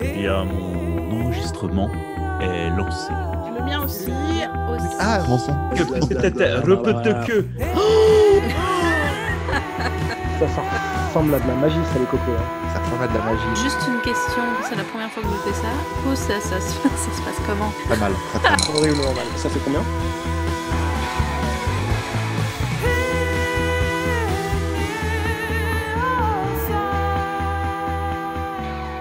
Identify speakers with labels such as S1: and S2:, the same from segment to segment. S1: et euh, mon enregistrement est lancé.
S2: Le
S3: Ah,
S2: mien aussi. aussi.
S4: Ah, mon son.
S1: Que peut-être repete que.
S5: Ça, ça ressemble à de la magie, ça les hein. copier.
S4: Ça ressemble à de la magie.
S2: Juste une question, c'est la première fois que je fais ça. Où ça, ça, se- ça se passe comment
S4: Pas mal. ça fait mal.
S5: Horriblement mal. Ça fait combien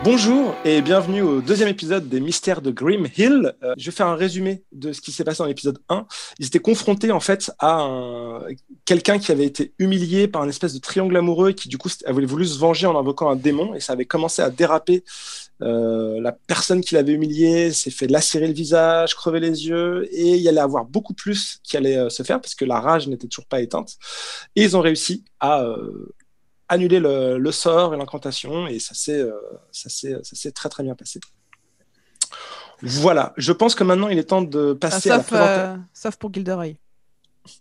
S5: Bonjour et bienvenue au deuxième épisode des Mystères de Grim Hill. Euh, je vais faire un résumé de ce qui s'est passé dans l'épisode 1. Ils étaient confrontés en fait à un- quelqu'un qui avait été humilié par un espèce de triangle amoureux et qui du coup avait voulu se venger en invoquant un démon et ça avait commencé à déraper. Euh, la personne qui l'avait humilié s'est fait lacérer le visage, crever les yeux et il y allait avoir beaucoup plus qui allait euh, se faire parce que la rage n'était toujours pas éteinte. Et ils ont réussi à euh, annuler le, le sort et l'incantation et ça s'est euh, ça s'est ça s'est très très bien passé. Voilà, je pense que maintenant il est temps de
S3: Enfin,
S5: passer à la
S3: sauf,
S5: présentation.
S3: euh, sauf pour Gilderoy.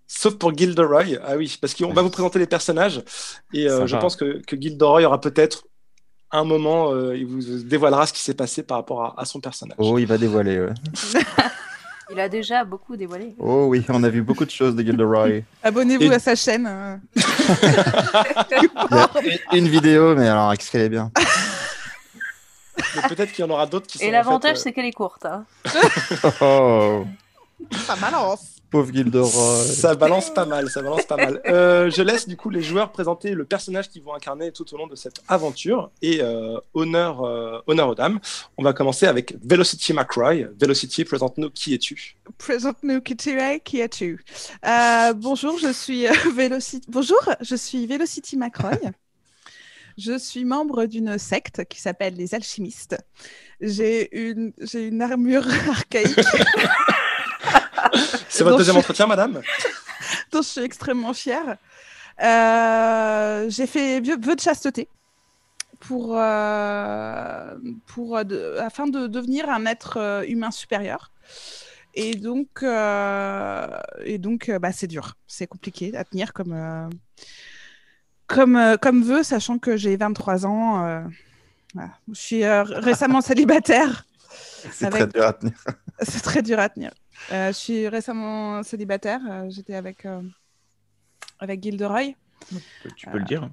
S5: Sauf pour Gilderoy, ah oui, parce qu'on va vous présenter les personnages et euh,
S1: Ça
S5: je
S1: va.
S5: pense que, que Gilderoy aura peut-être un moment, euh, il vous dévoilera ce qui s'est passé par rapport à, à son personnage.
S4: Oh, il va dévoiler. ouais.
S2: Il a déjà beaucoup dévoilé.
S4: Oh oui, on a vu beaucoup de choses de Gilderoy.
S3: Abonnez-vous
S5: Et-
S3: à sa chaîne. euh.
S4: Il y a une- une vidéo, mais alors, qu'est-ce qu'elle est bien.
S5: Mais peut-être qu'il y en aura d'autres qui sont.
S2: Et
S5: en
S2: l'avantage,
S5: fait,
S2: c'est qu'elle est courte. hein.
S4: Oh, oh,
S3: Ça balance.
S4: pauvre
S5: euh,
S4: Gilderoy.
S5: Ça balance pas mal, ça balance pas mal. Euh, je laisse du coup les joueurs présenter le personnage qu'ils vont incarner tout au long de cette aventure et euh, honneur, euh, honneur aux dames. On va commencer avec Velocity McCroy. Velocity, présente-nous qui es-tu
S3: Présente-nous qui tu es, qui es-tu Euh, Bonjour, je suis euh, Veloci- Bonjour, je suis Velocity Macroy. Je suis membre d'une secte qui s'appelle les alchimistes. J'ai une, j'ai une armure archaïque
S5: C'est votre
S3: Non,
S5: deuxième
S3: je-
S5: entretien, madame
S3: dont je suis extrêmement fière. Euh, j'ai fait vieux vœu de chasteté pour, euh, pour, euh, de- afin de devenir un être euh, humain supérieur. Et donc, euh, et donc euh, bah, c'est dur, c'est compliqué à tenir comme, euh, comme, euh, comme vœu, sachant que j'ai 23 ans. euh, voilà. Je suis euh, récemment célibataire.
S4: C'est
S3: avec-
S4: très dur à tenir.
S3: C'est très dur à tenir. Euh, je suis récemment célibataire. euh, J'étais avec, euh, avec Gilderoy.
S1: Tu peux le dire.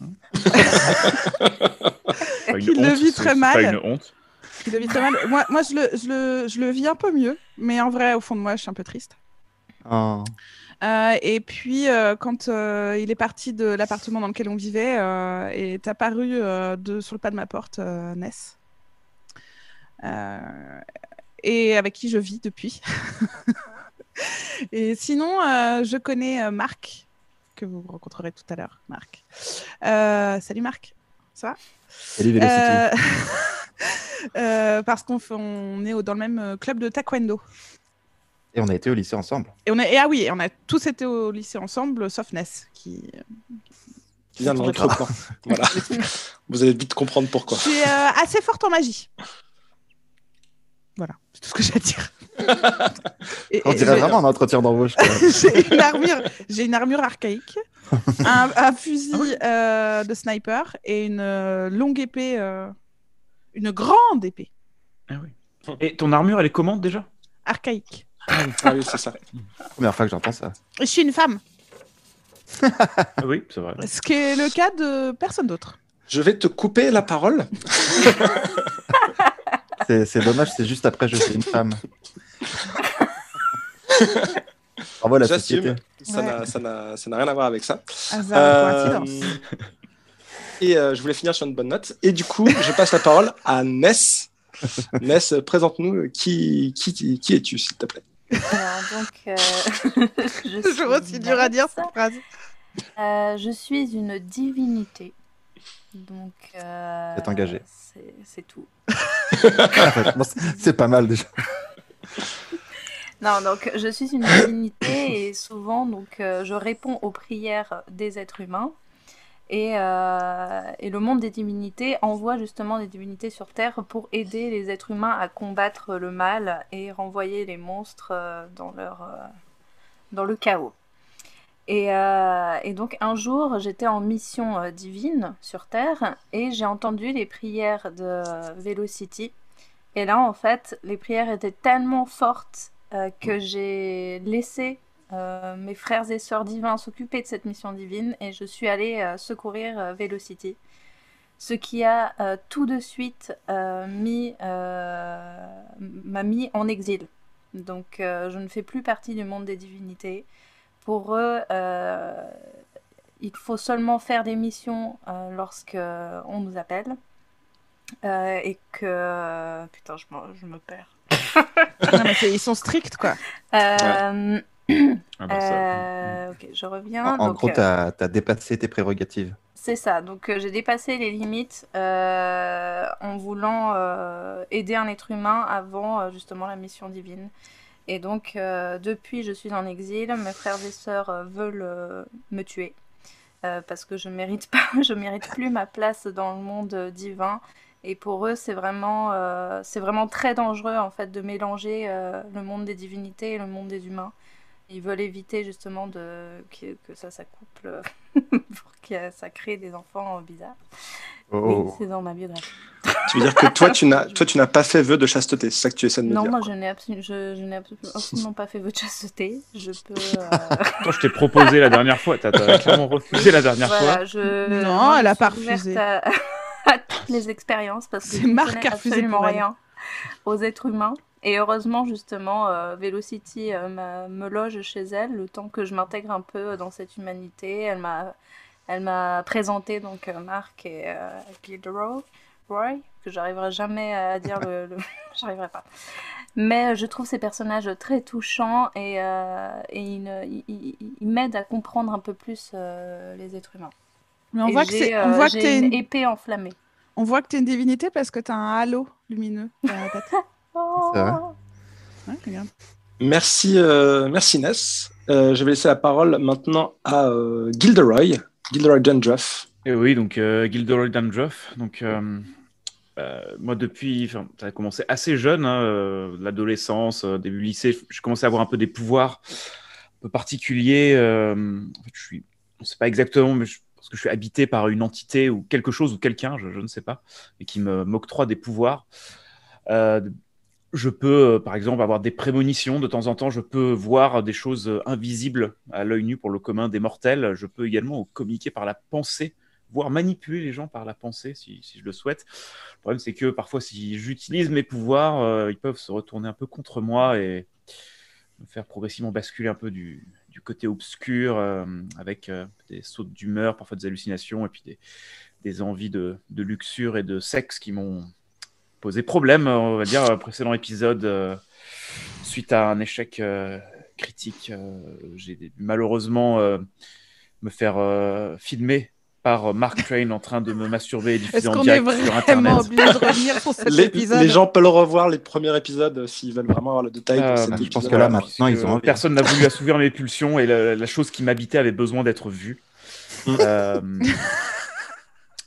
S1: hein. C'est pas une
S3: Qu'il le
S1: honte,
S3: vit
S1: c'est-
S3: très
S1: c'est
S3: mal.
S1: Pas une honte.
S3: Il le vit très mal. Moi, moi je, le, je, le, je le vis un peu mieux. Mais en vrai, au fond de moi, je suis un peu triste.
S4: Oh.
S3: Euh, et puis, euh, quand euh, il est parti de l'appartement dans lequel on vivait, euh, est apparu euh, de, sur le pas de ma porte euh, Ness. Euh, et avec qui je vis depuis. et sinon, euh, je connais euh, Marc, que vous rencontrerez tout à l'heure. Marc. Euh, salut Marc, ça va
S4: Salut, Velocity.
S3: Euh, euh, Parce qu'on fait- on est au- dans le même euh, club de taekwondo.
S4: Et on a été au lycée ensemble.
S3: Et, on a, et ah oui, on a tous été au lycée ensemble, sauf Ness, qui,
S5: Qui vient de
S3: Votre
S5: l'autre camp. Voilà. Vous allez vite comprendre pourquoi.
S3: Je suis euh, assez forte en magie. Voilà, c'est tout ce que j'ai à dire. Et-
S4: On
S3: et-
S4: dirait
S3: mais-
S4: vraiment un entretien d'embauche. quoi.
S3: j'ai une armure, j'ai une armure archaïque, un, un fusil
S2: Ah
S3: euh, de sniper et une euh, longue épée, euh, une grande épée
S1: Ah oui. Et ton armure, elle est comment déjà
S3: archaïque.
S5: Ah oui, c'est ça.
S4: Première fois que j'entends ça.
S3: Je suis une femme,
S1: Ah Oui, c'est vrai.
S3: ce qui est le cas de personne d'autre.
S5: Je vais te couper la parole.
S4: C'est c'est dommage, c'est juste après, je suis une femme. Bravo la société.
S5: J'assume. Ça
S3: Ouais.
S5: n'a- ça n'a ça n'a rien à voir avec ça.
S3: Hasard,
S5: Euh,
S3: Ah, coïncidence.
S5: et euh, je voulais finir sur une bonne note. Et du coup, je passe la parole à Ness. Ness, euh, présente-nous euh, qui, qui, qui es-tu, s'il te plaît.
S2: Alors, donc, euh, je suis
S3: Toujours aussi dur à dire
S2: Vanessa.
S3: cette phrase.
S2: Euh, je suis une divinité. Donc. Euh,
S4: Vous êtes engagé.
S2: c'est- C'est tout.
S4: Bon, Ah, c'est- c'est pas mal déjà.
S2: Non, donc je suis une divinité et souvent donc euh, je réponds aux prières des êtres humains et, euh, et le monde des divinités envoie justement des divinités sur Terre pour aider les êtres humains à combattre le mal et renvoyer les monstres euh, dans leur euh, dans le chaos. Et, euh, et donc un jour, j'étais en mission euh, divine sur Terre et j'ai entendu les prières de Velocity Et là, en fait, les prières étaient tellement fortes euh, que j'ai laissé euh, mes frères et sœurs divins s'occuper de cette mission divine et je suis allée euh, secourir euh, Velocity. Ce qui a euh, tout de suite euh, mis, euh, m'a mis en exil. Donc euh, je ne fais plus partie du monde des divinités. Pour eux, euh, il faut seulement faire des missions euh, lorsque on nous appelle. Euh, et que... Putain, je, m'en- je me perds.
S3: Non, mais c'est- ils sont stricts, quoi.
S2: Euh,
S1: Ah bah ça,
S2: euh, ok, je reviens.
S4: En, en
S2: Donc,
S4: gros,
S2: euh,
S4: t'as as dépassé tes prérogatives.
S2: C'est ça, donc euh, j'ai dépassé les limites euh, en voulant euh, aider un être humain avant euh, justement la mission divine. Et donc euh, depuis je suis en exil, mes frères et sœurs euh, veulent euh, me tuer euh, parce que je mérite pas, je mérite plus ma place dans le monde euh, divin. Et pour eux c'est vraiment, euh, c'est vraiment très dangereux en fait de mélanger euh, le monde des divinités et le monde des humains. Ils veulent éviter justement de que, que ça s'accouple pour que ça crée des enfants euh, bizarres. Oui,
S4: Oh.
S2: c'est dans ma biographie.
S5: Tu veux dire que toi, tu n'as, toi, tu n'as pas fait vœu de chasteté. C'est ça que tu essaies de me
S2: Non,
S5: dire.
S2: moi
S5: quoi.
S2: je n'ai absolu- je, je n'ai absolu- absolument pas fait vœu de chasteté. Je peux. euh,
S1: Attends, je t'ai proposé la dernière fois, t'as t'as clairement refusé la dernière fois.
S2: voilà, je.
S3: Non,
S2: moi, je
S3: elle a
S2: suis
S3: pas
S2: ouverte
S3: refusé.
S2: À... à toutes les expériences parce que
S3: C'est
S2: je ne
S3: Marc
S2: connais
S3: qui a refusé
S2: absolument
S3: pour elle.
S2: rien aux êtres humains. Et heureusement, justement, euh, Velocity euh, m'a- me loge chez elle le temps que je m'intègre un peu dans cette humanité. Elle m'a, elle m'a présenté donc euh, Marc et euh, Gilderoy, Roy, que j'arriverai jamais à dire le, le- j'arriverai pas. Mais euh, je trouve ces personnages très touchants et, euh, et ils, ne- ils- ils- ils m'aident à comprendre un peu plus euh, les êtres humains.
S3: Mais on
S2: Et
S3: voit que
S2: j'ai,
S3: c'est, on
S2: euh,
S3: voit que
S2: j'ai
S3: t'es
S2: une
S3: une,
S2: épée enflammée.
S3: on voit que t'es une divinité parce que t'as un halo lumineux. dans la tête.
S4: C'est vrai.
S3: Ouais, regarde.
S5: Merci, euh, merci Ness. Euh, je vais laisser la parole maintenant à euh, Gilderoy, Gilderoy Dandruff.
S1: Et oui, donc euh, Gilderoy Dandruff. Donc, euh, euh, moi, depuis, enfin, ça a commencé assez jeune, hein, euh, l'adolescence, euh, début lycée, je commençais à avoir un peu des pouvoirs un peu particuliers. euh, en fait, je suis, on ne sait pas exactement, mais je pense que je suis habité par une entité ou quelque chose ou quelqu'un, je, je ne sais pas, et qui me m'octroie des pouvoirs. Euh, je peux, euh, par exemple, avoir des prémonitions. De temps en temps, je peux voir des choses euh, invisibles à l'œil nu pour le commun des mortels. Je peux également communiquer par la pensée, voire manipuler les gens par la pensée, si, si je le souhaite. Le problème, c'est que parfois, si j'utilise mes pouvoirs, euh, ils peuvent se retourner un peu contre moi et me faire progressivement basculer un peu du, du côté obscur, euh, avec euh, des sautes d'humeur, parfois des hallucinations, et puis des, des envies de, de luxure et de sexe qui m'ont posé problème, euh, on va dire, euh, précédent épisode, euh, suite à un échec euh, critique. euh, J'ai dû malheureusement euh, me faire euh, filmer par euh, Mark Train en train de me masturber et diffuser
S3: Est-ce
S1: en
S3: qu'on est
S1: direct sur Internet.
S3: vraiment obligé de revenir sur cet
S5: Les,
S3: épisode
S5: les gens peuvent le revoir les premiers épisodes euh, s'ils veulent vraiment avoir le détail.
S1: Ah,
S5: de cet
S1: bah,
S4: je pense
S5: épisode.
S4: que là, maintenant,
S1: puisque
S4: ils ont envie. hein.
S1: Personne n'a voulu assouvir mes pulsions et la, la chose qui m'habitait avait besoin d'être vue.
S5: Mm.
S1: Euh,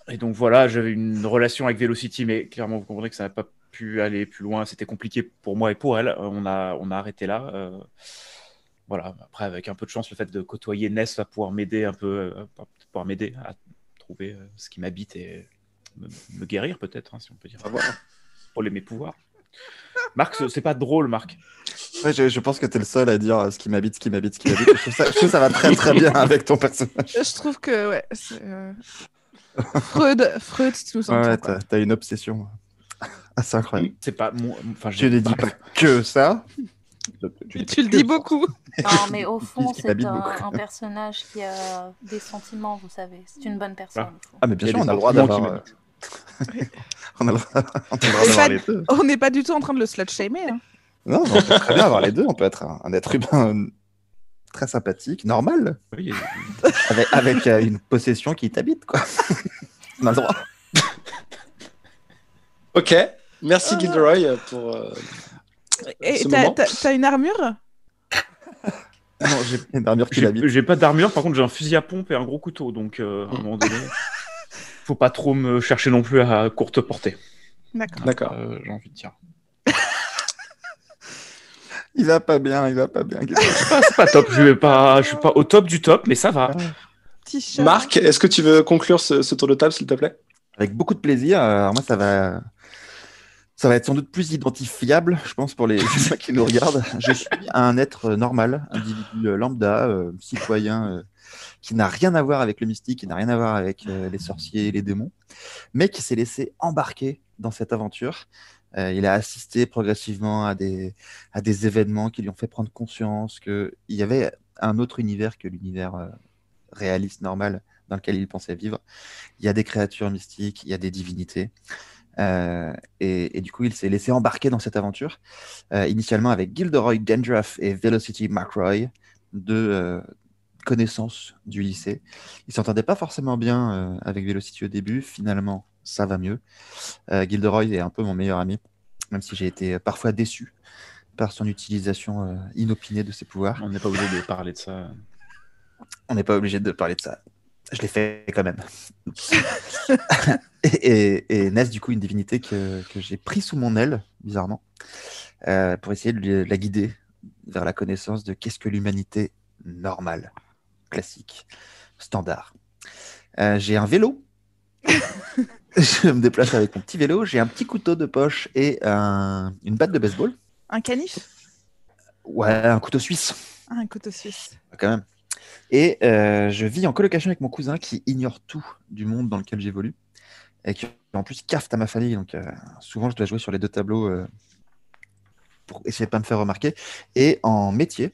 S1: et donc voilà, j'avais une relation avec Velocity, mais clairement, vous comprenez que ça n'a pas pu aller plus loin. C'était compliqué pour moi et pour elle. Euh, On a, on a arrêté là. Euh, voilà, après, avec un peu de chance, le fait de côtoyer Ness va pouvoir m'aider un peu, euh, va pouvoir m'aider à trouver euh, ce qui m'habite et me, me guérir peut-être, hein, si on peut dire,
S5: On va voir.
S1: pour les mes pouvoirs. Marc, c'est- c'est pas drôle, Marc.
S4: Ouais, je, je pense que t'es le seul à dire euh, ce qui m'habite, ce qui m'habite, ce qui m'habite. je, trouve ça, je trouve ça va très très bien avec ton personnage.
S3: Je trouve que ouais, c'est, euh, Freud, Freud, si tu nous
S4: Ouais,
S3: entends,
S4: ouais,
S3: quoi.
S4: t'as t'as une obsession. Ah, c'est incroyable.
S1: C'est pas mon. Enfin,
S4: Je ne dis pas que ça.
S3: Et Tu le dis beaucoup.
S2: Non, mais au fond,
S4: Ils
S2: c'est
S4: habitent
S2: un,
S4: beaucoup.
S2: un personnage qui a des sentiments, vous savez. C'est une bonne personne. au fond.
S4: Ah, mais bien
S1: Il y a
S4: sûr,
S1: des
S4: on a le droit
S1: sentiments
S4: d'avoir.
S1: qui
S4: euh, on a le droit, on a le droit
S3: Et
S4: d'avoir
S3: pas-
S4: les deux.
S3: On n'est pas du tout en train de le slut shamer. hein.
S4: Non, mais on peut très bien avoir les deux. On peut être un, un être humain euh, très sympathique, normal,
S1: Oui, il y a-
S4: avec, avec, euh, une possession qui t'habite, quoi. on a le droit.
S5: Ok, merci
S3: Ah.
S5: Gilderoy euh, pour. euh,
S3: Et
S5: ce
S3: t'as-
S5: moment.
S3: t'as t'as une armure
S4: Non, j'ai une armure qui
S1: j'ai
S4: l'habite.
S1: j'ai pas d'armure, par contre j'ai un fusil à pompe et un gros couteau, donc euh, à un moment donné, faut pas trop me chercher non plus à courte portée.
S4: Ah.
S3: D'accord.
S5: D'accord.
S1: Euh, j'ai envie de dire.
S4: Il va pas bien, il va pas bien. Gabriel.
S1: C'est pas, c'est pas top, je vais pas, je suis pas au top du top, mais ça va.
S3: T-shirt.
S5: Marc, est-ce que tu veux conclure ce, ce tour de table, s'il te plaît
S4: Avec beaucoup de plaisir. euh, Alors moi, ça va. Ça va être sans doute plus identifiable, je pense, pour les gens qui nous regardent. Je suis un être normal, individu euh, lambda, euh, citoyen, euh, qui n'a rien à voir avec le mystique, qui n'a rien à voir avec euh, les sorciers et les démons, mais qui s'est laissé embarquer dans cette aventure. Euh, il a assisté progressivement à des, à des événements qui lui ont fait prendre conscience qu'il y avait un autre univers que l'univers euh, réaliste, normal, dans lequel il pensait vivre. Il y a des créatures mystiques, il y a des divinités. Euh, et, et du coup, il s'est laissé embarquer dans cette aventure, euh, initialement avec Gilderoy Dandruff et Velocity McRoy, deux euh, connaissances du lycée. Ils s'entendaient pas forcément bien euh, avec Velocity au début, finalement, ça va mieux. Euh, Gilderoy est un peu mon meilleur ami, même si j'ai été parfois déçu par son utilisation euh, inopinée de ses pouvoirs.
S1: On n'est pas obligé de parler de ça.
S4: On n'est pas obligé de parler de ça. Je l'ai fait quand même. Oups. et, et, et Nas, du coup, une divinité que, que j'ai pris sous mon aile, bizarrement, euh, pour essayer de lui- la guider vers la connaissance de qu'est-ce que l'humanité normale, classique, standard. Euh, j'ai un vélo. je me déplace avec mon petit vélo. J'ai un petit couteau de poche et un- une batte de baseball.
S3: Un canif
S4: Ouais, un couteau suisse.
S3: Ah, Un couteau suisse.
S4: Ah, quand même. Et euh, je vis en colocation avec mon cousin qui ignore tout du monde dans lequel j'évolue et qui en plus cafte à ma famille. Donc euh, souvent, je dois jouer sur les deux tableaux euh, pour essayer de pas me faire remarquer. Et en métier,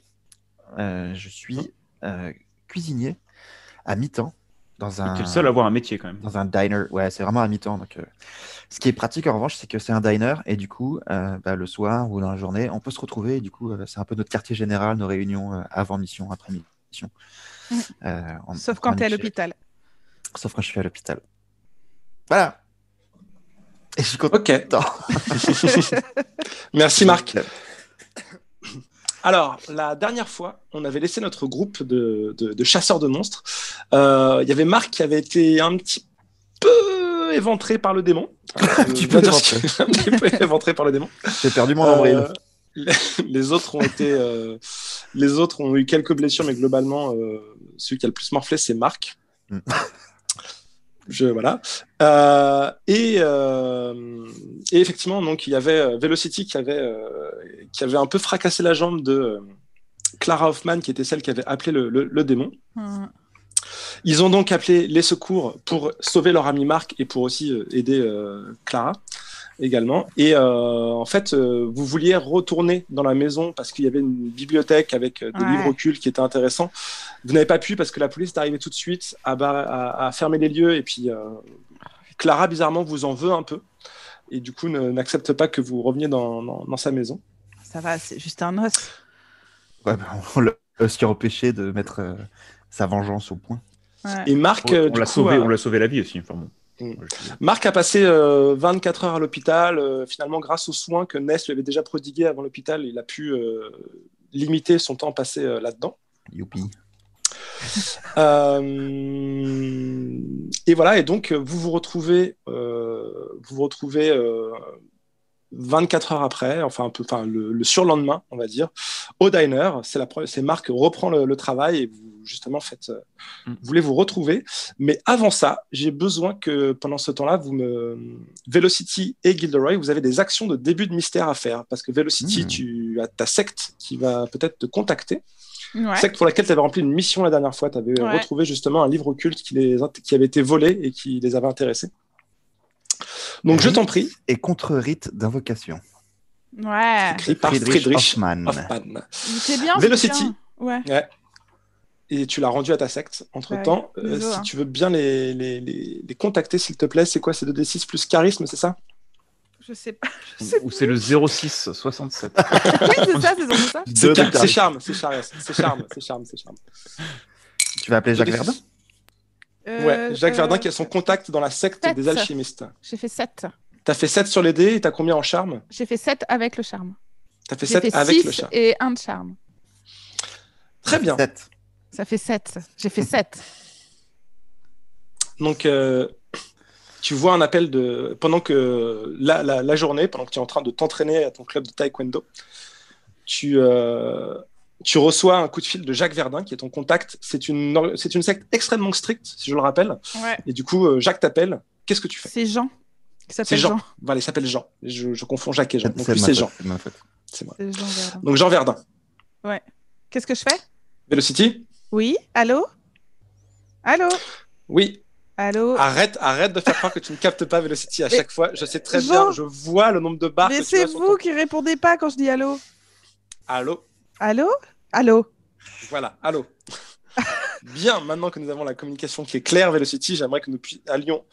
S4: euh, je suis euh, cuisinier à mi-temps dans un
S1: Oh. T'es le seul à avoir un métier quand même.
S4: dans un diner. Ouais, c'est vraiment à mi-temps. Donc, euh, ce qui est pratique en revanche, c'est que c'est un diner et du coup, euh, bah, le soir ou dans la journée, on peut se retrouver. Et du coup, euh, c'est un peu notre quartier général, nos réunions euh, avant mission, après mission.
S3: Mm.
S4: Euh, on-
S3: Sauf
S4: on
S3: quand t'es à
S4: planifie-
S3: l'hôpital.
S4: Sauf quand je suis à l'hôpital. Voilà. Et je suis content.
S5: Ok. Merci Marc. Alors, la dernière fois, on avait laissé notre groupe de, de- de chasseurs de monstres. Euh, Il y avait Marc qui avait été un petit peu éventré par le démon. Euh, Un
S4: petit peu
S5: un petit peu éventré par le démon.
S4: J'ai perdu mon nombril.
S5: Euh, les- les autres ont été, euh, les autres ont eu quelques blessures, mais globalement, euh, celui qui a le plus morflé, c'est Marc.
S4: Mm.
S5: Je voilà. Euh, et, euh, et effectivement, donc il y avait euh, Velocity qui avait euh, qui avait un peu fracassé la jambe de euh, Clara Hoffman, qui était celle qui avait appelé le- le- le démon.
S3: Hum.
S5: Ils ont donc appelé les secours pour sauver leur ami Marc et pour aussi euh, aider euh, Clara également. Et euh, en fait, euh, vous vouliez retourner dans la maison parce qu'il y avait une bibliothèque avec euh, des
S3: Ouais.
S5: livres occultes qui étaient intéressants. Vous n'avez pas pu parce que la police est arrivée tout de suite à, bar- à- à fermer les lieux et puis euh, Clara bizarrement vous en veut un peu et du coup ne- n'accepte pas que vous reveniez dans, dans- dans sa maison.
S3: Ça va, c'est juste un os.
S4: Ouais, bah, on l'a aussi empêché de mettre euh, sa vengeance au point.
S3: Ouais.
S5: Et Marc,
S1: On,
S5: euh,
S1: on
S5: du
S1: l'a
S5: coup,
S1: sauvé,
S5: a-
S1: on l'a sauvé la vie aussi. Enfin bon.
S5: Mm.
S1: Moi, je-
S5: Marc a passé euh, 24 heures à l'hôpital. euh, finalement, grâce aux soins que Ness lui avait déjà prodigués avant l'hôpital, il a pu euh, limiter son temps passé euh, là-dedans.
S4: Youpi.
S5: Euh, et voilà, et donc euh, vous vous retrouvez, euh, vous vous retrouvez euh, 24 heures après, enfin un peu, enfin le, le surlendemain, on va dire, au diner. C'est la pre- c'est Marc reprend le, le travail et vous justement faites, euh,
S1: Mm.
S5: vous voulez vous retrouver. Mais avant ça, j'ai besoin que pendant ce temps-là, vous me Velocity et Gilderoy, vous avez des actions de début de mystère à faire parce que Velocity,
S4: Mm.
S5: tu as ta secte qui va peut-être te contacter.
S3: Ouais.
S5: Secte pour laquelle tu avais rempli une mission la dernière fois. Tu avais
S3: Ouais.
S5: retrouvé justement un livre occulte qui, les, int- qui avait été volé et qui les avait intéressés. Donc je t'en prie,
S4: Et contre rite d'invocation.
S3: Ouais.
S5: écrit par Friedrich
S4: Hoffmann.
S5: Hoffmann.
S3: Il était bien. ce
S5: Velocity.
S3: bouquin. Ouais.
S5: Et tu l'as rendu à ta secte entre temps.
S3: Ouais, désolé,
S5: si
S3: hein.
S5: tu veux bien les, les, les, les contacter, s'il te plaît, c'est quoi C'est 2D6 plus charisme, c'est ça
S3: Je sais pas. Je sais
S1: Ou- Ou c'est le 06 67.
S3: pas. Oui, c'est ça, c'est ça.
S4: Deux
S5: C'est
S4: de
S5: char- c'est
S4: charisme.
S5: charme, c'est charme, c'est charme, c'est charme, c'est charme.
S4: Tu vas appeler Jacques
S5: 2D6.
S4: Verdun
S5: Ouais, Jacques Verdun qui a
S3: sont
S5: son contact dans la secte
S3: Euh, sept.
S5: des alchimistes.
S3: J'ai fait 7.
S5: T'as fait 7 sur les dés et t'as combien en charme
S3: J'ai fait 7 avec le charme.
S5: T'as fait
S3: J'ai
S5: 7
S3: fait
S5: avec le
S3: 6
S5: charme.
S3: et 1 de charme.
S5: Très bien.
S4: Sept.
S3: Ça fait 7. J'ai fait 7.
S5: Donc, euh, tu vois un appel de. Pendant que la, la- la journée, pendant que tu es en train de t'entraîner à ton club de taekwondo, tu, euh, tu reçois un coup de fil de Jacques Verdun, qui est ton contact. C'est une, or- c'est une secte extrêmement stricte, si je le rappelle.
S3: Ouais.
S5: Et du coup, euh, Jacques t'appelle. Qu'est-ce que tu fais
S3: C'est Jean. qui s'appelle
S5: C'est Jean.
S3: Jean.
S5: Voilà, il s'appelle Jean. Je, je confonds Jacques et Jean. Donc
S4: de
S5: lui,
S4: ma
S5: c'est
S4: faute,
S5: Jean.
S4: c'est de ma faute.
S3: C'est Jean Verdun.
S5: Donc Jean Verdun.
S3: Qu'est-ce que je fais
S5: Velocity
S3: Oui Allô Allô
S5: Oui.
S3: Allô
S5: Arrête, arrête de faire croire que tu ne captes pas Velocity à
S3: Mais-
S5: chaque fois. Je sais très
S3: Jean-
S5: bien. Je vois le nombre de barres.
S3: Mais
S5: que tu as
S3: c'est
S5: sur
S3: vous
S5: ton-
S3: qui répondez pas quand je dis allô.
S5: Allô
S3: Allô Allô
S5: Voilà, allô. Bien, maintenant que nous avons la communication qui est claire, Velocity, j'aimerais que nous pui- allions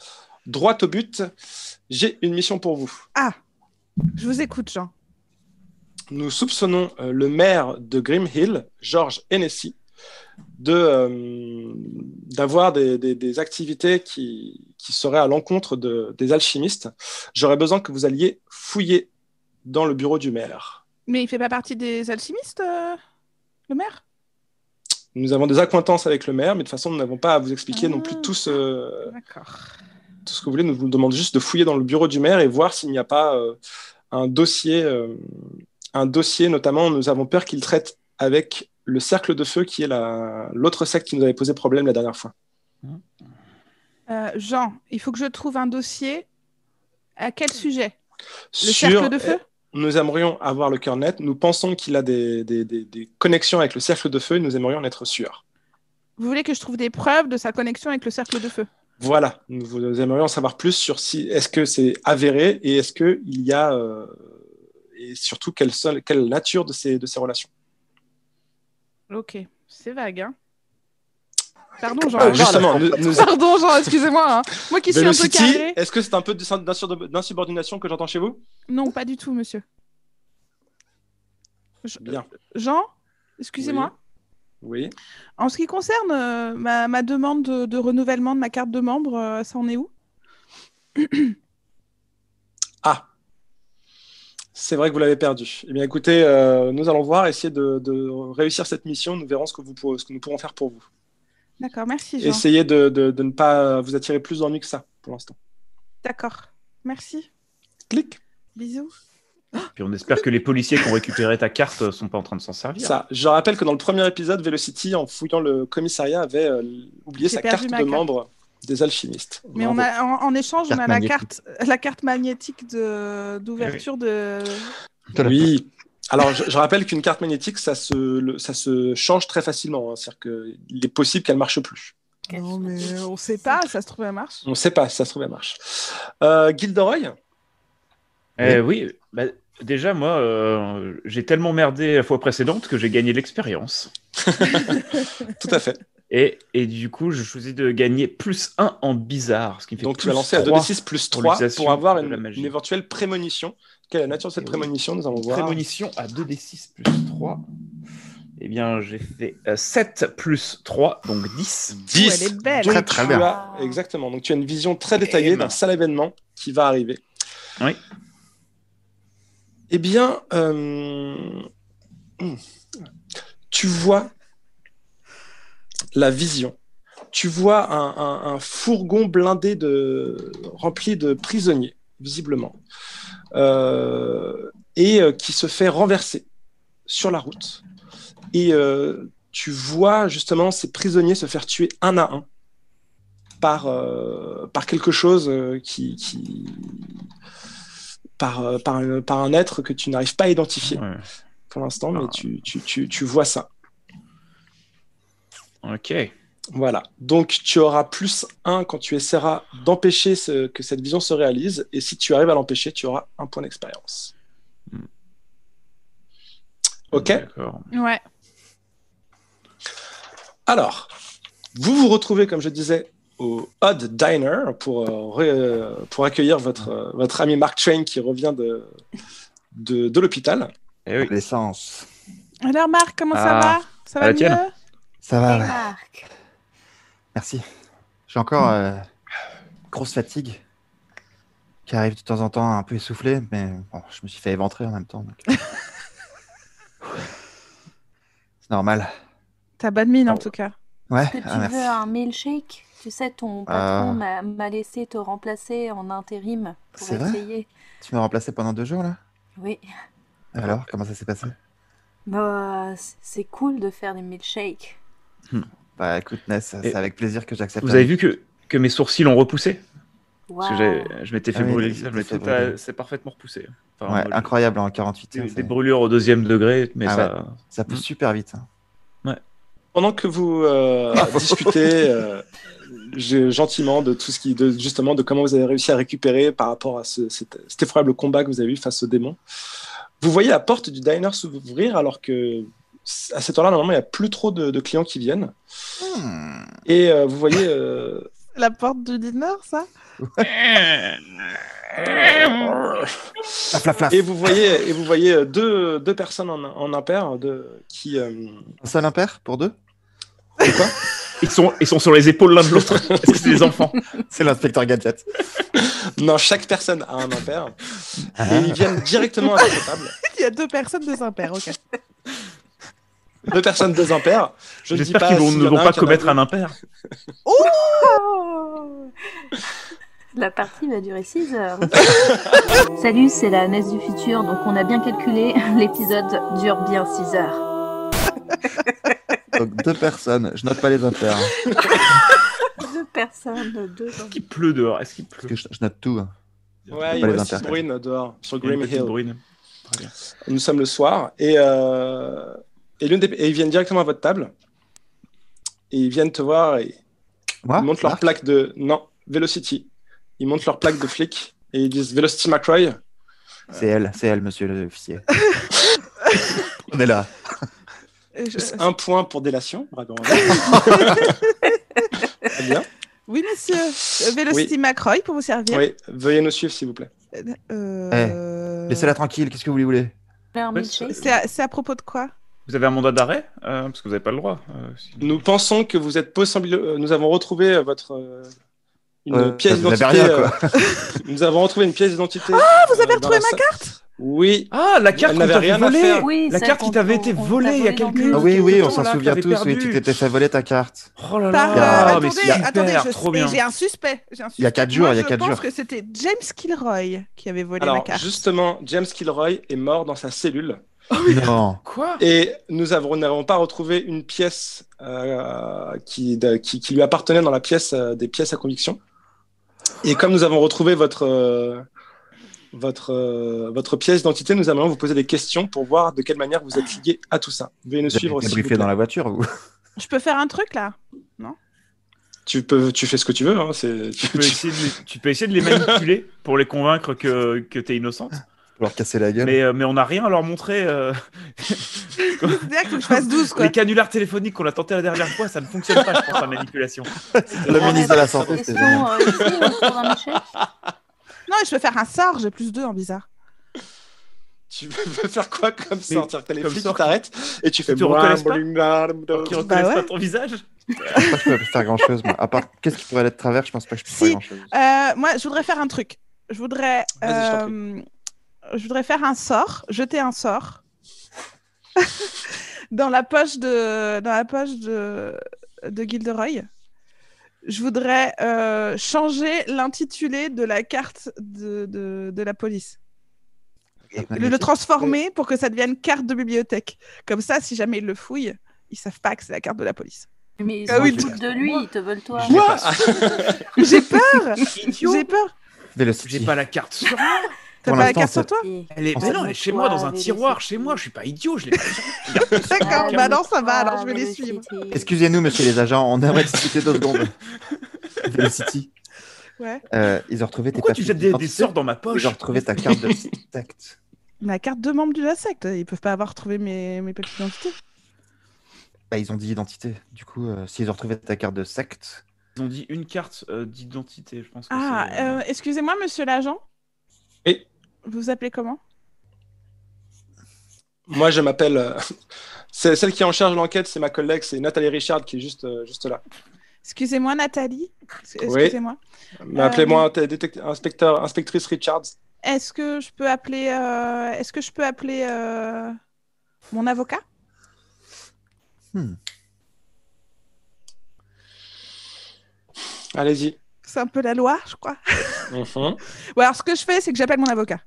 S5: droit au but. J'ai une mission pour vous.
S3: Ah Je vous écoute, Jean.
S5: Nous soupçonnons euh, le maire de Grimhill, George Hennessy, de, euh, d'avoir des, des- des activités qui, qui seraient à l'encontre de- des alchimistes. J'aurais besoin que vous alliez fouiller dans le bureau du maire.
S3: Mais il fait pas partie des alchimistes, euh, le maire
S5: Nous avons des acquaintances avec le maire, mais de toute façon, nous n'avons pas à vous expliquer non plus
S3: Ah.
S5: tous euh,
S3: D'accord.
S5: tout ce que vous voulez. Nous vous demandons juste de fouiller dans le bureau du maire et voir s'il n'y a pas euh, un dossier. euh, un dossier, notamment, nous avons peur qu'il traite avec le cercle de feu, qui est la- l'autre secte qui nous avait posé problème la dernière fois.
S3: Euh, Jean, il faut que je trouve un dossier. À quel sujet Le
S5: Sur- euh,
S3: cercle de feu
S5: Nous aimerions avoir le cœur net. Nous pensons qu'il a des, des- des- des connexions avec le cercle de feu et nous aimerions en être sûrs.
S3: Vous voulez que je trouve des preuves de sa connexion avec le cercle de feu
S5: Voilà, nous vous aimerions en savoir plus sur si est-ce que c'est avéré et est-ce que il y a euh, et surtout quelle, seule- quelle nature de ces, de ces relations.
S3: Ok, c'est vague, hein Pardon, Jean.
S5: Euh,
S3: pardon.
S5: justement, nous- nous,
S3: Pardon, Jean, excusez-moi. hein. Moi qui suis un peu
S5: Velocity,
S3: carré.
S5: est-ce que c'est un peu de- d'insur- d'insubordination que j'entends chez vous
S3: Non, pas du tout, monsieur. Je-
S5: Bien.
S3: Jean, excusez-moi.
S5: Oui.
S3: En ce qui concerne euh, ma, ma demande de, de renouvellement de ma carte de membre, euh, ça en est où
S5: Ah. C'est vrai que vous l'avez perdu. Eh bien, écoutez, euh, nous allons voir, essayer de, de réussir cette mission. Nous verrons ce que, vous pour- ce que nous pourrons faire pour vous.
S3: D'accord, merci Jean.
S5: Essayez de, de- de ne pas vous attirer plus d'ennuis que ça pour l'instant.
S3: D'accord, merci.
S5: Clic.
S3: Bisous.
S1: Puis on espère que les policiers qui ont récupéré ta carte euh, sont pas en train de s'en servir.
S5: Ça. Je rappelle que dans le premier épisode, Velocity, en fouillant le commissariat, avait euh, oublié
S3: J'ai
S5: sa carte
S3: perdu
S5: de
S3: ma carte.
S5: membre des alchimistes.
S3: Mais
S5: Bravo.
S3: on a, en, en échange, on
S4: Carte
S3: a la
S4: magnétique.
S3: carte, la carte magnétique de- d'ouverture de...
S5: Oui. Alors, je, je rappelle qu'une carte magnétique, ça se, le- ça se change très facilement. hein. C'est-à-dire qu'il est possible qu'elle marche plus.
S3: Non, mais
S2: oh.
S3: on sait pas, ça se trouve, elle marche.
S5: On ne sait pas, si ça se trouve, elle marche. Euh, Gilderoy,
S1: Euh, oui, bah, déjà, moi, euh, j'ai tellement merdé la fois précédente que j'ai gagné de l'expérience.
S5: tout à fait.
S1: Et, et du coup, je choisis de gagner plus 1 en bizarre, ce qui me fait
S5: Donc tu
S1: plus
S5: vas lancer à
S1: trois
S5: 2d6 plus
S1: pour
S5: 3
S1: l'utilisation
S5: pour avoir
S1: de
S5: une,
S1: la magie.
S5: une éventuelle prémonition. Quelle est la nature de cette
S1: Et oui.
S5: prémonition Nous allons voir.
S1: Prémonition à 2d6 plus 3. Eh bien, j'ai fait euh, 7 plus 3, donc 10.
S3: Oh,
S5: 10.
S3: elle est belle.
S4: Très, très
S5: tu
S4: bien.
S5: as- exactement. Donc tu as une vision très détaillée
S1: Énorme.
S5: d'un sale événement qui va arriver.
S1: Oui.
S5: Eh bien, euh, hmm. tu vois la vision. Tu vois un, un- un fourgon blindé de rempli de prisonniers, visiblement, Euh, et euh, qui se fait renverser sur la route. Et euh, tu vois justement ces prisonniers se faire tuer un à un par, euh, par quelque chose euh, qui, qui- Par, euh, par, un- par un être que tu n'arrives pas à identifier
S1: Ouais.
S5: pour l'instant, mais
S1: Ah.
S5: tu, tu, tu, tu vois ça.
S1: Ok.
S5: Voilà. Donc tu auras plus 1 quand tu essaieras d'empêcher ce- que cette vision se réalise, et si tu arrives à l'empêcher, tu auras un point d'expérience.
S1: Hmm.
S5: Ok
S1: D'accord.
S3: Ouais.
S5: Alors, vous vous retrouvez, comme je disais, au Odd Diner pour, euh, ré- euh, pour accueillir votre, euh, votre ami Mark Twain qui revient de, de, de l'hôpital.
S1: Eh oui.
S4: L'essence.
S3: Alors Marc, comment
S1: Ah,
S3: ça va Ça
S1: à
S3: va
S1: la tienne.
S3: mieux
S4: Ça va, ouais.
S2: Marc.
S4: merci. J'ai encore euh, grosse fatigue qui arrive de temps en temps un peu essoufflée, mais bon, je me suis fait éventrer en même temps. donc. C'est normal.
S3: T'as bonne mine en
S1: Ah,
S3: tout cas.
S4: Ouais,
S2: Que tu
S4: ah, merci. Ah.
S2: veux un milkshake Tu sais, ton patron m'a- m'a laissé te remplacer en intérim pour
S4: C'est vrai
S2: essayer.
S4: Tu m'as remplacé pendant deux jours là
S2: Oui.
S1: Ah.
S4: Alors, comment ça s'est passé
S2: Bah, c- c'est cool de faire des milkshakes.
S4: Bah écoute, Ness,
S1: Et-
S4: c'est avec plaisir que j'accepte.
S1: Vous avez vu que, que mes sourcils ont repoussé Parce que
S2: Waouh.
S1: j'ai- je m'étais fait
S4: Ah oui,
S1: brûler le
S4: t'as
S1: visage,
S4: fait
S1: mais tout
S4: brûler.
S1: a- c'est parfaitement repoussé. Enfin,
S4: Ouais,
S1: moi, j'ai-
S4: incroyable en 48. hein,
S1: Des,
S4: ça-
S1: des brûlures au deuxième degré, mais
S4: Ah
S1: ça.
S4: ça pousse
S1: Mm.
S4: super vite. hein.
S5: Pendant que vous euh, discutez euh, je- gentiment de tout ce qui, de, justement, de comment vous avez réussi à récupérer par rapport à ce, cet, cet effroyable combat que vous avez eu face au démon, vous voyez la porte du diner s'ouvrir alors que c- à cette heure-là, normalement, il n'y a plus trop de, de clients qui viennent.
S4: Hmm.
S5: Et euh, vous voyez. euh,
S3: La porte du dîner, ça
S4: Flaf, flaf, flaf.
S5: et vous voyez, et vous voyez euh, deux, deux personnes en, en impair de, qui. euh,
S4: Un seul impair pour deux
S5: de quoi
S1: Ils, sont, ils sont sur les épaules l'un de l'autre. Est-ce que c'est des enfants
S4: C'est l'inspecteur Gadget.
S5: non, chaque personne a un impair.
S4: Ah.
S5: Et ils viennent directement à la table.
S3: Il y a deux personnes, deux impairs, ok.
S5: deux personnes, deux impairs. Je ne dis
S1: J'espère
S5: pas
S1: qu'ils vont-
S5: s'il
S1: ne
S5: y en
S1: vont
S5: a
S1: pas
S5: qui en a
S1: commettre
S5: deux.
S1: un impair.
S2: Oh La partie va durer 6 heures. Salut, c'est la NES du futur, donc on a bien calculé, l'épisode dure bien 6 heures.
S4: Donc deux personnes. Je note pas les impairs. hein,
S2: Deux personnes, deux gens.
S1: Est-ce qu'il pleut dehors Est-ce qu'il
S4: parce
S1: pleut
S4: que je, je note tout. hein.
S5: Ouais, il y
S4: Pas
S5: a
S4: les
S5: aussi
S4: impairs.
S5: Bruine dehors, sur
S1: Il y a une
S5: Grim
S1: petite
S5: Hill.
S1: bruine.
S5: Nous sommes le soir et, euh, et, l'une des- et ils viennent directement à votre table. Et ils viennent te voir et
S4: Moi
S1: Ah,
S5: ils montent leur
S4: Marc
S5: plaque de. Non, Velocity. Ils montent leur plaque de flic et ils disent Velocity McCroy.
S4: C'est elle, c'est elle, monsieur l'officier. On est là.
S3: Et Euh, je-
S5: Un point pour délation. Bravo. Très bien.
S3: Oui, monsieur. Euh, Velocity McCroy pour vous servir.
S5: Oui, veuillez nous suivre, s'il vous plaît.
S3: Euh,
S4: Eh, Laissez-la tranquille, qu'est-ce que vous voulez
S2: Leur
S1: Ouais,
S2: milkshake.
S3: C'est à, c'est à propos de quoi
S1: Vous avez un mandat d'arrêt Euh, Parce que vous n'avez pas le droit. euh, si-
S5: Nous pensons que vous êtes possible. euh, Nous avons retrouvé euh, votre euh, une
S4: Euh,
S5: pièce
S4: vous avez
S5: d'identité.
S4: rien, quoi.
S5: euh, nous avons retrouvé une pièce d'identité. Ah,
S3: vous avez retrouvé ma
S5: carte. Oui.
S1: Ah, la carte
S5: Elle
S1: qu'on
S5: n'avait
S1: t'avait
S5: rien à
S1: volée
S5: faire.
S2: Oui,
S1: Ah, La
S2: celle
S1: carte qui
S2: qu'on-
S1: t'avait été
S2: on- on t'a
S1: volée il y a
S2: volée
S1: quelques
S2: dans le-
S4: Ah oui, oui, on
S1: temps,
S4: s'en
S1: là, que
S4: souvient
S1: t'avais
S4: tous.
S1: perdu.
S4: Oui, tu t'étais fait voler ta carte.
S1: Oh là là
S4: Ah,
S3: Par, euh,
S1: mais
S3: attendez,
S1: c'est super,
S3: attendez, je-
S1: trop
S3: et
S1: bien.
S3: j'ai un suspect. j'ai
S4: Il y
S3: un
S4: a
S3: suspect.
S4: quatre jours,
S3: Moi,
S4: il y a quatre
S3: Je
S4: jours.
S3: pense que c'était James Kilroy qui avait volé ma
S5: Alors
S3: carte.
S5: justement, James Kilroy est mort dans sa cellule
S1: Ah
S4: Non.
S1: Quoi
S5: et nous avons- nous n'avons pas retrouvé une pièce euh, qui, de- qui- qui lui appartenait dans la pièce euh, des pièces à conviction. Et comme nous avons retrouvé votre euh, votre euh, votre pièce d'identité, nous allons vous poser des questions pour voir de quelle manière vous êtes lié à tout ça. Veuillez nous
S4: Vous avez
S5: suivre.
S4: été
S5: s'il vous
S4: briefé
S5: plaît.
S4: dans la voiture. vous
S3: Je peux faire un truc là
S5: Tu peux, tu fais ce que tu veux. Hein, c'est. tu-
S1: tu peux,
S5: tu-
S1: essayer de les, tu peux essayer de les manipuler pour les convaincre que, que t'es innocente.
S4: Pour leur casser la gueule.
S1: Mais, euh, mais on n'a rien à leur montrer. euh,
S3: C'est-à-dire qu'il faut que je fasse 12 quoi.
S1: Les canulars téléphoniques qu'on a tenté la dernière fois, ça ne fonctionne pas, je pense, la manipulation.
S4: Le
S2: Ouais,
S4: ministre de la
S2: bah,
S4: Santé,
S2: question,
S4: c'est génial.
S2: euh, ici, on trouve un milkshake
S3: Non, mais je peux faire un sort, j'ai plus 2 en bizarre.
S5: Tu veux faire quoi comme
S1: Mais-
S5: sortir T'as les
S1: comme
S5: flics qui
S1: sort-
S5: t'arrêtent et tu fais.
S1: tu reconnaisses pas
S5: bling, blam, blam.
S1: Qui reconnaissent
S3: ouais.
S1: pas ton visage
S4: Je pense pas que je peux faire grand chose, moi. À part, qu'est-ce qui pourrait aller de travers Je pense pas que je peux faire
S3: Si.
S4: grand chose.
S3: Euh, moi, je voudrais faire un truc. Je voudrais,
S5: Vas-y, je t'en
S3: euh, je voudrais faire un sort, jeter un sort dans la poche de, dans la poche de, de Gilderoy. Je voudrais euh, changer l'intitulé de la carte de, de, de la police, le, le transformer pour que ça devienne carte de bibliothèque. Comme ça, si jamais ils le fouillent, ils savent pas que c'est la carte de la police.
S2: Mais ils
S3: Ah oui,
S2: se foutent de lui, ils te veulent toi.
S4: Je l'ai pas.
S3: J'ai peur,
S1: Idiot
S3: j'ai peur.
S1: J'ai
S4: Velocity.
S1: pas la carte sur moi.
S3: T'as
S4: Pour
S3: pas la
S4: l'instant,
S3: carte sur
S4: c'est-
S3: toi
S1: Elle est,
S4: On
S1: mais
S4: s'en
S1: non, elle est
S2: fout,
S1: chez moi dans un
S2: avec les
S1: tiroir,
S2: soucis.
S1: chez moi, je suis pas idiot, je l'ai pas sur moi.
S3: D'accord,
S1: Ah,
S3: bah non, ça va. Alors je vais les suivre.
S4: Excusez-nous, monsieur les agents, on aimerait discuter deux secondes. Velocity.
S3: Ouais.
S4: Euh, ils ont retrouvé tes
S1: Pourquoi tu
S4: papiers
S1: jettes des, des
S4: d'identité.
S1: sorts dans ma poche
S4: Ils ont retrouvé ta carte de contact.
S3: La carte de membre de la secte, E ils peuvent pas avoir retrouvé mes, mes papiers d'identité.
S4: Bah, ils ont dit identité. Du coup, euh, s'ils ont retrouvé ta carte de secte,
S1: Ils ont dit une carte euh, d'identité, je pense. Que
S3: Ah,
S1: c'est, euh,
S3: euh, excusez-moi, monsieur l'agent.
S5: Oui.
S3: Vous vous appelez comment
S5: Moi, je m'appelle. euh, c'est celle qui est en charge de l'enquête, c'est ma collègue, c'est Nathalie Richard qui est juste, euh, juste là.
S3: Excusez-moi, Nathalie. Ex-
S5: Oui.
S3: Excusez-moi.
S5: Mais appelez-moi t- détect- inspecteur, inspectrice Richards.
S3: Est-ce que je peux appeler euh, Est-ce que je peux appeler euh, mon avocat
S5: Allez-y.
S3: C'est un peu la loi, je crois.
S5: Mhm.
S3: Ou alors ce que je fais, c'est que j'appelle mon avocat.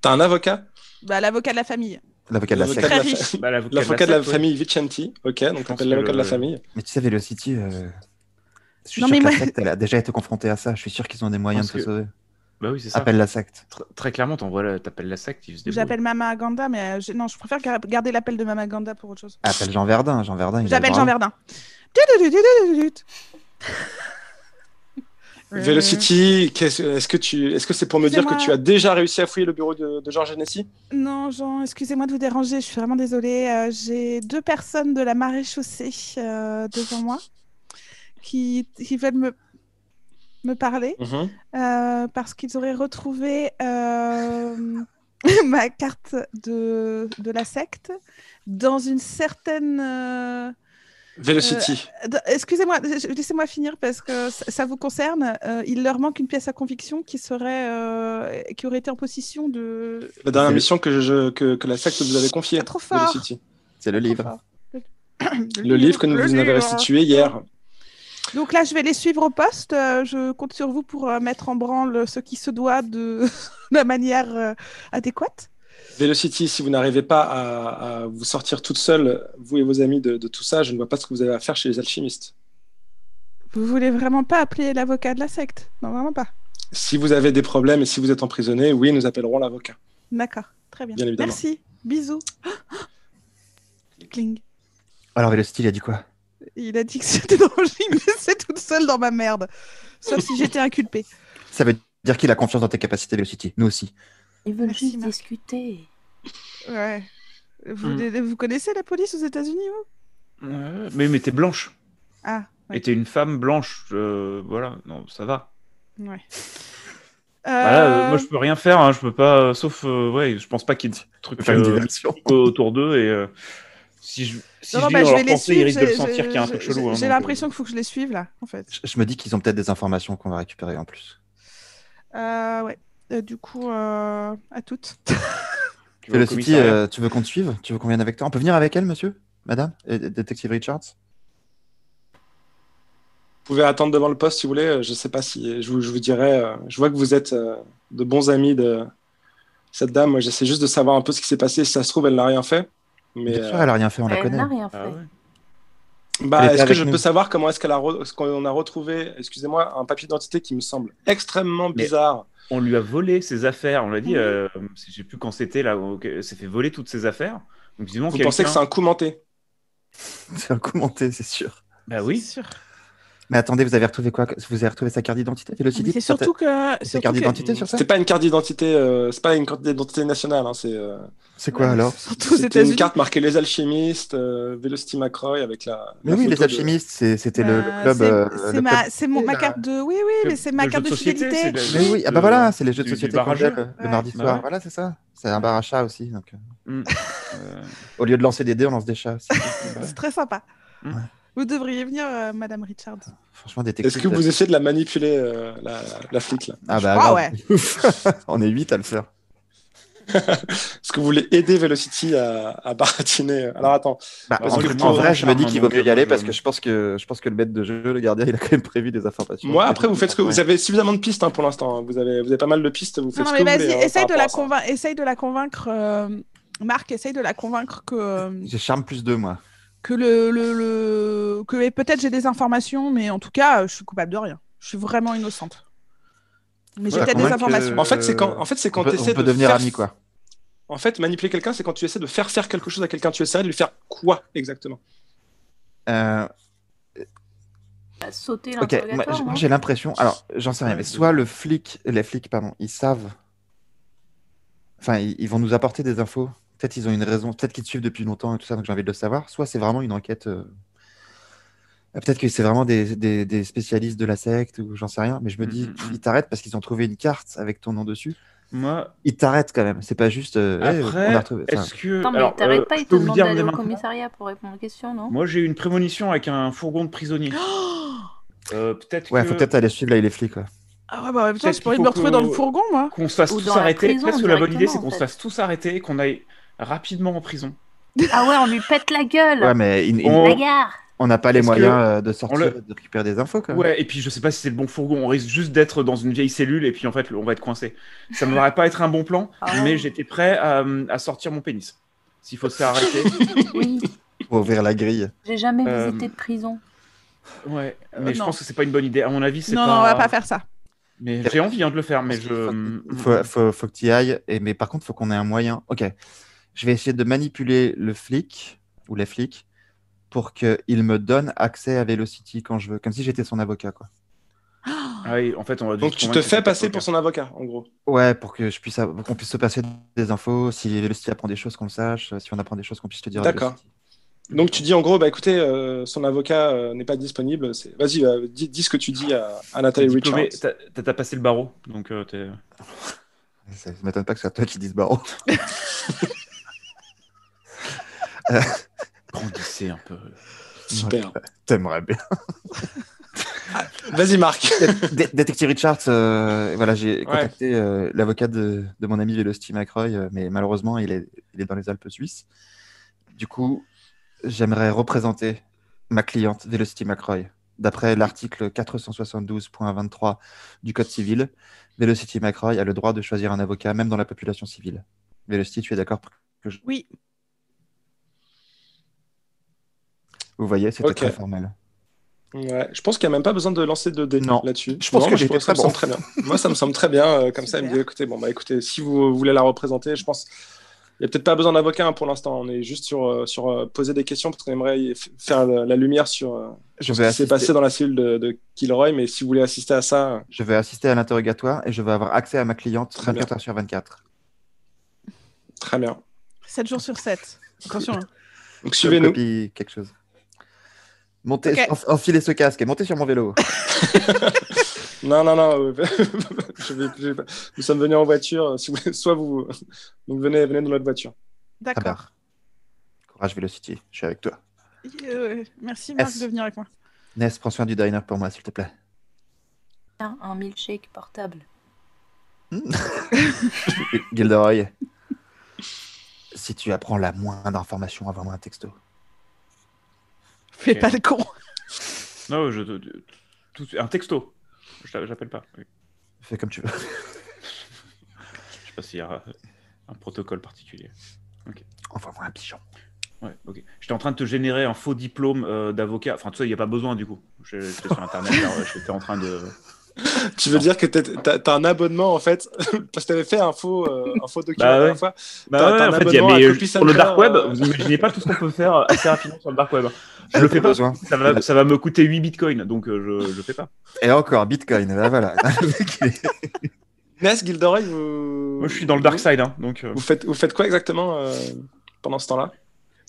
S5: T'as un avocat
S3: Bah, l'avocat de la famille.
S4: l'avocat de la secte.
S5: de
S3: Très
S5: la,
S3: riche.
S5: fa-
S1: bah, l'avocat
S5: l'avocat de la
S1: secte, ouais.
S5: famille Vicenti. Ok, donc
S1: pense
S5: t'appelles
S1: que
S5: l'avocat de la
S1: le-
S5: famille.
S4: Mais tu sais, Velocity, euh, Je suis
S3: Non,
S4: sûr
S3: mais
S4: que la
S3: moi-
S4: secte, elle a déjà été confrontée à ça. Je suis sûr qu'ils ont des moyens
S1: Parce
S4: de se
S1: que-
S4: sauver.
S1: Bah oui, c'est ça.
S4: Appelle la secte.
S1: Tr- très clairement, t'envoies la- t'appelles la secte, ils se débrouillent.
S3: J'appelle Mama Ganda, mais euh, j'ai- non, je préfère gar- garder l'appel de Mama Ganda pour autre chose.
S4: Appelle Jean Verdun. Jean Verdun. il a le hein.
S3: J'appelle
S4: bras.
S3: Jean Verdun. Tududududududududu. Mhm.
S5: Velocity, qu'est-ce- est-ce que tu, est-ce que c'est pour me dire
S3: Excusez-moi.
S5: que tu as déjà réussi à fouiller le bureau de, de Georges Hennessy
S3: Euh, Non, Jean, excusez-moi de vous déranger, je suis vraiment désolée. Euh, j'ai deux personnes de la marée chaussée euh, devant moi qui, qui veulent me, me parler
S1: Mhm.
S3: euh, parce qu'ils auraient retrouvé euh, ma carte de, de la secte dans une certaine. euh,
S5: Velocity.
S3: d- Excusez-moi, je- laissez-moi finir parce que ça, ça vous concerne. Euh, il leur manque une pièce à conviction qui serait, euh, qui aurait été en possession de.
S5: la dernière
S4: c'est-
S5: mission que, je, que, que la secte vous avait confiée.
S3: Ah, trop fort.
S5: Velocity.
S4: C'est le livre.
S3: Enfin, le...
S5: Le livre que nous
S3: le
S5: vous avez
S3: livre.
S5: restitué hier.
S3: Donc là, je vais les suivre au poste. Euh, Je compte sur vous pour euh, mettre en branle ce qui se doit de la manière euh, adéquate.
S5: Velocity, si vous n'arrivez pas à, à vous sortir toute seule, vous et vos amis de, de tout ça, je ne vois pas ce que vous avez à faire chez les alchimistes.
S3: Vous voulez vraiment pas appeler l'avocat de la secte Non, vraiment pas.
S5: Si vous avez des problèmes et si vous êtes emprisonné, oui, nous appellerons l'avocat.
S3: D'accord, très bien.
S5: Bien évidemment.
S3: Merci, bisous. Cling.
S4: Alors, Velocity, il a dit quoi
S3: Il a dit que c'était dangereux, il me laissait toute seule dans ma merde. Sauf si j'étais inculpée.
S4: Ça veut dire qu'il a confiance dans tes capacités, Velocity. Nous aussi.
S2: Ils veulent
S3: Merci,
S2: juste
S3: Marc.
S2: discuter.
S3: Ouais. Vous,
S1: Mm.
S3: vous connaissez la police aux États-Unis, vous
S1: Ouais, mais mais t'es blanche.
S3: Ah, ouais.
S1: Et t'es une femme blanche. euh, voilà, non, ça va.
S3: ouais.
S1: Voilà, euh,
S3: Euh,
S1: moi, je peux rien faire. hein, je peux pas. euh, sauf, euh, ouais, je pense pas qu'il y ait des trucs
S4: Faire une
S1: euh,
S4: diversion.
S1: autour d'eux. Et euh, si je, si
S3: non,
S1: je
S3: non, bah,
S1: lis dans
S3: je vais
S1: leur pensée,
S3: les
S1: ils
S3: suivre.
S1: risquent de le
S3: j'ai-
S1: sentir qu'il y a un
S3: j'ai-
S1: truc chelou.
S3: j'ai-
S1: hein,
S3: J'ai
S1: donc,
S3: l'impression qu'il faut que je les suive, là, en fait.
S4: Je- Je me dis qu'ils ont peut-être des informations qu'on va récupérer en plus.
S3: Euh, ouais. Euh, du coup, euh, à toutes.
S1: euh, tu vas au
S4: Velocity,
S1: commissariat.
S4: euh, tu veux qu'on te suive Tu veux qu'on vienne avec toi On peut venir avec elle, monsieur Madame Et- et Détective Richards
S5: Vous pouvez attendre devant le poste si vous voulez. Je ne sais pas si je vous, je vous dirai. euh, Je vois que vous êtes euh, de bons amis de cette dame. Moi, j'essaie juste de savoir un peu ce qui s'est passé. Si ça se trouve, elle n'a rien fait. Mais
S4: Bien sûr,
S5: euh,
S4: elle a rien fait, on la
S2: Elle
S4: connaît.
S2: n'a rien fait.
S1: Ah ouais.
S5: bah,
S4: Elle était
S5: est-ce que
S4: avec
S5: je
S4: nous.
S5: peux savoir comment est-ce qu'elle a re- est-ce qu'on a retrouvé, excusez-moi, un papier d'identité qui me semble extrêmement
S1: Mais-
S5: bizarre.
S1: On lui a volé ses affaires. On l'a dit.
S3: Oui.
S1: euh, je sais plus quand c'était là. où- qu'elle s'est fait voler toutes ses affaires. Donc, disons
S5: Vous pensez que c'est
S1: quelqu'un-
S5: un coup menté
S4: C'est un commenté, c'est sûr.
S1: Bah oui.
S3: Sûr.
S4: Mais attendez, vous avez retrouvé quoi Vous avez retrouvé sa carte d'identité, Velocity
S3: C'est surtout que.
S4: Sa
S3: surtout
S4: carte
S3: que-
S4: d'identité sur ça
S5: C'était pas une carte d'identité. euh, c'est pas une carte d'identité nationale. hein, c'est euh,
S4: C'est quoi alors
S3: Surtout aux
S5: c'était une
S3: États-Unis.
S5: carte marquée les alchimistes, euh, Velocity McCroy avec la.
S4: Mais
S5: la
S4: oui,
S5: photo
S4: les
S5: de-
S4: alchimistes, c'est- c'était le, le
S3: Euh,
S4: club.
S3: c'est-
S4: euh,
S3: C'est
S4: le
S3: ma,
S4: club-
S3: c'est mon- ma
S4: là.
S3: carte de. Oui, oui,
S1: Le-
S3: mais c'est ma
S1: le
S3: carte
S1: jeu
S3: de
S1: de société,
S3: fidélité.
S1: c'est le-
S4: Mais oui, ah bah
S1: de-
S4: voilà, c'est les jeux de
S1: du-
S4: société
S1: du bar à
S4: qu'on
S1: jeu.
S4: appelle, le
S3: Ouais.
S4: mardi
S1: Bah
S4: soir.
S1: ouais.
S4: Voilà, c'est ça. C'est un bar à chat aussi. Donc, euh,
S1: Mm. Euh,
S4: au lieu de lancer des dés, on lance des chats. C'est-
S3: C'est très sympa.
S1: Mm.
S3: Vous devriez venir, euh, Madame Richard.
S4: Franchement, détective.
S5: Est-ce que vous essayez de la manipuler, euh, la, la flic là
S4: Ah bah,
S3: Ah
S4: grave. on est 8 à le faire.
S5: Est-ce que vous voulez aider Velocity à, à baratiner euh, Alors attends,
S4: Bah,
S1: Parce
S4: en,
S5: que
S4: en
S5: pour
S4: vrai, je me
S1: Richard,
S4: dis qu'il vaut
S1: non,
S4: mieux y
S1: je-
S4: aller parce que je pense que je pense que le maître de jeu, le gardien, il a quand même prévu des informations.
S5: moi après vous faites ce que vous
S4: Ouais.
S5: avez suffisamment de pistes hein, pour l'instant. hein. Vous avez vous avez pas mal de pistes. Vous
S3: Non,
S5: faites
S3: non,
S5: ce
S3: mais
S5: que vous
S3: vas-y,
S5: voulez. hein,
S3: essaye,
S5: par
S3: de la
S5: rapport à ça.
S3: convain- essaye de la convaincre. euh, Marc, essaye de la convaincre que. euh,
S4: J'ai charme plus 2, moi.
S3: que le, le, le- que et peut-être j'ai des informations, mais en tout cas, euh, je suis coupable de rien. Je suis vraiment innocente. Mais j'ai
S4: Voilà,
S3: peut-être des
S4: convaincre,
S3: informations.
S4: euh,
S5: En fait c'est quand en fait c'est
S4: On
S5: quand
S4: peut,
S5: t'essaies
S4: on peut
S5: de
S4: devenir
S5: faire-
S4: amis, quoi.
S5: En fait manipuler quelqu'un c'est quand tu essaies de faire faire quelque chose à quelqu'un. Tu essaies de lui faire quoi exactement
S4: Euh,
S2: Bah, Sauter
S4: ok, moi,
S2: l'interrogatoire. hein.
S4: j'ai-
S2: non
S4: moi, j'ai l'impression. euh, Alors, j'en sais rien,
S1: Ouais,
S4: mais
S1: c'est-
S4: soit le flic, les flics, pardon, ils savent. Enfin, ils, ils vont nous apporter des infos. Peut-être ils ont une raison. Peut-être qu'ils te suivent depuis longtemps et tout ça, donc j'ai envie de le savoir. Soit c'est vraiment une enquête. euh, euh, Peut-être que c'est vraiment des, des- des spécialistes de la secte ou j'en sais rien, mais je me
S1: Mm,
S4: dis,
S1: mm, mm.
S4: ils t'arrêtent parce qu'ils ont trouvé une carte avec ton nom dessus.
S1: Moi,
S4: Ils t'arrêtent quand même. C'est pas juste. euh, Eh,
S1: après,
S4: on a retrouvé. Enfin,
S1: est-ce que.
S2: Attends, mais
S1: Alors,
S2: t'arrêtes
S1: euh,
S2: pas,
S1: je
S2: ils te
S1: peux vous
S2: demandent
S1: dire
S2: d'aller
S1: dès
S2: au
S1: maintenant.
S2: commissariat pour répondre aux questions, non
S1: Moi, j'ai eu une prémonition avec un fourgon de prisonniers. Euh, peut-être
S4: ouais,
S1: que-
S4: faut peut-être aller suivre là, il est flic. Quoi.
S3: Ah ouais, bah, en même temps,
S1: Peut-être
S3: j'ai pas envie
S1: qu'il
S3: de
S1: faut
S3: me retrouver dans le
S1: que-
S3: fourgon, moi.
S1: qu'on se fasse
S2: Ou
S1: tous
S2: dans la
S1: arrêter.
S2: prison
S1: Peut-être que la bonne idée, c'est
S2: directement,
S1: qu'on
S2: en
S1: se
S2: fait.
S1: fasse tous arrêter et qu'on aille rapidement en prison.
S2: Ah ouais, on lui pète la gueule
S4: Ouais, mais il- il-
S1: On-
S2: La gare
S4: on n'a pas les
S1: Est-ce
S4: moyens
S1: que-
S4: euh, de sortir,
S1: le-
S4: et de récupérer des infos. Quoi.
S1: Ouais, et puis je sais pas si c'est le bon fourgon. On risque juste d'être dans une vieille cellule et puis en fait, on va être coincé. Ça me paraît pas être un bon plan,
S2: Ah.
S1: mais j'étais prêt à, à sortir mon pénis. S'il faut se faire arrêter.
S2: Oui,
S4: Pour ouvrir la grille.
S2: j'ai jamais
S1: Euh,
S2: visité de prison.
S1: Ouais,
S3: Euh,
S1: mais je
S3: non.
S1: pense que c'est pas une bonne idée. À mon avis, c'est
S3: Non,
S1: pas.
S3: non, on va pas faire ça.
S1: Mais j'ai envie hein, de le faire, mais je. hum, mm,
S4: Faut, faut, faut que tu y ailles. Et, mais par contre, faut qu'on ait un moyen. Ok. Je vais essayer de manipuler le flic ou la flic pour qu'il me donne accès à Velocity quand je veux. Comme si j'étais son avocat, quoi.
S1: Ah oui, en fait, on va.
S5: Donc tu te fais passer pour son avocat, en gros.
S4: Ouais, pour que je puisse avoir- qu'on puisse se passer des infos. Si Velocity apprend des choses, qu'on le sache. Si on apprend des choses, qu'on puisse te dire. à
S5: D'accord.
S4: Velocity.
S5: Donc tu dis en gros, bah écoutez, euh, son avocat euh, n'est pas disponible. c'est- Vas-y, euh, dis, dis ce que tu dis à, à Nathalie Richards.
S1: diplômé. T'as t'as- t'as passé le barreau, donc euh, t'es.
S4: Ça, ça m'étonne pas que ce soit toi qui dise barreau.
S1: Grandissez un peu.
S5: Super.
S4: T'aimerais bien.
S5: Vas-y Marc.
S4: Dé- Détective Richards, euh, voilà, j'ai contacté euh, l'avocat de, de mon ami Velocity McRoy, euh, mais malheureusement, il est, il est dans les Alpes suisses. Du coup, j'aimerais représenter ma cliente Velocity McRoy. D'après l'article 472.23 du Code civil, Velocity McRoy a le droit de choisir un avocat, même dans la population civile. Velocity, tu es d'accord pour-
S3: Oui.
S4: Vous voyez, c'était
S5: Ok.
S4: très formel.
S5: Ouais, je pense qu'il n'y a même pas besoin de lancer de dés
S4: Non.
S5: là-dessus.
S4: Je pense
S5: Non,
S4: que
S5: moi,
S4: j'étais
S5: ça me
S4: très
S5: semble
S4: bon.
S5: très bien. Moi, ça me semble très bien euh, comme ça. Il me dit,
S3: Super.
S5: écoutez, bon bah écoutez, si vous voulez la représenter, je pense. Il n'y a peut-être pas besoin d'avocat hein, pour l'instant. On est juste sur, euh, sur euh, poser des questions parce qu'on aimerais y f- faire la, la lumière sur euh,
S4: Je
S5: ce
S4: vais
S5: qui s'est
S4: assister-
S5: passé dans la cellule de, de Kilroy. Mais si vous voulez assister à ça, euh,
S4: Je vais assister à l'interrogatoire et je vais avoir accès à ma cliente
S5: Très bien.
S4: 24 heures sur 24.
S5: très bien.
S3: 7 jours sur 7. Attention. hein.
S5: Donc
S4: Je me
S5: suivez-nous.
S4: copie quelque chose. Montez,
S3: Ok.
S4: en- enfilez ce casque et montez sur mon vélo.
S5: Non, non, non. euh, je vais- je vais pas. Nous sommes venus en voiture. euh, si vous- Soit vous. Donc venez, venez dans notre voiture.
S4: Ah
S3: D'accord.
S4: bah. Courage Velocity, je suis avec toi.
S3: Euh, merci Marc
S4: S.
S3: de venir avec moi.
S4: Ness, prends soin du diner pour moi, s'il te plaît.
S2: Tiens, un milkshake portable.
S4: Gilderoy, si tu apprends la moindre information, envoie-moi un texto.
S3: Fais
S1: Ok.
S3: pas le con.
S1: Non, je. te- te- tout de suite- Un texto. Je l'a- j'appelle pas. Oui.
S4: Fais comme tu veux.
S1: Je sais pas s'il y a euh, un protocole particulier.
S4: Envoie-moi un pigeon.
S1: Ouais, ok. J'étais en train de te générer un faux diplôme euh, d'avocat. Enfin, tu sais, il n'y a pas besoin du coup. Je- J'étais sur internet, alors, euh, j'étais en train de.
S5: Tu veux dire que t'es- t'as t'as un abonnement en fait parce que t'avais fait un faux, euh, un faux document
S1: Bah
S5: la
S1: ouais.
S5: dernière fois.
S1: Bah
S5: T'as-
S1: ouais,
S5: t'as un
S1: en fait, il y a-
S5: abonnement à
S1: mais, euh,
S5: Copy
S1: sur le
S5: Center,
S1: dark web,
S5: euh,
S1: vous imaginez pas tout ce qu'on peut faire euh, assez rapidement sur le dark web. Je le fais pas,
S4: besoin.
S1: ça va, ça va me coûter 8 bitcoins, donc euh, je, je fais pas.
S4: Et encore, Bitcoin, là, voilà. Le mec, il est-
S5: Ness, Gilderoy, vous.
S1: Moi, je suis dans le dark side, hein, donc. euh,
S5: Vous faites, vous faites quoi exactement euh, pendant ce temps-là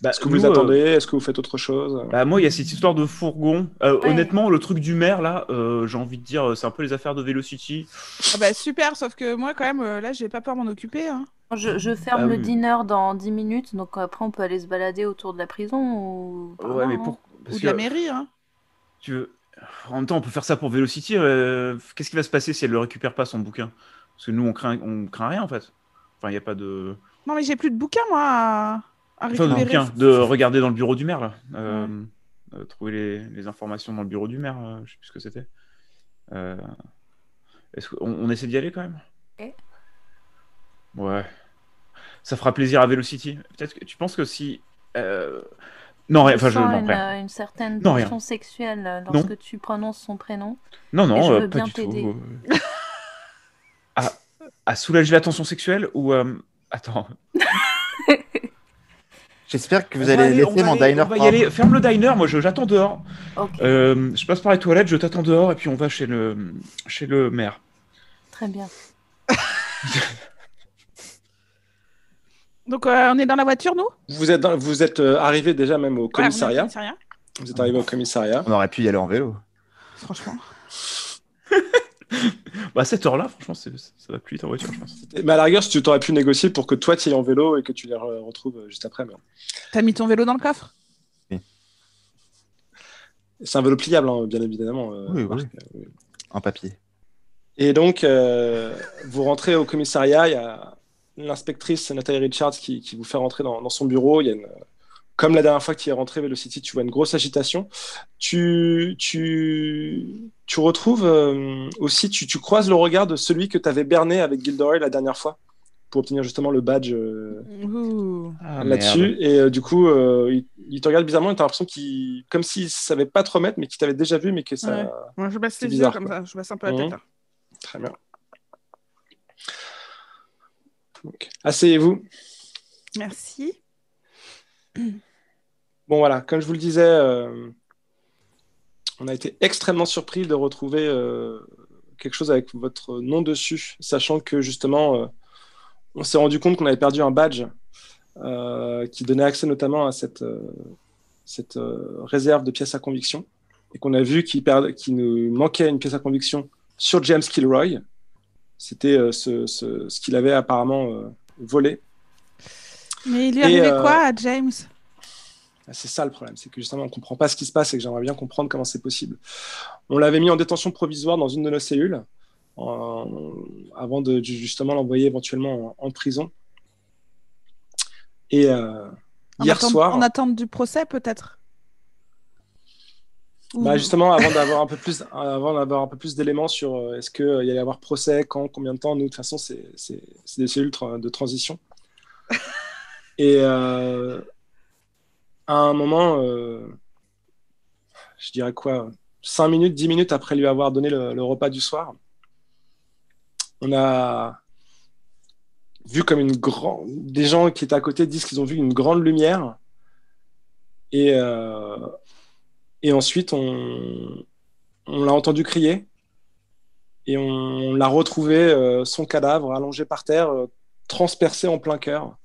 S1: bah,
S5: Est-ce que vous
S1: nous,
S5: les
S1: euh,
S5: attendez Est-ce que vous faites autre chose
S1: Bah moi, il y a cette histoire de fourgon. Euh,
S2: Ouais.
S1: Honnêtement, le truc du maire là, euh, j'ai envie de dire, c'est un peu les affaires de Velocity.
S3: Ah bah, super, sauf que moi quand même, euh, là j'ai pas peur m'en occuper. hein.
S2: Je, je ferme
S1: Ah
S2: le
S1: oui.
S2: dîner dans 10 minutes, donc après on peut aller se balader autour de la prison ou. par là, hein.
S1: parce
S3: Ou de la
S1: que
S3: mairie. Hein.
S1: tu veux. En même temps, on peut faire ça pour Velocity. euh, Qu'est-ce qui va se passer si elle ne récupère pas son bouquin Parce que nous, on craint, on craint rien en fait. Enfin, il n'y a pas de.
S3: Non mais j'ai plus de bouquins moi à,
S2: Ah
S3: à
S1: Enfin, de
S3: récupérer.
S1: bouquin, de regarder dans le bureau du maire là. Euh, euh, trouver les, les informations dans le bureau du maire, euh, je sais plus ce que c'était. Euh, Est-ce qu'on on essaie d'y aller quand même
S2: Ok.
S1: Ouais. Ça fera plaisir à Velocity. Peut-être que tu penses que si. euh, Non, rien, enfin, je.
S2: sens
S1: Non,
S2: une,
S1: rien.
S2: euh, une certaine
S1: Non, rien.
S2: tension sexuelle euh, lorsque tu prononces son prénom.
S1: non, non,
S2: et je
S1: euh,
S2: veux
S1: pas
S2: bien
S1: du
S2: t'aider.
S1: tout. euh. à, à soulager la tension sexuelle ou. euh, Attends.
S4: J'espère que vous
S1: On va
S4: allez
S1: aller- on
S4: laisser
S1: va
S4: mon
S1: aller-
S4: diner
S1: On va y
S4: propre.
S1: aller. Ferme le diner, moi, je- j'attends dehors.
S2: Ok,
S1: Euh, je passe par les toilettes, je t'attends dehors et puis on va chez le, chez le maire.
S2: très bien.
S3: Donc euh, on est dans la voiture nous
S5: Vous êtes, dans- vous êtes euh, arrivé déjà même au
S3: Ouais, on est au
S5: commissariat.
S3: commissariat,
S5: vous êtes arrivé au commissariat.
S4: On aurait pu y aller en vélo.
S3: Franchement.
S1: Bah, à cette heure-là, franchement, c'est- ça va plus vite en voiture, je pense.
S5: Mais à la rigueur, si tu t'aurais pu négocier pour que toi tu y ailles en vélo et que tu les re- retrouves euh, juste après. mais-
S3: T'as mis ton vélo dans le coffre
S5: C'est un vélo pliable, hein, bien évidemment. euh,
S4: Oui, oui.
S5: Marc, euh, oui.
S4: En papier.
S5: Et donc, euh, vous rentrez au commissariat, il y a l'inspectrice Nathalie Richards qui, qui vous fait rentrer dans, dans son bureau. Il y a une- comme la dernière fois que tu es rentré Velocity, tu vois une grosse agitation. Tu, tu, tu retrouves euh, aussi, tu, tu croises le regard de celui que tu avais berné avec Gilderoy la dernière fois pour obtenir justement le badge euh,
S3: Ouh.
S1: Ah,
S5: là-dessus. Et euh, du coup, euh, il- il te regarde bizarrement et t'as l'impression qu'il, comme s'il savait pas te remettre, mais qu'il t'avait déjà vu, mais que ça.
S3: Ouais. Moi, je baisse
S5: C'est
S3: les
S5: bizarre,
S3: yeux comme
S5: quoi.
S3: ça, je baisse un peu la
S5: Mhm.
S3: tête. hein. là.
S5: Très bien. Donc, Asseyez-vous.
S3: Merci.
S5: Bon, voilà, comme je vous le disais, euh, on a été extrêmement surpris de retrouver euh, quelque chose avec votre nom dessus, sachant que justement, euh, on s'est rendu compte qu'on avait perdu un badge euh, qui donnait accès notamment à cette, euh, cette euh, réserve de pièces à conviction, et qu'on a vu qu'il perd- qu'il nous manquait une pièce à conviction sur James Kilroy. C'était euh, ce, ce- ce qu'il avait apparemment euh, volé.
S3: Mais il lui
S5: Et,
S3: arrivait
S5: euh,
S3: quoi à James
S5: Ah, C'est ça le problème, c'est que justement on ne comprend pas ce qui se passe et que j'aimerais bien comprendre comment c'est possible. On l'avait mis en détention provisoire dans une de nos cellules en- avant de ju- justement l'envoyer éventuellement en, en prison. Et euh,
S3: En
S5: hier
S3: attente-
S5: soir,
S3: En attente du procès, peut-être Ou-
S5: bah, justement avant d'avoir un peu plus, avant d'avoir un peu plus d'éléments sur euh, est-ce qu'il il y allait avoir procès, quand, combien de temps, nous de toute façon c'est c'est- c'est des cellules tra- de transition. Et euh, à un moment, euh, je dirais quoi, 5 minutes, 10 minutes après lui avoir donné le, le repas du soir, on a vu comme une grande. Des gens qui étaient à côté disent qu'ils ont vu une grande lumière. Et, euh, et ensuite, on, on l'a entendu crier. Et on, l'a retrouvé, euh, son cadavre, allongé par terre, euh, transpercé en plein cœur.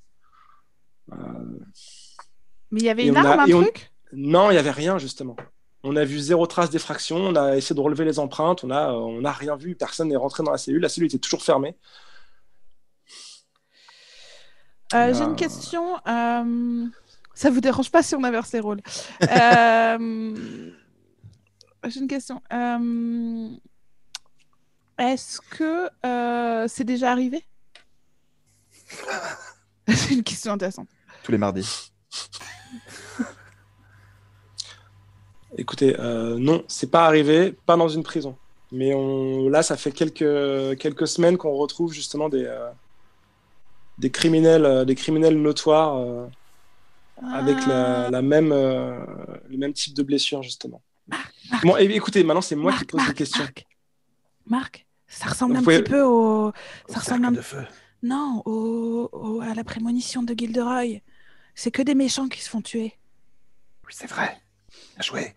S3: Mais il y avait
S5: et
S3: une
S5: on a-
S3: arme, un
S5: et on-
S3: truc
S5: Non, il n'y avait rien, justement. On a vu zéro trace d'effraction, on a essayé de relever les empreintes, on a, euh, on n'a rien vu, personne n'est rentré dans la cellule, la cellule était toujours fermée.
S3: Euh,
S5: on
S3: J'ai
S5: a-
S3: une question. euh, Ça vous dérange pas si on inverse les rôles Euh, J'ai une question. euh, Est-ce que euh, c'est déjà arrivé C'est une question intéressante.
S4: tous les mardis.
S5: Écoutez, euh, non, c'est pas arrivé, pas dans une prison. Mais on, là, ça fait quelques, quelques semaines qu'on retrouve justement des, euh, des, criminels, euh, des criminels notoires euh, avec
S3: Ah.
S5: la, la même, euh, le même type de blessure, justement. Bon, et- écoutez, maintenant, c'est moi qui
S3: Ah. Marc,
S5: pose les
S3: Marc,
S5: questions.
S3: Marc, Marc, ça ressemble
S5: Vous
S3: un
S5: pouvez-
S3: petit peu au. Ça ressemble un
S1: Cercle de feu.
S3: Non, au, au- à la prémonition de Gilderoy. C'est que des méchants qui se font tuer.
S1: Oui, c'est vrai. Bien joué.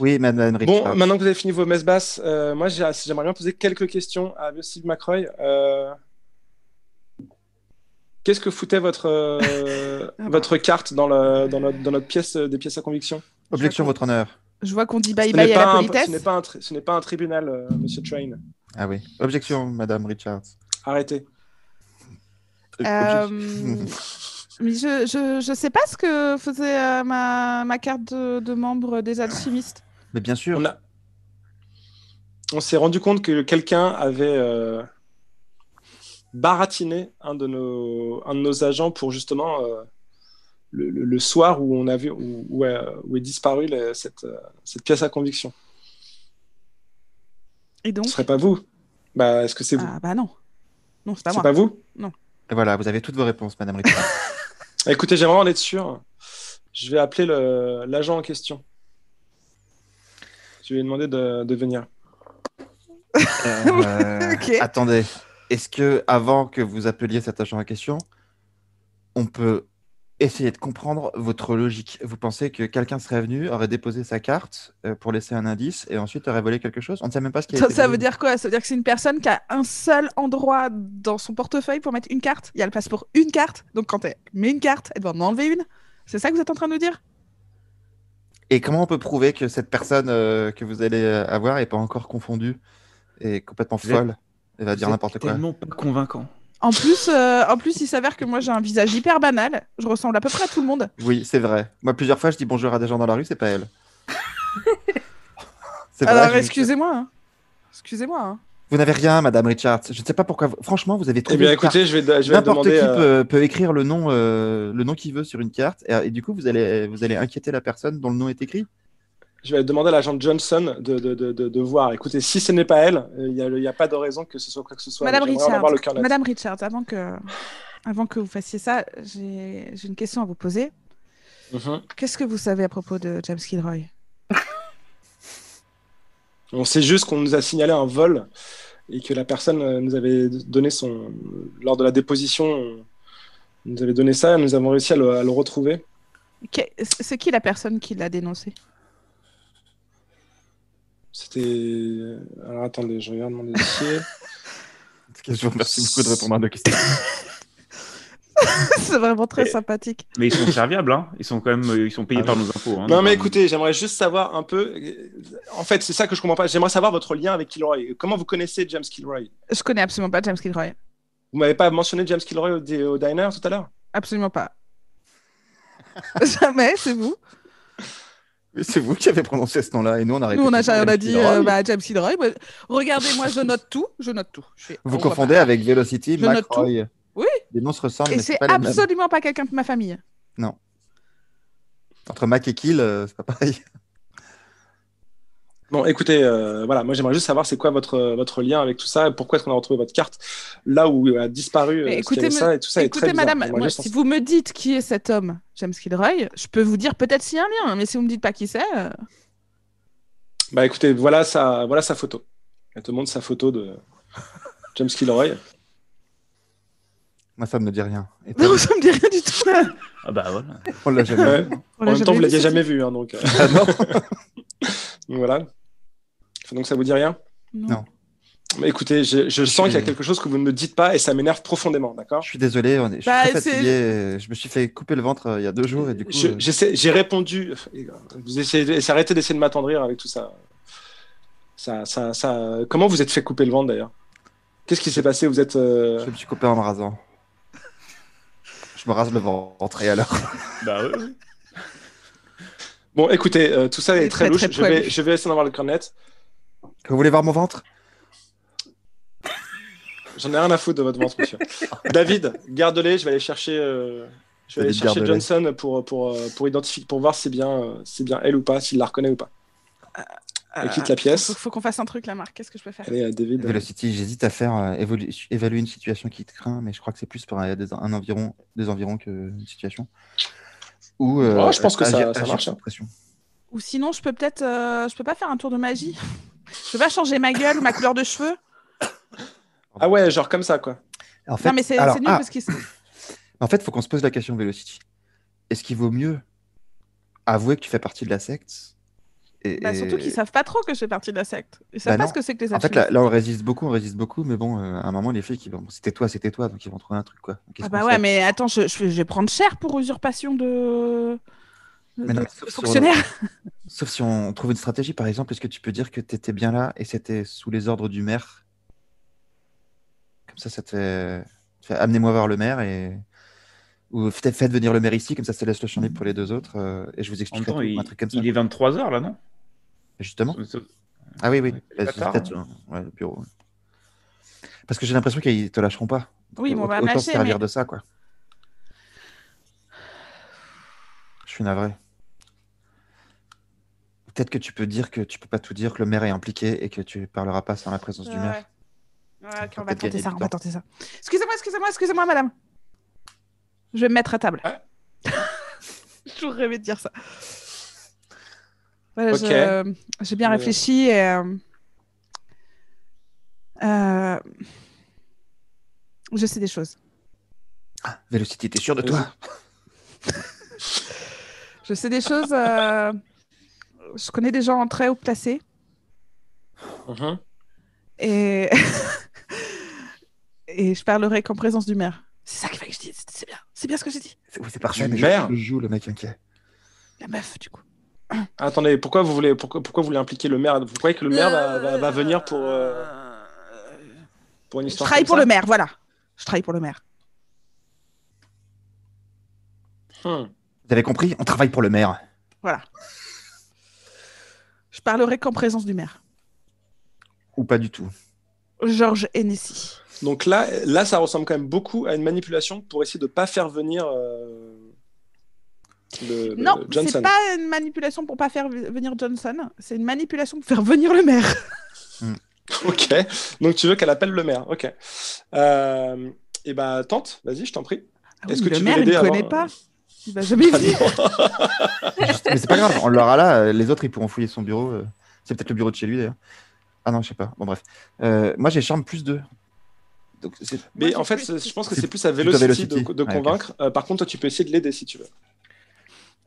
S4: Oui, Madame Richard.
S5: Bon, maintenant que vous avez fini vos messes basses, euh, moi j'ai- j'aimerais bien poser quelques questions à vieux Steve McCroy. Euh, Qu'est-ce que foutait votre, euh,
S3: Ah bah.
S5: votre carte dans, le, dans, notre, dans notre pièce euh, des pièces à conviction
S4: Objection, votre honneur.
S3: Je vois qu'on dit bye
S5: Ce
S3: bye
S5: n'est
S3: à la
S5: pas un-
S3: politesse.
S5: Ce n'est pas, un tri- ce n'est pas un tribunal, euh, monsieur Train.
S4: Ah oui. Objection, Madame Richards.
S5: Arrêtez.
S4: Euh,
S3: Euh,
S4: objection.
S5: hmm.
S3: mais je, je, je sais pas ce que faisait euh, ma, ma carte de, de membre des alchimistes.
S4: Mais bien sûr.
S5: On, a- on s'est rendu compte que quelqu'un avait euh, baratiné un de, nos, un de nos agents pour justement euh, le, le- le soir où on a vu où, où, euh, où est disparue la- cette, euh, cette pièce à conviction.
S3: Et donc
S5: Ce serait pas vous Bah est-ce que c'est vous
S3: Ah bah non. Non, c'est pas
S5: C'est
S3: moi.
S5: pas vous
S4: Et voilà, vous avez toutes vos réponses, Madame Richards.
S5: Écoutez, j'aimerais en être sûr. Je vais appeler le- l'agent en question. Je vais lui demander de, de venir.
S4: Euh,
S3: Ok.
S4: Attendez. Est-ce que, avant que vous appeliez cet agent en question, on peut essayer de comprendre votre logique Vous pensez que quelqu'un serait venu, aurait déposé sa carte euh, pour laisser un indice et ensuite aurait volé quelque chose On ne sait même pas ce qui a
S3: Ça,
S4: été
S3: ça
S4: volé.
S3: veut dire quoi Ça veut dire que c'est une personne qui a un seul endroit dans son portefeuille pour mettre une carte. Il y a le passeport, une carte. Donc quand elle met une carte, elle doit en enlever une. C'est ça que vous êtes en train de nous dire
S4: Et comment on peut prouver que cette personne euh, que vous allez euh, avoir n'est pas encore confondue et complètement
S1: Vous êtes-
S4: folle Elle va dire
S1: Vous êtes
S4: n'importe quoi.
S1: Tellement pas convaincant.
S3: En plus, euh, en plus, il s'avère que moi j'ai un visage hyper banal. Je ressemble à peu près à tout le monde.
S4: Oui, c'est vrai. Moi, plusieurs fois, je dis bonjour à des gens dans la rue, c'est pas elle. C'est vrai,
S3: Alors
S4: je-
S3: excusez-moi. hein. Excusez-moi. hein.
S4: Vous n'avez rien, Madame Richards. Je ne sais pas pourquoi. vous- Franchement, vous avez
S5: Eh
S4: trouvé.
S5: bien
S4: une carte.
S5: écoutez, je vais, je vais
S4: N'importe qui
S5: demander... euh,
S4: peut, peut écrire le nom, euh, le nom qu'il veut sur une carte, et, et du coup, vous allez, vous allez inquiéter la personne dont le nom est écrit.
S5: Je vais demander à l'agent Johnson de, de, de, de, de voir. Écoutez, si ce n'est pas elle, il n'y a, il y a pas de raison que ce soit quoi que ce soit.
S3: Madame
S5: J'aimerais en avoir le cœur
S3: Richards,
S5: net.
S3: Madame Richards, avant que, avant que vous fassiez ça, j'ai j'ai une question à vous poser.
S5: Mhm.
S3: Qu'est-ce que vous savez à propos de James Kilroy
S5: On sait juste qu'on nous a signalé un vol et que la personne euh, nous avait donné son. Lors de la déposition, on nous avait donné ça et nous avons réussi à le, à le retrouver.
S3: Qu'est- C'est qui la personne qui l'a dénoncé
S5: C'était. euh, Alors attendez, je regarde mon dossier.
S4: Je vous remercie beaucoup de répondre à nos questions.
S3: C'est vraiment très
S1: Et-
S3: sympathique.
S1: Mais ils sont serviables, hein. ils sont quand même euh, ils sont payés
S5: Ah
S1: par nos impôts. hein.
S5: Non, mais
S1: Donc,
S5: écoutez, j'aimerais juste savoir un peu. euh, En fait, c'est ça que je comprends pas. J'aimerais savoir votre lien avec Kilroy. Comment vous connaissez James Kilroy
S3: Je connais absolument pas James Kilroy.
S5: Vous m'avez pas mentionné James Kilroy au, di- au diner tout à l'heure
S3: Absolument pas. Jamais, c'est vous.
S4: Mais C'est vous qui avez prononcé ce nom-là et nous on a
S3: Nous,
S4: répété.
S3: on a, on a
S4: James
S3: dit
S4: Gilroy.
S3: euh, bah, James Kilroy. Bah, Regardez, moi, je note tout. Je note tout. Je fais, on
S4: vous
S3: voit
S4: confondez
S3: pas.
S4: avec Velocity,
S3: Je note
S4: McRoy.
S3: Oui.
S4: Les noms se ressemblent,
S3: Et
S4: mais c'est
S3: c'est
S4: pas les mêmes.
S3: absolument pas quelqu'un de ma famille.
S4: Entre Mac et Kill, euh, c'est pas pareil.
S5: Bon, écoutez, euh, voilà, moi j'aimerais juste savoir c'est quoi votre, euh, votre lien avec tout ça, et pourquoi est-ce qu'on a retrouvé votre carte là où a disparu euh,
S3: Mais
S5: ce
S3: écoutez,
S5: qu'il y avait
S3: me-
S5: ça et tout ça est
S3: Écoutez,
S5: très bizarre.
S3: madame,
S5: J'aimerais
S3: moi,
S5: juste en
S3: si vous me dites qui est cet homme, James Kilroy, je peux vous dire peut-être s'il y a un lien, mais si vous me dites pas qui c'est, euh,
S5: Bah écoutez, voilà sa, voilà sa photo. Elle te montre sa photo de James Kilroy.
S4: Moi ça me dit rien. Et toi,
S3: non, ça me dit rien du tout.
S1: Ah bah voilà.
S4: on l'a jamais
S5: Ouais.
S4: vu.
S3: On
S5: En
S3: l'a
S5: même temps, vous
S3: vu,
S5: l'aviez
S3: ça.
S5: jamais vu, hein, donc, euh,
S4: Ah non
S5: donc voilà. Enfin, Donc ça vous dit rien
S4: Non.
S5: Mais Écoutez, je, je sens qu'il y a quelque chose que vous ne me dites pas et ça m'énerve profondément, d'accord
S4: Je suis désolé, on est... je suis
S3: Bah,
S4: très
S3: c'est-
S4: fatigué. Je me suis fait couper le ventre euh, il y a deux jours et du coup.
S5: Je-
S4: euh,
S5: j'essaie- J'ai répondu. Vous essayez, essayez- arrêtez d'essayer de m'attendrir avec tout ça. Ça, ça, ça. Comment vous êtes fait couper le ventre d'ailleurs Qu'est-ce qui s'est passé Vous êtes. euh,
S4: Je me suis coupé en me rasant. Je me rase le ventre et alors
S1: Bah ouais.
S5: Bon, écoutez, euh, tout ça
S3: Il
S5: est
S3: est
S5: très,
S3: très,
S5: louche.
S3: très
S5: je, vais,
S3: poilu.
S5: je vais essayer d'en voir le cornette.
S4: Vous voulez voir mon ventre
S5: J'en ai rien à foutre de votre ventre, monsieur. David, garde-les. Je vais aller chercher. euh, Je vais aller
S4: David,
S5: chercher
S4: garde-les.
S5: Johnson pour, pour, euh, pour, identifier, pour voir si c'est bien, euh, c'est bien elle ou pas, s'il la reconnaît ou pas. Elle quitte la
S3: Euh, Faut,
S5: pièce.
S3: faut qu'on fasse un truc, là, Marc. Qu'est-ce que je peux faire
S5: Allez, euh, David.
S4: Velocity, j'hésite à faire euh, évolu- évaluer une situation qui te craint, mais je crois que c'est plus pour un, des- un environ, des environs qu'une situation. Ou, euh,
S5: Oh, je pense que ça-
S4: agir-
S5: ça
S4: agir
S5: marche,
S4: sous
S5: hein.
S4: pression.
S3: Ou sinon, je peux peut-être, euh, je peux pas faire un tour de magie. Je peux pas changer ma gueule ou ma couleur de cheveux.
S5: Ah ouais, genre comme ça, quoi.
S4: En fait,
S3: non, mais c'est
S4: alors,
S3: c'est nul
S4: ah,
S3: parce qu'il
S4: en fait, faut qu'on se pose la question Velocity. Est-ce qu'il vaut mieux avouer que tu fais partie de la secte et,
S3: bah,
S4: et-
S3: surtout qu'ils savent pas trop que je fais partie de la secte. Ils
S4: Bah
S3: savent pas
S4: non.
S3: ce que c'est que les
S4: En fait,
S3: alchimistes.
S4: là, là, on résiste beaucoup, on résiste beaucoup, mais bon, euh, à un moment, les flics, ils vont... c'était toi, c'était toi, donc ils vont trouver un truc, quoi. Donc, qu'est-ce
S3: Ah bah
S4: qu'on
S3: ouais,
S4: fait
S3: mais attends, je, je, je vais prendre cher pour usurpation de,
S4: Mais
S3: de-
S4: non,
S3: de
S4: sauf si on-
S3: fonctionnaire.
S4: Sauf si on trouve une stratégie, par exemple, est-ce que tu peux dire que tu étais bien là et c'était sous les ordres du maire Comme ça, ça te fait, te fait amenez-moi voir le maire et. Ou faites faites venir le maire ici, comme ça, ça laisse le champ libre pour les deux autres euh, et je
S1: En
S4: vous
S1: même
S4: expliquerai
S1: temps,
S4: tout,
S1: il,
S4: un truc comme ça.
S1: il est 23h là, non
S4: Justement. Ah oui,
S1: Ouais,
S4: oui. Bah,
S1: pas
S4: c'est
S1: tard,
S4: peut-être, euh, ouais, le bureau. ouais. Parce que j'ai l'impression qu'ils te lâcheront pas. Donc,
S3: Oui, bon, on
S4: aut-
S3: va me
S4: autant se
S3: lâcher,
S4: servir
S3: mais-
S4: de ça, quoi. Je suis navré. Peut-être que tu peux dire que tu peux pas tout dire, que le maire est impliqué et que tu parleras pas sans la présence du
S3: Ouais,
S4: maire.
S3: ouais.
S4: On
S3: Ouais, ok, on
S4: peut
S3: va
S4: peut-être gagner
S3: tenter ça,
S4: du
S3: on va
S4: temps.
S3: tenter ça. Excusez-moi, excusez-moi, excusez-moi, madame. Je vais me mettre à table.
S5: Ah.
S3: J'ai toujours rêvé de dire ça. Voilà,
S5: Ok.
S3: je- j'ai bien
S5: Euh.
S3: réfléchi et... euh, euh, Je sais des choses.
S4: Velocity, t'es sûr de
S5: Vas-y.
S4: toi
S3: Je sais des choses. euh, Je connais des gens très haut placés
S5: Mhm.
S3: et... et je parlerai qu'en présence du maire. C'est ça qu'il fallait que je dise. C'est bien. C'est bien ce que j'ai dit.
S4: C'est- Oui, c'est parfait,
S5: Du
S4: mais
S5: maire
S4: je, je joue le mec inquiet.
S3: La meuf, du coup.
S5: Attendez, pourquoi vous voulez, pourquoi, pourquoi vous voulez impliquer le maire Vous croyez que le maire va, va- va venir pour, euh, pour une
S3: Je
S5: histoire
S3: travaille
S5: comme
S3: pour
S5: ça
S3: le maire, voilà. Je travaille pour le maire.
S5: Hmm.
S4: Vous avez compris On travaille pour le maire.
S3: Voilà. Je parlerai qu'en présence du maire.
S4: Ou pas du tout.
S3: Georges Hennessy.
S5: Donc là, là, ça ressemble quand même beaucoup à une manipulation pour essayer de pas faire venir euh, le, le-
S3: Non,
S5: Euh, Johnson.
S3: c'est pas une manipulation pour pas faire venir Johnson. C'est une manipulation pour faire venir le maire.
S5: Ok. Donc tu veux qu'elle appelle le maire. Ok. Euh, et bah tente. Vas-y, je t'en prie.
S3: Ah oui,
S5: Est-ce que
S3: Ah le
S5: tu veux
S3: maire, il
S5: l'aider
S3: ne
S5: avant
S3: connaît pas. Il va jamais venir.
S4: Mais c'est pas grave, on l'aura là. euh, Les autres, ils pourront fouiller son bureau. euh, C'est peut-être le bureau de chez lui d'ailleurs. Ah non, je sais pas. Bon, bref. Euh, moi, j'ai charme plus 2. Donc, c'est-
S5: Mais
S3: j'ai
S5: en fait,
S3: plus-
S5: c'est- je pense que
S4: C'est
S5: c'est plus à
S4: plutôt
S5: Velocity, de,
S4: Velocity.
S5: de
S4: Ouais, ok.
S5: convaincre. Euh, par contre, toi, tu peux essayer de l'aider si tu veux.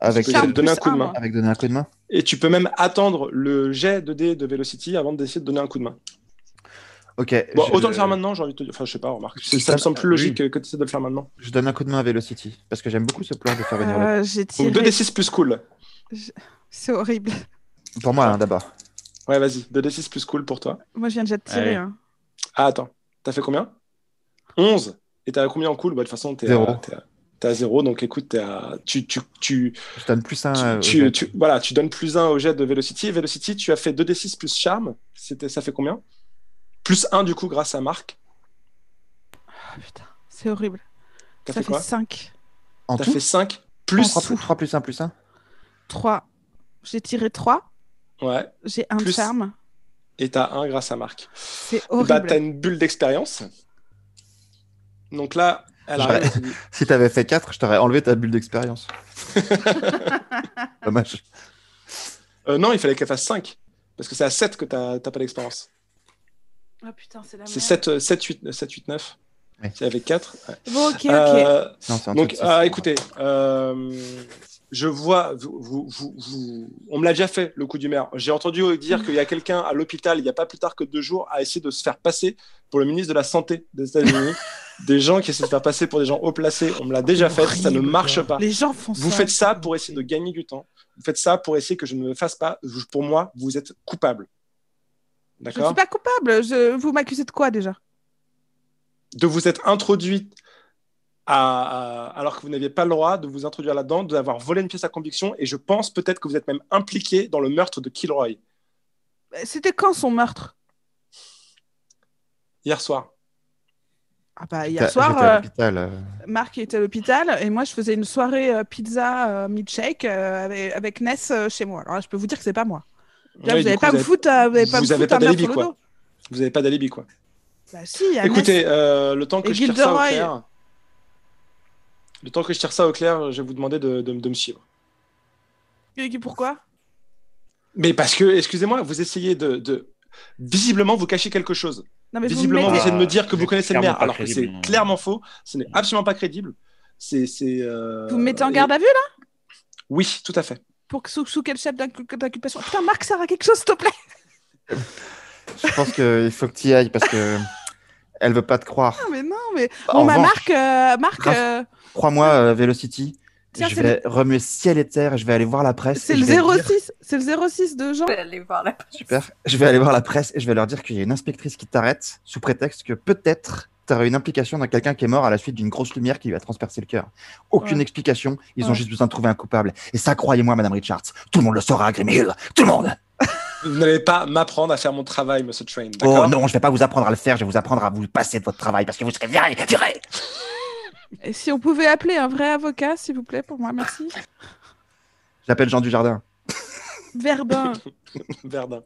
S4: avec,
S5: tu peux
S3: Charme
S5: essayer de donner un
S3: plus
S5: coup de
S3: un,
S5: main.
S3: moi.
S4: avec donner un coup de main.
S5: Et tu peux même attendre le jet de dés de Velocity avant d'essayer de donner un coup de main.
S4: Ok.
S5: Bon,
S4: je-
S5: Bah, autant le faire maintenant, j'ai envie de te dire. Enfin, je sais pas, remarque.
S4: Ça-
S5: Ça, me semble plus
S4: oui.
S5: logique que- que tu essaies de le faire maintenant.
S4: Je donne un coup de main à Velocity parce que j'aime beaucoup ce plan de faire venir
S5: Ah
S4: l'autre.
S3: Euh, J'ai
S5: Donc
S3: tiré.
S5: 2d6 plus cool.
S3: C'est horrible.
S4: Pour moi, hein, d'abord.
S5: Ouais, vas-y. 2d6 plus cool pour toi.
S3: Moi, je viens déjà de
S1: Allez.
S3: tirer. hein.
S5: Ah, attends. T'as fait combien 11. Et t'as combien en cool Bah, De toute façon, t'es
S4: Zéro.
S5: à, t'es à- t'es à zéro. Donc écoute, t'es à- tu, tu, tu,
S4: Je donne plus un.
S5: tu,
S4: euh, au
S5: tu-
S4: jet.
S5: tu- voilà, tu donnes plus 1 au jet de Velocity. Et Velocity, tu as fait 2d6 plus charme. C'était, ça fait combien Plus 1 du coup grâce à Marc.
S3: Ah, putain, c'est horrible.
S5: T'as
S3: Ça
S5: fait
S3: fait
S5: quoi
S3: 5,
S4: En
S5: T'as
S4: tout,
S5: fait 5 plus.
S4: 3, plus 3 plus 1 plus 1.
S3: 3. J'ai tiré 3.
S5: Ouais.
S3: J'ai un
S5: Plus-
S3: charme.
S5: Et t'as 1 grâce à Marc.
S3: C'est
S5: Bah,
S3: horrible.
S5: t'as une bulle d'expérience. Donc là, elle
S4: J'aurais-
S5: arrive. elle dit,
S4: Si t'avais fait 4, je t'aurais enlevé ta bulle d'expérience. Dommage.
S5: Euh, non, il fallait qu'elle fasse 5. Parce que c'est à 7 que t'as t'as pas d'expérience.
S3: Ah, putain, c'est la
S5: C'est euh, 7, 7, 8, 7, 8, 9.
S4: Ouais.
S5: C'est avec 4.
S3: Bon, ok, ok.
S5: Euh,
S4: Non, c'est un
S5: Donc,
S4: truc, hein.
S5: ah,
S4: c'est-
S5: écoutez, euh, je vois, vous, vous- vous- vous- on me l'a déjà fait, le coup du maire. J'ai entendu dire qu'il y a quelqu'un à l'hôpital, il n'y a pas plus tard que deux jours, a essayé de se faire passer pour le ministre de la Santé des États-Unis. des gens qui essaient de se faire passer pour des gens haut placés, on me l'a déjà fait, ça ne
S3: Horrible,
S5: marche
S3: quoi.
S5: pas.
S3: Les gens font ça.
S5: Vous faites ça pour essayer de gagner du temps. Vous faites ça pour essayer que je ne me fasse pas. Vous- Pour moi, vous êtes coupable.
S3: Je ne suis
S5: D'accord
S3: pas coupable. Je... Vous m'accusez de quoi déjà
S5: de vous être introduit à, à- alors que vous n'aviez pas le droit de vous introduire là-dedans, d'avoir volé une pièce à conviction, et je pense peut-être que vous êtes même impliqué dans le meurtre de Kilroy
S3: C'était quand son meurtre
S5: hier soir.
S3: Ah bah
S4: J'étais-
S3: hier soir,
S4: j'étais à
S3: euh,
S4: l'hôpital, euh,
S3: Marc était à l'hôpital et moi je faisais une soirée euh, pizza euh, milkshake euh, avec, avec Ness euh, chez moi. Alors là, je peux vous dire que c'est pas moi. Là,
S5: Ouais,
S3: vous
S5: du
S3: n'avez
S5: coup,
S3: pas à me
S5: avez-
S3: foutre, euh, vous avez pas à me
S5: vous avez
S3: foutre
S5: pas
S3: un verre
S5: d'alibi,
S3: sur le
S5: quoi.
S3: dos.
S5: vous avez pas d'alibi quoi.
S3: Bah si, il y a Ness.
S5: Écoutez, euh, le temps que
S3: Et
S5: je tire ça au
S3: Gilderoy.
S5: clair, le temps que je tire ça au clair, je vais vous demander de, de- de me suivre.
S3: Et Pourquoi
S5: Mais parce que, excusez-moi, vous essayez de, de- visiblement vous cacher quelque chose.
S3: Non mais vous me
S5: Visiblement, vous
S3: mettez-
S5: essayez de me dire que
S1: Ah,
S5: vous connaissez le
S1: clairement
S5: maire,
S1: pas
S5: alors que c'est
S1: crédible.
S5: clairement faux. Ce n'est absolument pas crédible. C'est, c'est, euh,
S3: vous me mettez en garde à vue là
S5: Oui, tout à fait.
S3: pour que sous, sous quel chef d'incul- d'inculpation Putain, Marc, ça a quelque chose, s'il te plaît.
S4: Je pense qu'il faut que tu y ailles parce que elle veut pas te croire.
S3: Non mais non, mais
S4: en
S3: bon, bah,
S4: revanche,
S3: Marc, euh, Marc,
S4: Raph-
S3: euh,
S4: Crois-moi, euh, Velocity,
S3: Tiens,
S4: je
S3: c'est
S4: vais remuer ciel et terre, je vais aller voir la presse.
S3: c'est
S4: et
S3: le
S4: je vais dire-
S3: 06, c'est le 06 de Jean.
S2: Je vais aller voir la presse.
S4: Super. Je vais aller voir la presse et je vais leur dire qu'il y a une inspectrice qui t'arrête sous prétexte que peut-être tu une implication dans quelqu'un qui est mort à la suite d'une grosse lumière qui lui a transpercé le cœur. Aucune
S3: Ouais.
S4: explication, ils ont
S3: Ouais.
S4: juste besoin de trouver un coupable. Et ça, croyez-moi, Madame Richards, tout le monde le saura à Grim Hill. Tout le monde
S5: Vous n'allez pas m'apprendre à faire mon travail, monsieur Train.
S4: Oh
S5: D'accord
S4: non, je vais pas vous apprendre à le faire, je vais vous apprendre à vous passer de votre travail parce que vous serez viré, viré
S3: Et si on pouvait appeler un vrai avocat, s'il vous plaît, pour moi, merci.
S4: J'appelle Jean Dujardin.
S3: Verbin.
S5: Verdun.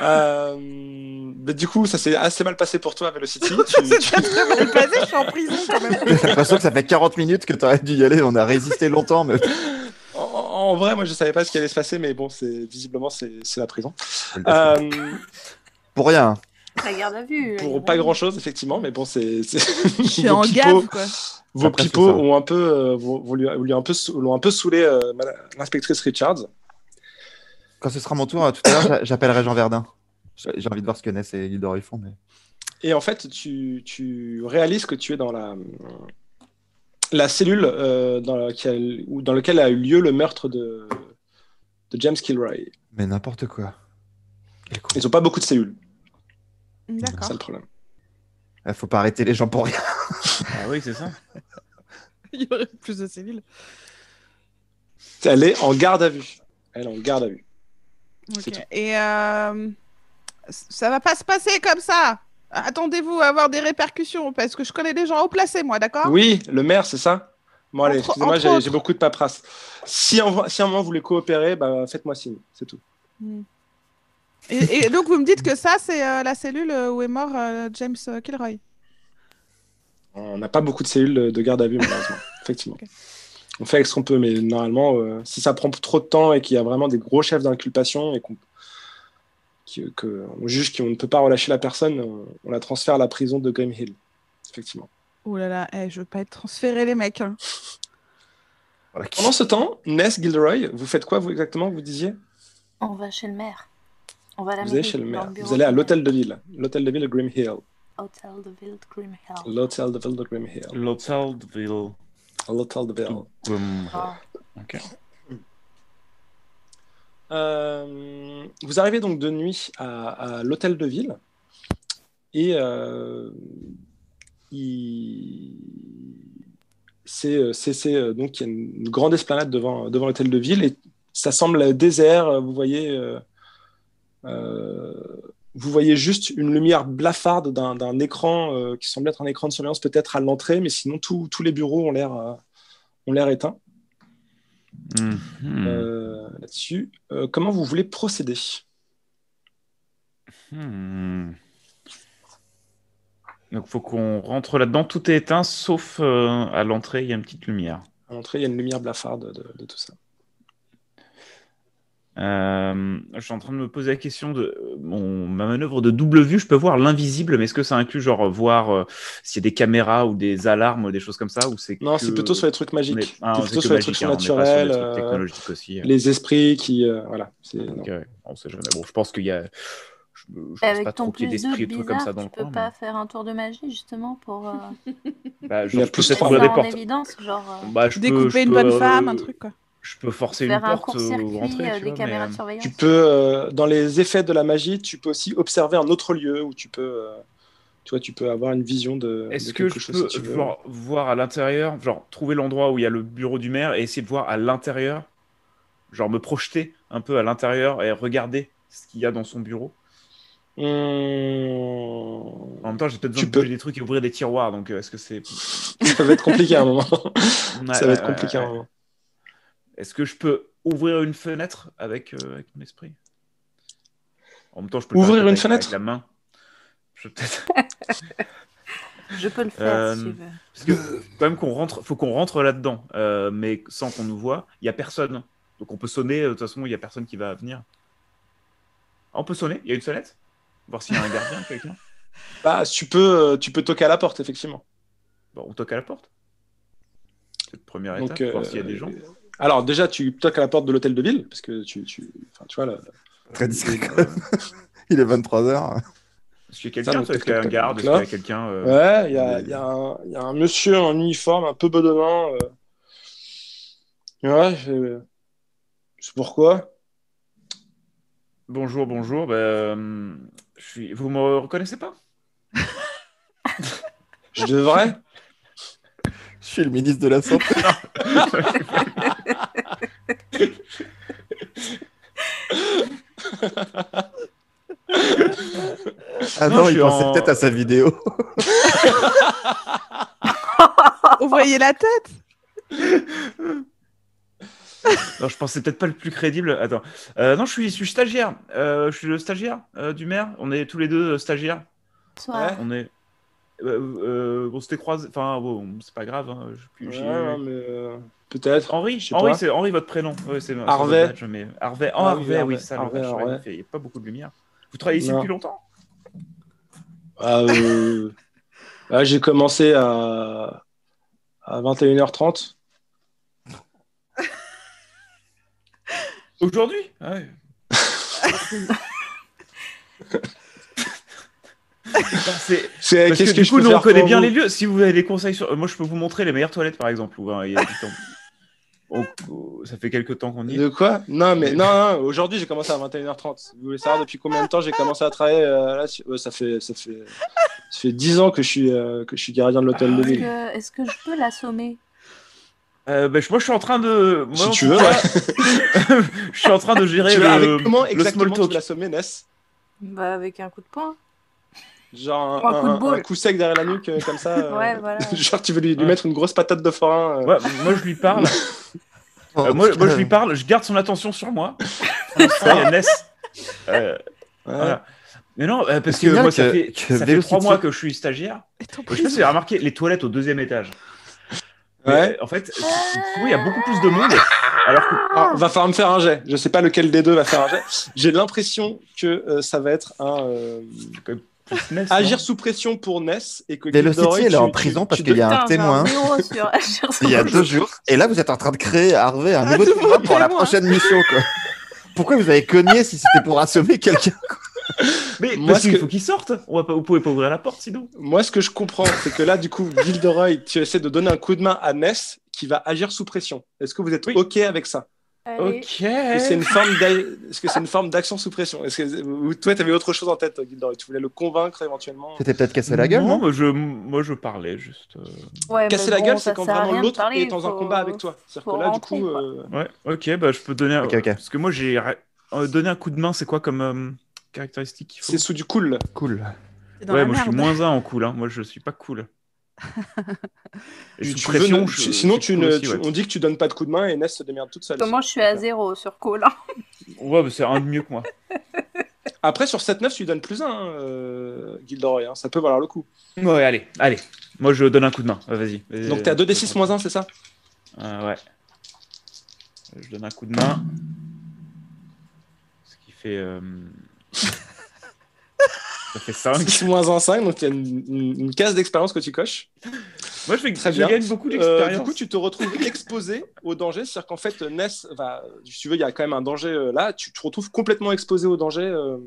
S5: Euh, mais du coup, ça s'est assez mal passé pour toi, Velocity.
S3: Ça
S5: Tu-
S3: s'est
S5: tu-
S3: très, très mal passé, je suis en prison quand même.
S4: J'ai l'impression que ça fait 40 minutes que t'aurais dû y aller, on a résisté longtemps, mais
S5: en, en vrai, moi, je savais pas ce qui allait se passer, mais bon, c'est visiblement c'est c'est la prison. Euh,
S4: pour rien.
S2: La garde à vue.
S5: pour pas grand-chose, effectivement, mais bon, c'est c'est-
S3: Je suis
S5: vos
S3: en
S5: pipeaux-
S3: gaffe, quoi.
S5: Vos
S4: Après, c'est
S5: pipeaux
S4: ça.
S5: ont un peu, euh, vont- vont lui- lui un peu, sou- l'ont un peu saoulé euh, madame- l'inspectrice Richards.
S4: Quand ce sera mon tour, euh, tout à l'heure, j'a- j'appellerai Jean Verdun. J'ai j'ai envie de voir ce que Ness et Gildor font. Mais...
S5: Et en fait, tu, tu réalises que tu es dans la, la cellule euh, dans, laquelle, ou dans laquelle a eu lieu le meurtre de, de James Kilroy.
S4: mais n'importe quoi. Quel con.
S5: Ils n'ont pas beaucoup de cellules, c'est ça
S3: D'accord.
S5: le problème.
S4: Euh, Faut pas arrêter les gens pour rien.
S1: Ah oui, c'est ça.
S3: Il y aurait plus de civils.
S5: Elle est en garde à vue. Elle est en garde à vue. C'est tout.
S3: Et euh, ça va pas se passer comme ça. Attendez-vous à avoir des répercussions parce que je connais des gens haut placés, moi, d'accord
S5: Oui, le maire, c'est ça Bon, allez,
S3: Ah. Entre-
S5: excusez-moi,
S3: entre
S5: j'ai-
S3: autres.
S5: j'ai beaucoup de paperasse. Si, en- si à un moment vous voulez coopérer, bah, faites-moi signe, c'est tout.
S3: et, et donc vous me dites que ça, c'est euh, la cellule euh, où est mort euh, James euh, Kilroy.
S5: On n'a pas beaucoup de cellules de garde à vue, malheureusement. Effectivement.
S3: Ok.
S5: on fait avec ce qu'on peut, mais normalement, euh, si ça prend trop de temps et qu'il y a vraiment des gros chefs d'inculpation et qu'on qui- euh, que- on juge qu'on ne peut pas relâcher la personne, on, on la transfère à la prison de Graham Hill. Effectivement.
S3: Oh là là, eh, je veux pas être transféré, les mecs. hein.
S4: Voilà, qui-
S5: Pendant ce temps, Ness Gilderoy, vous faites quoi, vous exactement, vous disiez
S2: On va chez le maire. On va à la
S5: Vous allez
S2: mairie,
S5: chez le
S2: dans
S5: maire.
S2: bureau
S5: Vous allez à
S2: du
S5: l'hôtel de ville. L'hôtel de ville de Graham Hill.
S2: maire. Hôtel de ville de Green Hill.
S5: L'hôtel de ville de Graham Hill.
S1: L'hôtel de ville.
S5: L'hôtel de ville.
S1: Hum,
S2: Ah.
S1: ok.
S5: Euh, vous arrivez donc de nuit à, à l'hôtel de ville et euh, il- c'est euh, c'est- c'est, euh, donc il y a une une grande esplanade devant devant l'hôtel de ville et ça semble désert. euh, Vous voyez euh, euh, vous voyez juste une lumière blafarde d'un- d'un écran euh, qui semble être un écran de surveillance peut-être à l'entrée, mais sinon tous tous les bureaux ont l'air euh, ont l'air éteints
S1: Hum, hum,
S5: euh, là-dessus. Euh, comment vous voulez procéder
S1: hum. Donc, faut qu'on rentre là-dedans. Tout est éteint, sauf euh, à l'entrée, il y a une petite lumière.
S5: À l'entrée, il y a une lumière blafarde de, de tout ça.
S1: Euh, je suis en train de me poser la question de euh, mon, ma manœuvre de double vue. Je peux voir l'invisible, mais est-ce que ça inclut genre voir euh, s'il y a des caméras ou des alarmes ou des choses comme ça ou c'est
S5: Non,
S1: que-
S5: c'est plutôt sur les trucs
S1: on est-
S5: magiques.
S1: Ah,
S5: c'est
S1: c'est
S5: plutôt
S1: que
S5: sur les
S1: magique,
S5: trucs
S1: hein, on est pas sur
S5: surnaturels,
S1: des
S5: euh,
S1: trucs technologiques hein. aussi.
S5: les esprits qui. euh, voilà. c'est- non.
S1: Donc, ouais, on sait jamais. Bon, je pense qu'il y a. Je, je pense pas
S2: Avec
S1: trop
S2: ton
S1: qu'il y
S2: plus
S1: ait
S2: deux
S1: d'esprits ou de trucs comme
S2: bizarre,
S1: ça hein, dans
S2: tu
S1: le
S2: peux
S1: coin.
S2: pas faire un tour de magie justement pour euh,
S1: mais- Bah,
S5: Il y
S1: genre,
S5: a
S1: je peux
S5: plus
S1: peut-être
S5: trois.
S1: ouvrir
S2: mettre
S1: des
S2: ça en
S1: portes.
S2: évidence, genre euh,
S1: Bah, je peux-
S3: Découper
S1: je
S3: une
S1: peux,
S3: bonne
S1: euh,
S3: femme, un truc quoi.
S1: Je peux forcer
S2: faire
S1: une
S2: un
S1: porte
S2: court-circuit,
S1: ou rentrer.
S2: euh,
S1: tu
S2: des
S1: vois,
S2: caméras
S1: mais,
S2: de
S1: euh,
S2: surveillance.
S5: Tu peux, euh, dans les effets de la magie, tu peux aussi observer un autre lieu où tu peux. euh, tu vois, tu peux avoir une vision de,
S1: euh, Est-ce
S5: de
S1: que
S5: quelque
S1: je
S5: chose. si
S1: peux
S5: tu veux.
S1: genre, voir à l'intérieur, genre trouver l'endroit où il y a le bureau du maire et essayer de voir à l'intérieur, genre me projeter un peu à l'intérieur et regarder ce qu'il y a dans son bureau.
S5: Hum,
S1: En même temps, j'ai peut-être
S5: Tu
S1: besoin de
S5: peux.
S1: bouger des trucs et ouvrir des tiroirs, donc euh, est-ce que c'est
S5: Ça va être compliqué à un moment.
S1: Ouais,
S5: ça va
S1: ouais,
S5: être
S1: ouais,
S5: compliqué hein. à un
S1: ouais.
S5: moment.
S1: euh, Est-ce que je peux ouvrir une fenêtre avec, euh, avec mon esprit En même temps, je peux le
S5: Ouvrir
S1: faire peut-être
S5: une
S1: avec-
S5: fenêtre
S1: avec la main. Je peux peut-être
S2: Je peux le faire si
S1: Euh,
S2: tu veux.
S1: Parce que quand même qu'on rentre, faut qu'on rentre là-dedans, euh, mais sans qu'on nous voit, il y a personne. Donc on peut sonner. euh, De toute façon, il y a personne qui va venir. Ah, on peut sonner. Il y a une sonnette. Voir s'il y a un gardien, quelqu'un.
S5: Bah, tu peux, euh, tu peux toquer à la porte, effectivement.
S1: Bon, on toque à la porte. C'est le premier étape.
S5: Donc, euh,
S1: voir s'il y a des gens.
S5: euh, Alors déjà, tu toques à la porte de l'hôtel de ville, parce que tu, tu, enfin, tu vois, là,
S4: Très discret.
S1: Oh,
S4: quand même. Il est 23h.
S1: Est-ce qu'il y a
S5: Ça,
S1: quelqu'un
S5: donc,
S1: Est-ce qu'il y a un
S5: toc, toc,
S1: garde
S5: toc,
S1: Est-ce qu'il y a
S5: là.
S1: quelqu'un euh,
S5: ouais, il y a,
S1: des-
S5: il y a un- il y a un monsieur en uniforme, un peu bedonnant. euh. Ouais, je... je sais pourquoi.
S1: Bonjour, bonjour. ben, euh, je suis... Vous me reconnaissez pas
S5: Je devrais.
S4: Je suis le ministre de la Santé. ah
S1: Non,
S4: non,
S1: je
S4: il
S1: suis
S4: pensait
S1: en-
S4: peut-être à sa vidéo.
S3: Vous voyez la tête
S1: Non, je pensais peut-être pas le plus crédible. Attends. Euh, non, je suis, je suis stagiaire. Euh, je suis le stagiaire euh, du maire. On est tous les deux euh, stagiaires.
S2: Bonsoir.
S5: Ouais.
S1: On est. Euh, euh, on s'était croisés. Enfin, bon, c'est pas grave. hein, je sais plus,
S5: Ouais,
S1: j'ai-
S5: ouais, mais euh, peut-être.
S1: Henri,
S5: je sais
S1: Henri,
S5: pas.
S1: c'est Henri, votre prénom. Ouais, c'est- c'est
S5: Harvey.
S1: votre badge, mais... Harvey. Oh,
S5: Ah oui,
S1: Harvey,
S5: Harvey,
S1: oui, ça,
S5: Harvey,
S1: le vache, ouais,
S5: Harvey.
S1: il fait- il n'y a pas beaucoup de lumière. Vous travaillez ici
S5: Non.
S1: depuis longtemps
S5: Ah, euh, ouais, j'ai commencé à à 21h30.
S1: Aujourd'hui Ah ouais. Non, c'est-
S5: C'est
S1: Parce
S5: Eh, qu'est-ce
S1: que,
S5: que
S1: du
S5: je
S1: coup,
S5: peux
S1: nous, on
S5: faire
S1: connaît
S5: pour
S1: bien
S5: vous
S1: les lieux. Si vous avez des conseils sur. euh, Moi, je peux vous montrer les meilleures toilettes, par exemple, où hein, il y a du temps. On- on- Ça fait quelques temps qu'on y est.
S5: De quoi Non, mais non, non, aujourd'hui j'ai commencé à 21h30. Vous voulez savoir depuis combien de temps j'ai commencé à travailler euh, là-dessus Ouais, ça, fait, ça, fait, ça fait 10 ans que je suis, euh, que je suis gardien de l'hôtel
S1: Ah
S5: de
S1: oui.
S2: Est-ce
S5: ville.
S2: que, est-ce que je peux l'assommer
S1: Euh, bah, je- moi, je suis en train de. moi,
S5: Si
S1: en
S5: tu
S1: tout
S5: veux,
S1: cas, je suis en train de gérer
S5: Tu
S1: le,
S5: vois, avec comment
S1: le small
S5: exactement tu
S1: talk.
S5: l'as sommé, Ness
S2: Bah avec un coup de poing.
S5: Genre
S2: Ou
S5: un,
S2: un Oh, coup de
S5: un-
S2: boule.
S5: un coup sec derrière la nuque, euh, comme ça euh,
S2: Ouais, voilà.
S5: Genre tu veux lui, lui
S1: Ouais.
S5: mettre une grosse patate de forain euh.
S1: Ouais, moi, je lui parle. Euh, moi, moi, je lui parle. Je garde son attention sur moi. Pour l'instant, il y a Ness. Euh,
S5: Ouais.
S1: voilà. Mais non, euh, parce
S4: C'est
S1: que
S4: génial
S1: moi, ça
S4: que-
S1: fait,
S4: que
S1: ça fait
S4: Vélo
S1: trois
S4: City-
S1: mois que je suis stagiaire.
S3: Et ton
S1: Et je sais pas si vous
S3: prison.
S1: avez remarqué les toilettes au deuxième étage.
S5: Ouais.
S1: Mais, euh, En fait, si tu te souviens, il y a beaucoup plus de monde. Alors que ah,
S5: Alors, va falloir me faire un jet. Je sais pas lequel des deux va faire un jet. J'ai l'impression que euh, ça va être un euh,
S1: plus Ness,
S5: agir sous pression pour Ness et que
S4: Velocity,
S5: Gilderoy,
S4: elle est
S5: tu-
S4: en
S5: tu-
S4: prison
S5: tu
S4: parce
S5: dois-
S4: qu'il y a
S2: Putain,
S4: un témoin
S2: j'ai zéro sur- sur ce
S4: il y a
S2: jeu.
S4: deux jours. Et là, vous êtes en train de créer, Harvey,
S5: Ah,
S4: un nouveau
S3: nouveau
S4: témoin pour la
S3: témoin.
S4: prochaine mission. Quoi. Pourquoi vous avez cogné si c'était pour assommer quelqu'un
S1: Mais
S5: Moi,
S1: parce
S5: ce
S1: qu'il
S5: que-
S1: faut qu'ils sortent. On va pas, vous pouvez pas ouvrir la porte sinon.
S5: Moi, ce que je comprends, c'est que là, du coup, Gilderoy, tu essaies de donner un coup de main à Ness qui va agir sous pression. Est-ce que vous êtes OK avec ça
S2: Allez.
S1: Ok.
S5: Est-ce que c'est une forme d'a- Est-ce que c'est une forme d'action sous pression Est-ce que ou toi, tu avais autre chose en tête, Gilderoy Tu voulais le convaincre éventuellement
S4: C'était peut-être casser la gueule, non,
S1: Non, mais je, moi je parlais juste. euh,
S2: Ouais,
S5: Casser
S2: mais
S5: la
S2: bon,
S5: gueule,
S2: ça
S5: c'est quand
S2: sert à rien
S5: vraiment
S2: de
S5: l'autre
S2: parler,
S5: est dans un
S2: faut-
S5: combat avec toi. C'est-à-dire que
S2: faut
S5: là, du
S2: rentrer,
S5: coup,
S2: quoi.
S5: euh,
S1: Ouais. Ok, bah je peux donner.
S4: Ok, ok.
S1: Parce que moi j'ai ra- euh, donné un coup de main. C'est quoi comme euh, caractéristique qu'il faut
S5: c'est sous du cool.
S4: Cool.
S3: T'es dans
S1: Ouais,
S3: la
S1: moi je suis
S3: merde.
S1: moins un en cool. hein. Moi je suis pas cool. Et
S5: Tu-
S1: sous
S5: tu veux
S1: pression,
S5: ne-
S1: je-
S5: tu- sinon,
S1: c'est
S5: tu
S1: cool
S5: ne-
S1: aussi,
S5: tu-
S1: ouais.
S5: on dit que tu donnes pas de coup de main et Ness se démerde toute seule.
S2: Comment je suis à zéro sur hein. Colin
S1: Ouais, mais c'est un de mieux que moi.
S5: Après, sur 7-9, tu lui donnes plus un, hein, euh, Gilderoy. hein. Ça peut valoir le coup.
S1: Ouais, allez, allez. Moi je donne un coup de main. Ouais, Vas-y. Vas-y.
S5: Donc, t'es à 2d6 moins 1, c'est ça
S1: Euh, ouais. Je donne un coup de main. Ce qui fait. euh, Ça fait 5.
S5: 6 moins 1, 5. Donc, il y a une, une- une case d'expérience que tu coches.
S1: Moi, je, fais...
S5: Très
S1: je
S5: bien.
S1: gagne beaucoup
S5: Euh,
S1: d'expérience.
S5: du coup, tu te retrouves exposé au danger. C'est-à-dire qu'en fait, Ness va. Si tu veux, il y a quand même un danger euh, là. Tu te retrouves complètement exposé au danger. euh,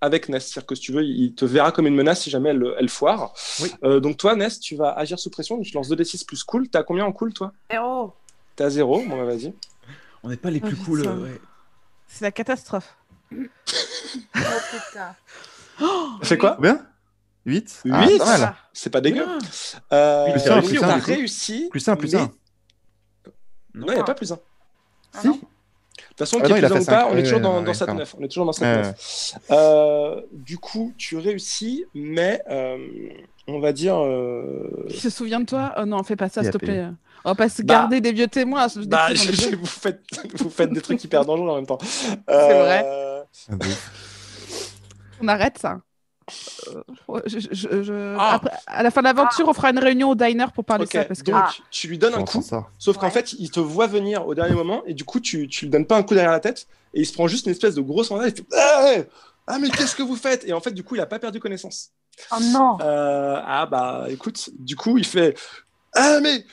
S5: Avec Ness, c'est-à-dire que si tu veux, il te verra comme une menace si jamais elle, elle foire.
S1: Oui.
S5: Euh, donc toi, Ness, tu vas agir sous pression, donc tu lances 2d6 plus cool. T'as combien en cool, toi
S2: Zéro.
S5: T'as 0, bon bah vas-y.
S1: On n'est pas les
S3: Ah,
S1: plus
S3: putain.
S1: cool. euh, ouais.
S3: C'est la catastrophe.
S2: Oh putain.
S5: Ça fait quoi
S4: Combien 8
S5: Huit
S4: pas mal.
S5: C'est pas dégueu. Euh,
S1: Plus
S4: un,
S5: donc
S4: plus
S5: t'as
S4: un, du coup.
S5: réussi.
S4: Plus un, plus
S5: mais-
S4: un.
S5: Non, il n'y a pas plus un. De
S2: Ah
S4: Si.
S2: non.
S5: toute façon,
S4: Ah
S5: qu'il y
S4: non,
S5: ait
S4: il a
S5: plus un
S4: fait
S5: ou pas,
S4: cinq.
S5: on est
S4: Ouais,
S5: toujours
S4: ouais,
S5: dans,
S4: ouais,
S5: dans
S4: pardon.
S5: 7-9. On est toujours dans 7-9. Euh, du coup, tu réussis, mais euh, on va dire. euh,
S3: Qui se souvient de toi Oh non, fais pas ça,
S4: Il
S3: s'il
S4: a
S3: te
S4: payé.
S3: plaît. On va pas se
S5: Bah-
S3: garder des vieux témoins. des
S5: Bah,
S3: petits dans
S5: je-
S3: les jeux.
S5: je- vous, faites, vous faites des trucs hyper dangereux en même temps. Euh, C'est
S3: vrai.
S4: Ah bon.
S3: On arrête ça. Euh, je- je- je- je-
S5: Ah.
S3: Après, à la fin de l'aventure, on fera une réunion au diner pour parler de ça. Parce que...
S5: donc,
S2: Ah.
S5: tu lui donnes un
S4: On
S5: coup.
S4: s'en sort.
S5: Sauf qu'en
S2: Ouais.
S5: fait, il te voit venir au dernier moment et du coup, tu, tu lui donnes pas un coup derrière la tête et il se prend juste une espèce de grosse mandale. Il fait Ah, ouais Ah, mais qu'est-ce que vous faites Et en fait, du coup, il a pas perdu connaissance.
S2: Oh non.
S5: Euh, ah, bah écoute, du coup, il fait Ah, mais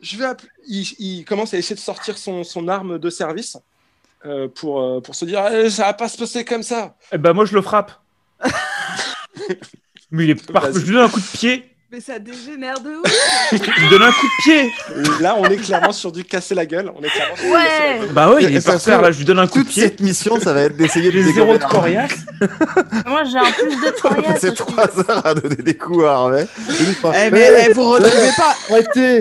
S5: je vais appeler. Il, il commence à essayer de sortir son, son arme de service euh, pour, euh, pour se dire Eh, Ça va pas se passer comme ça.
S1: Eh ben, moi, je le frappe. Mais il est parfait.
S5: Vas-y.
S1: Je lui donne un coup de pied.
S3: Mais ça dégénère de ouf
S1: Je lui donne un coup de pied.
S5: Là, on est clairement sur du casser la gueule. On est clairement sur du casser la gueule.
S2: Ouais.
S1: Bah oui,
S4: Et
S1: il est
S4: ça
S1: par
S4: se
S1: terre,
S4: trouve,
S1: là. Je lui donne un coup de
S4: Toute
S1: pied.
S4: cette mission, ça va être d'essayer de
S1: J'ai zéro
S4: dégommer
S1: de
S4: Harvey.
S1: coriace.
S2: Moi j'ai un plus de
S4: On va
S2: Troyas.
S4: passer
S2: aussi.
S4: 3 heures à donner des coups à Harvey. Et lui, pas-
S3: Eh, mais eh, vous retrouvez pas
S4: Arrêtez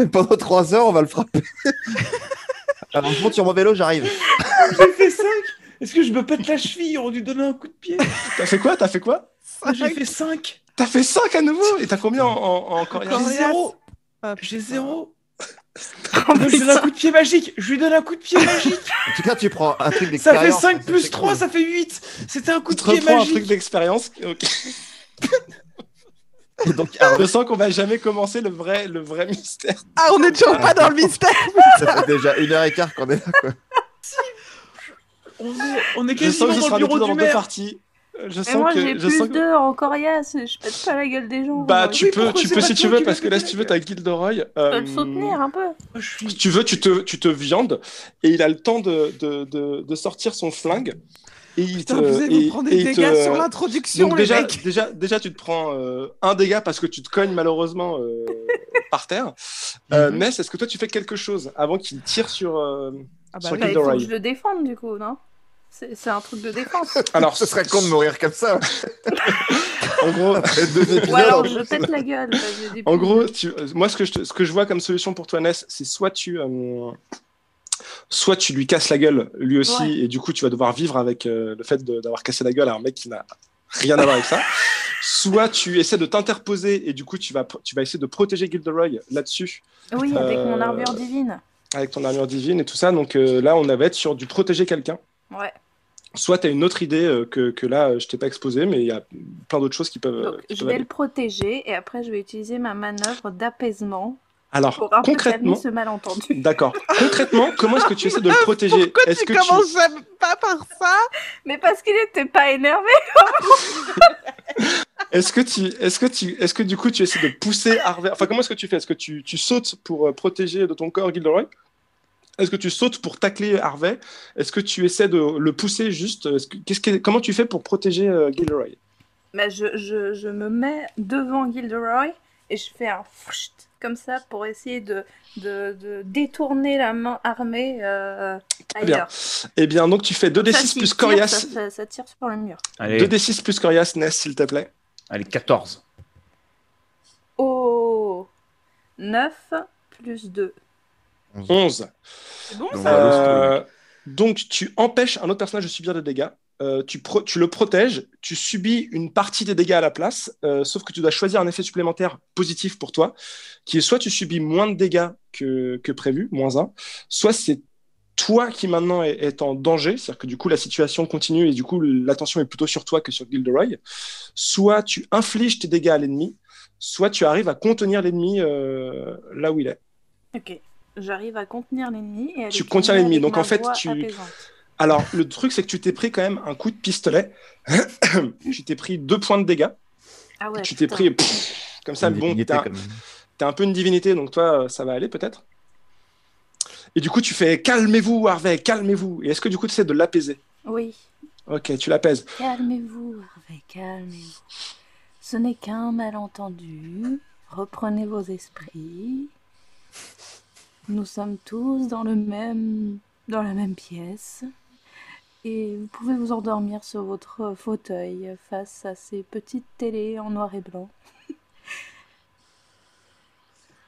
S4: Eh, Pendant 3 heures, on va le frapper. Alors, je monte sur mon vélo, j'arrive.
S1: J'ai fait 5. Est-ce que je me pète la cheville On lui donne un coup de pied.
S5: T'as fait quoi T'as fait quoi
S1: J'ai fait 5.
S5: T'as fait 5 à nouveau Et t'as combien en, en, en coriace
S3: Coriace.
S1: zéro.
S3: Ah,
S1: J'ai zéro.
S2: Oh,
S1: Je lui donne un
S2: putain.
S1: coup de pied magique. Je lui donne un coup de pied magique.
S4: En tout cas, tu prends un truc
S1: Ça fait
S4: d'expérience.
S1: 5 plus
S4: C'est
S1: 3,
S4: cool.
S1: ça fait 8. C'était un coup
S5: Tu
S1: de
S5: te
S1: pied
S5: reprends un truc
S1: magique.
S5: d'expérience. ok.
S4: Et donc, Harvey,
S5: Je sens qu'on va jamais commencer le vrai, le vrai mystère.
S3: Ah, on est toujours pas dans le mystère
S4: ça fait déjà une heure et quart qu'on est là. Quoi.
S1: On est, on est
S5: Je sens
S1: quasiment
S5: qu'il
S1: dans
S5: sera
S1: le bureau
S5: plus
S1: du
S5: dans deux
S1: maire.
S5: parties. Euh, Je
S2: Mais
S5: sens
S2: moi
S5: que.
S2: j'ai
S5: je sens
S2: plus
S5: que-
S2: de en coriace, je pète pas la gueule des gens.
S5: Bah,
S2: moi.
S5: tu
S1: Oui,
S5: peux,
S1: pourquoi
S5: tu
S1: c'est
S5: peux
S1: pas
S5: si tu
S1: toi
S5: veux,
S1: qui
S5: parce
S1: vas
S5: que là,
S1: péter
S5: si tu
S1: la
S5: veux, t'as Gilderoy.
S2: Je peux
S5: euh,
S2: le soutenir un peu.
S1: Moi, je
S5: Si
S1: suis...
S5: tu veux, tu te, tu te viandes et il a le temps de, de, de, de sortir son flingue. Et il
S3: Putain,
S5: te,
S3: vous allez
S5: et-
S3: vous prendre des
S5: et il te-
S3: dégâts sur l'introduction,
S5: Donc
S3: les
S5: déjà,
S3: mecs
S5: déjà, déjà, tu te prends euh, un dégât parce que tu te cognes malheureusement euh, par terre. Euh,
S1: Mhm.
S5: Ness, est-ce que toi tu fais quelque chose avant qu'il tire sur euh,
S3: Ah bah
S5: sur
S3: oui.
S2: Bah, il faut
S5: Gilderoy.
S2: que je le défende du coup, non C'est c'est un truc de défense.
S5: Alors,
S4: Ce serait con de mourir comme ça.
S5: en gros,
S4: Après deux épisodes.
S2: Ou alors je pète la gueule. parce que j'ai des
S5: en
S2: plus
S5: gros,
S2: de-
S5: tu- euh, moi ce que je te- ce que je vois comme solution pour toi Ness, c'est soit tu euh, soit tu lui casses la gueule lui aussi
S2: Ouais.
S5: et du coup tu vas devoir vivre avec euh, le fait de- d'avoir cassé la gueule à un mec qui n'a rien à voir avec ça. Soit tu essaies de t'interposer et du coup tu vas tu vas essayer de protéger Gilderoy là-dessus
S2: Oui, avec
S5: euh,
S2: mon armure divine.
S5: avec ton armure divine et tout ça. Donc euh, là on va être sur du protéger quelqu'un.
S2: Ouais.
S5: Soit tu as une autre idée euh, que, que là, euh, je t'ai pas exposé, mais il y a plein d'autres choses qui peuvent. euh,
S2: Donc
S5: qui
S2: je
S5: peuvent
S2: vais
S5: aller.
S2: le protéger et après je vais utiliser ma manœuvre d'apaisement
S5: Alors,
S2: pour un peu calmer
S5: concrètement,
S2: ce malentendu.
S5: d'accord. Concrètement, comment est-ce que tu essaies de le protéger
S3: Pourquoi
S5: Est-ce
S3: tu
S5: que
S3: commences jamais pas par ça
S2: Mais parce qu'il n'était pas énervé.
S5: Est-ce que tu, est-ce que tu, est-ce que du coup tu essaies de pousser Harvey Enfin, comment est-ce que tu fais Est-ce que tu, tu sautes pour euh, protéger de ton corps Gilderoy Est-ce que tu sautes pour tacler Harvey Est-ce que tu essaies de le pousser juste euh, Est-ce que- qu'est-ce que- comment tu fais pour protéger euh, Gilderoy
S2: Mais je, je, je me mets devant Gilderoy et je fais un foucht comme ça pour essayer de, de, de détourner la main armée euh,
S5: bien.
S2: ailleurs.
S5: Eh bien, donc tu fais 2d6
S2: Ça, s'il
S5: plus
S2: tire,
S5: coriace.
S2: Ça, ça- ça tire sur le mur.
S1: Allez,
S5: 2d6 plus coriace, Ness, s'il te plaît.
S1: allez 14.
S2: Oh 9 plus 2.
S5: 11.
S3: C'est bon
S1: Donc,
S3: ça
S1: voilà,
S5: Euh, donc tu empêches un autre personnage de subir des dégâts. Euh, tu, pro- tu le protèges, tu subis une partie des dégâts à la place, euh, sauf que tu dois choisir un effet supplémentaire positif pour toi, qui est soit tu subis moins de dégâts que, que prévu, moins un, soit c'est toi qui maintenant est, est en danger, c'est-à-dire que du coup la situation continue et du coup l'attention est plutôt sur toi que sur Gilderoy, soit tu infliges tes dégâts à l'ennemi, soit tu arrives à contenir l'ennemi euh, là où il est.
S2: Ok. J'arrive à contenir l'ennemi. et à
S5: Tu
S2: le
S5: contiens
S2: calmer
S5: l'ennemi,
S2: avec
S5: donc
S2: ma
S5: en fait,
S2: voix
S5: tu-
S2: apaisante.
S5: Alors, le truc, c'est que tu t'es pris quand même un coup de pistolet. tu t'es pris deux points de dégâts.
S2: Ah ouais,
S5: tu t'es
S2: putain.
S5: pris pff, comme ça.
S4: Une
S5: Bon,
S4: divinité,
S5: t'es un,
S4: quand même.
S5: t'es un peu une divinité, donc toi, euh, ça va aller peut-être. Et du coup, tu fais calmez-vous, Harvey, calmez-vous. Et est-ce que du coup, tu essaies de l'apaiser
S2: Oui.
S5: Ok, tu l'apaises.
S2: Calmez-vous, Harvey, calmez-vous. Ce n'est qu'un malentendu. Reprenez vos esprits. Nous sommes tous dans le même dans la même pièce. Et vous pouvez vous endormir sur votre fauteuil face à ces petites télés en noir et blanc.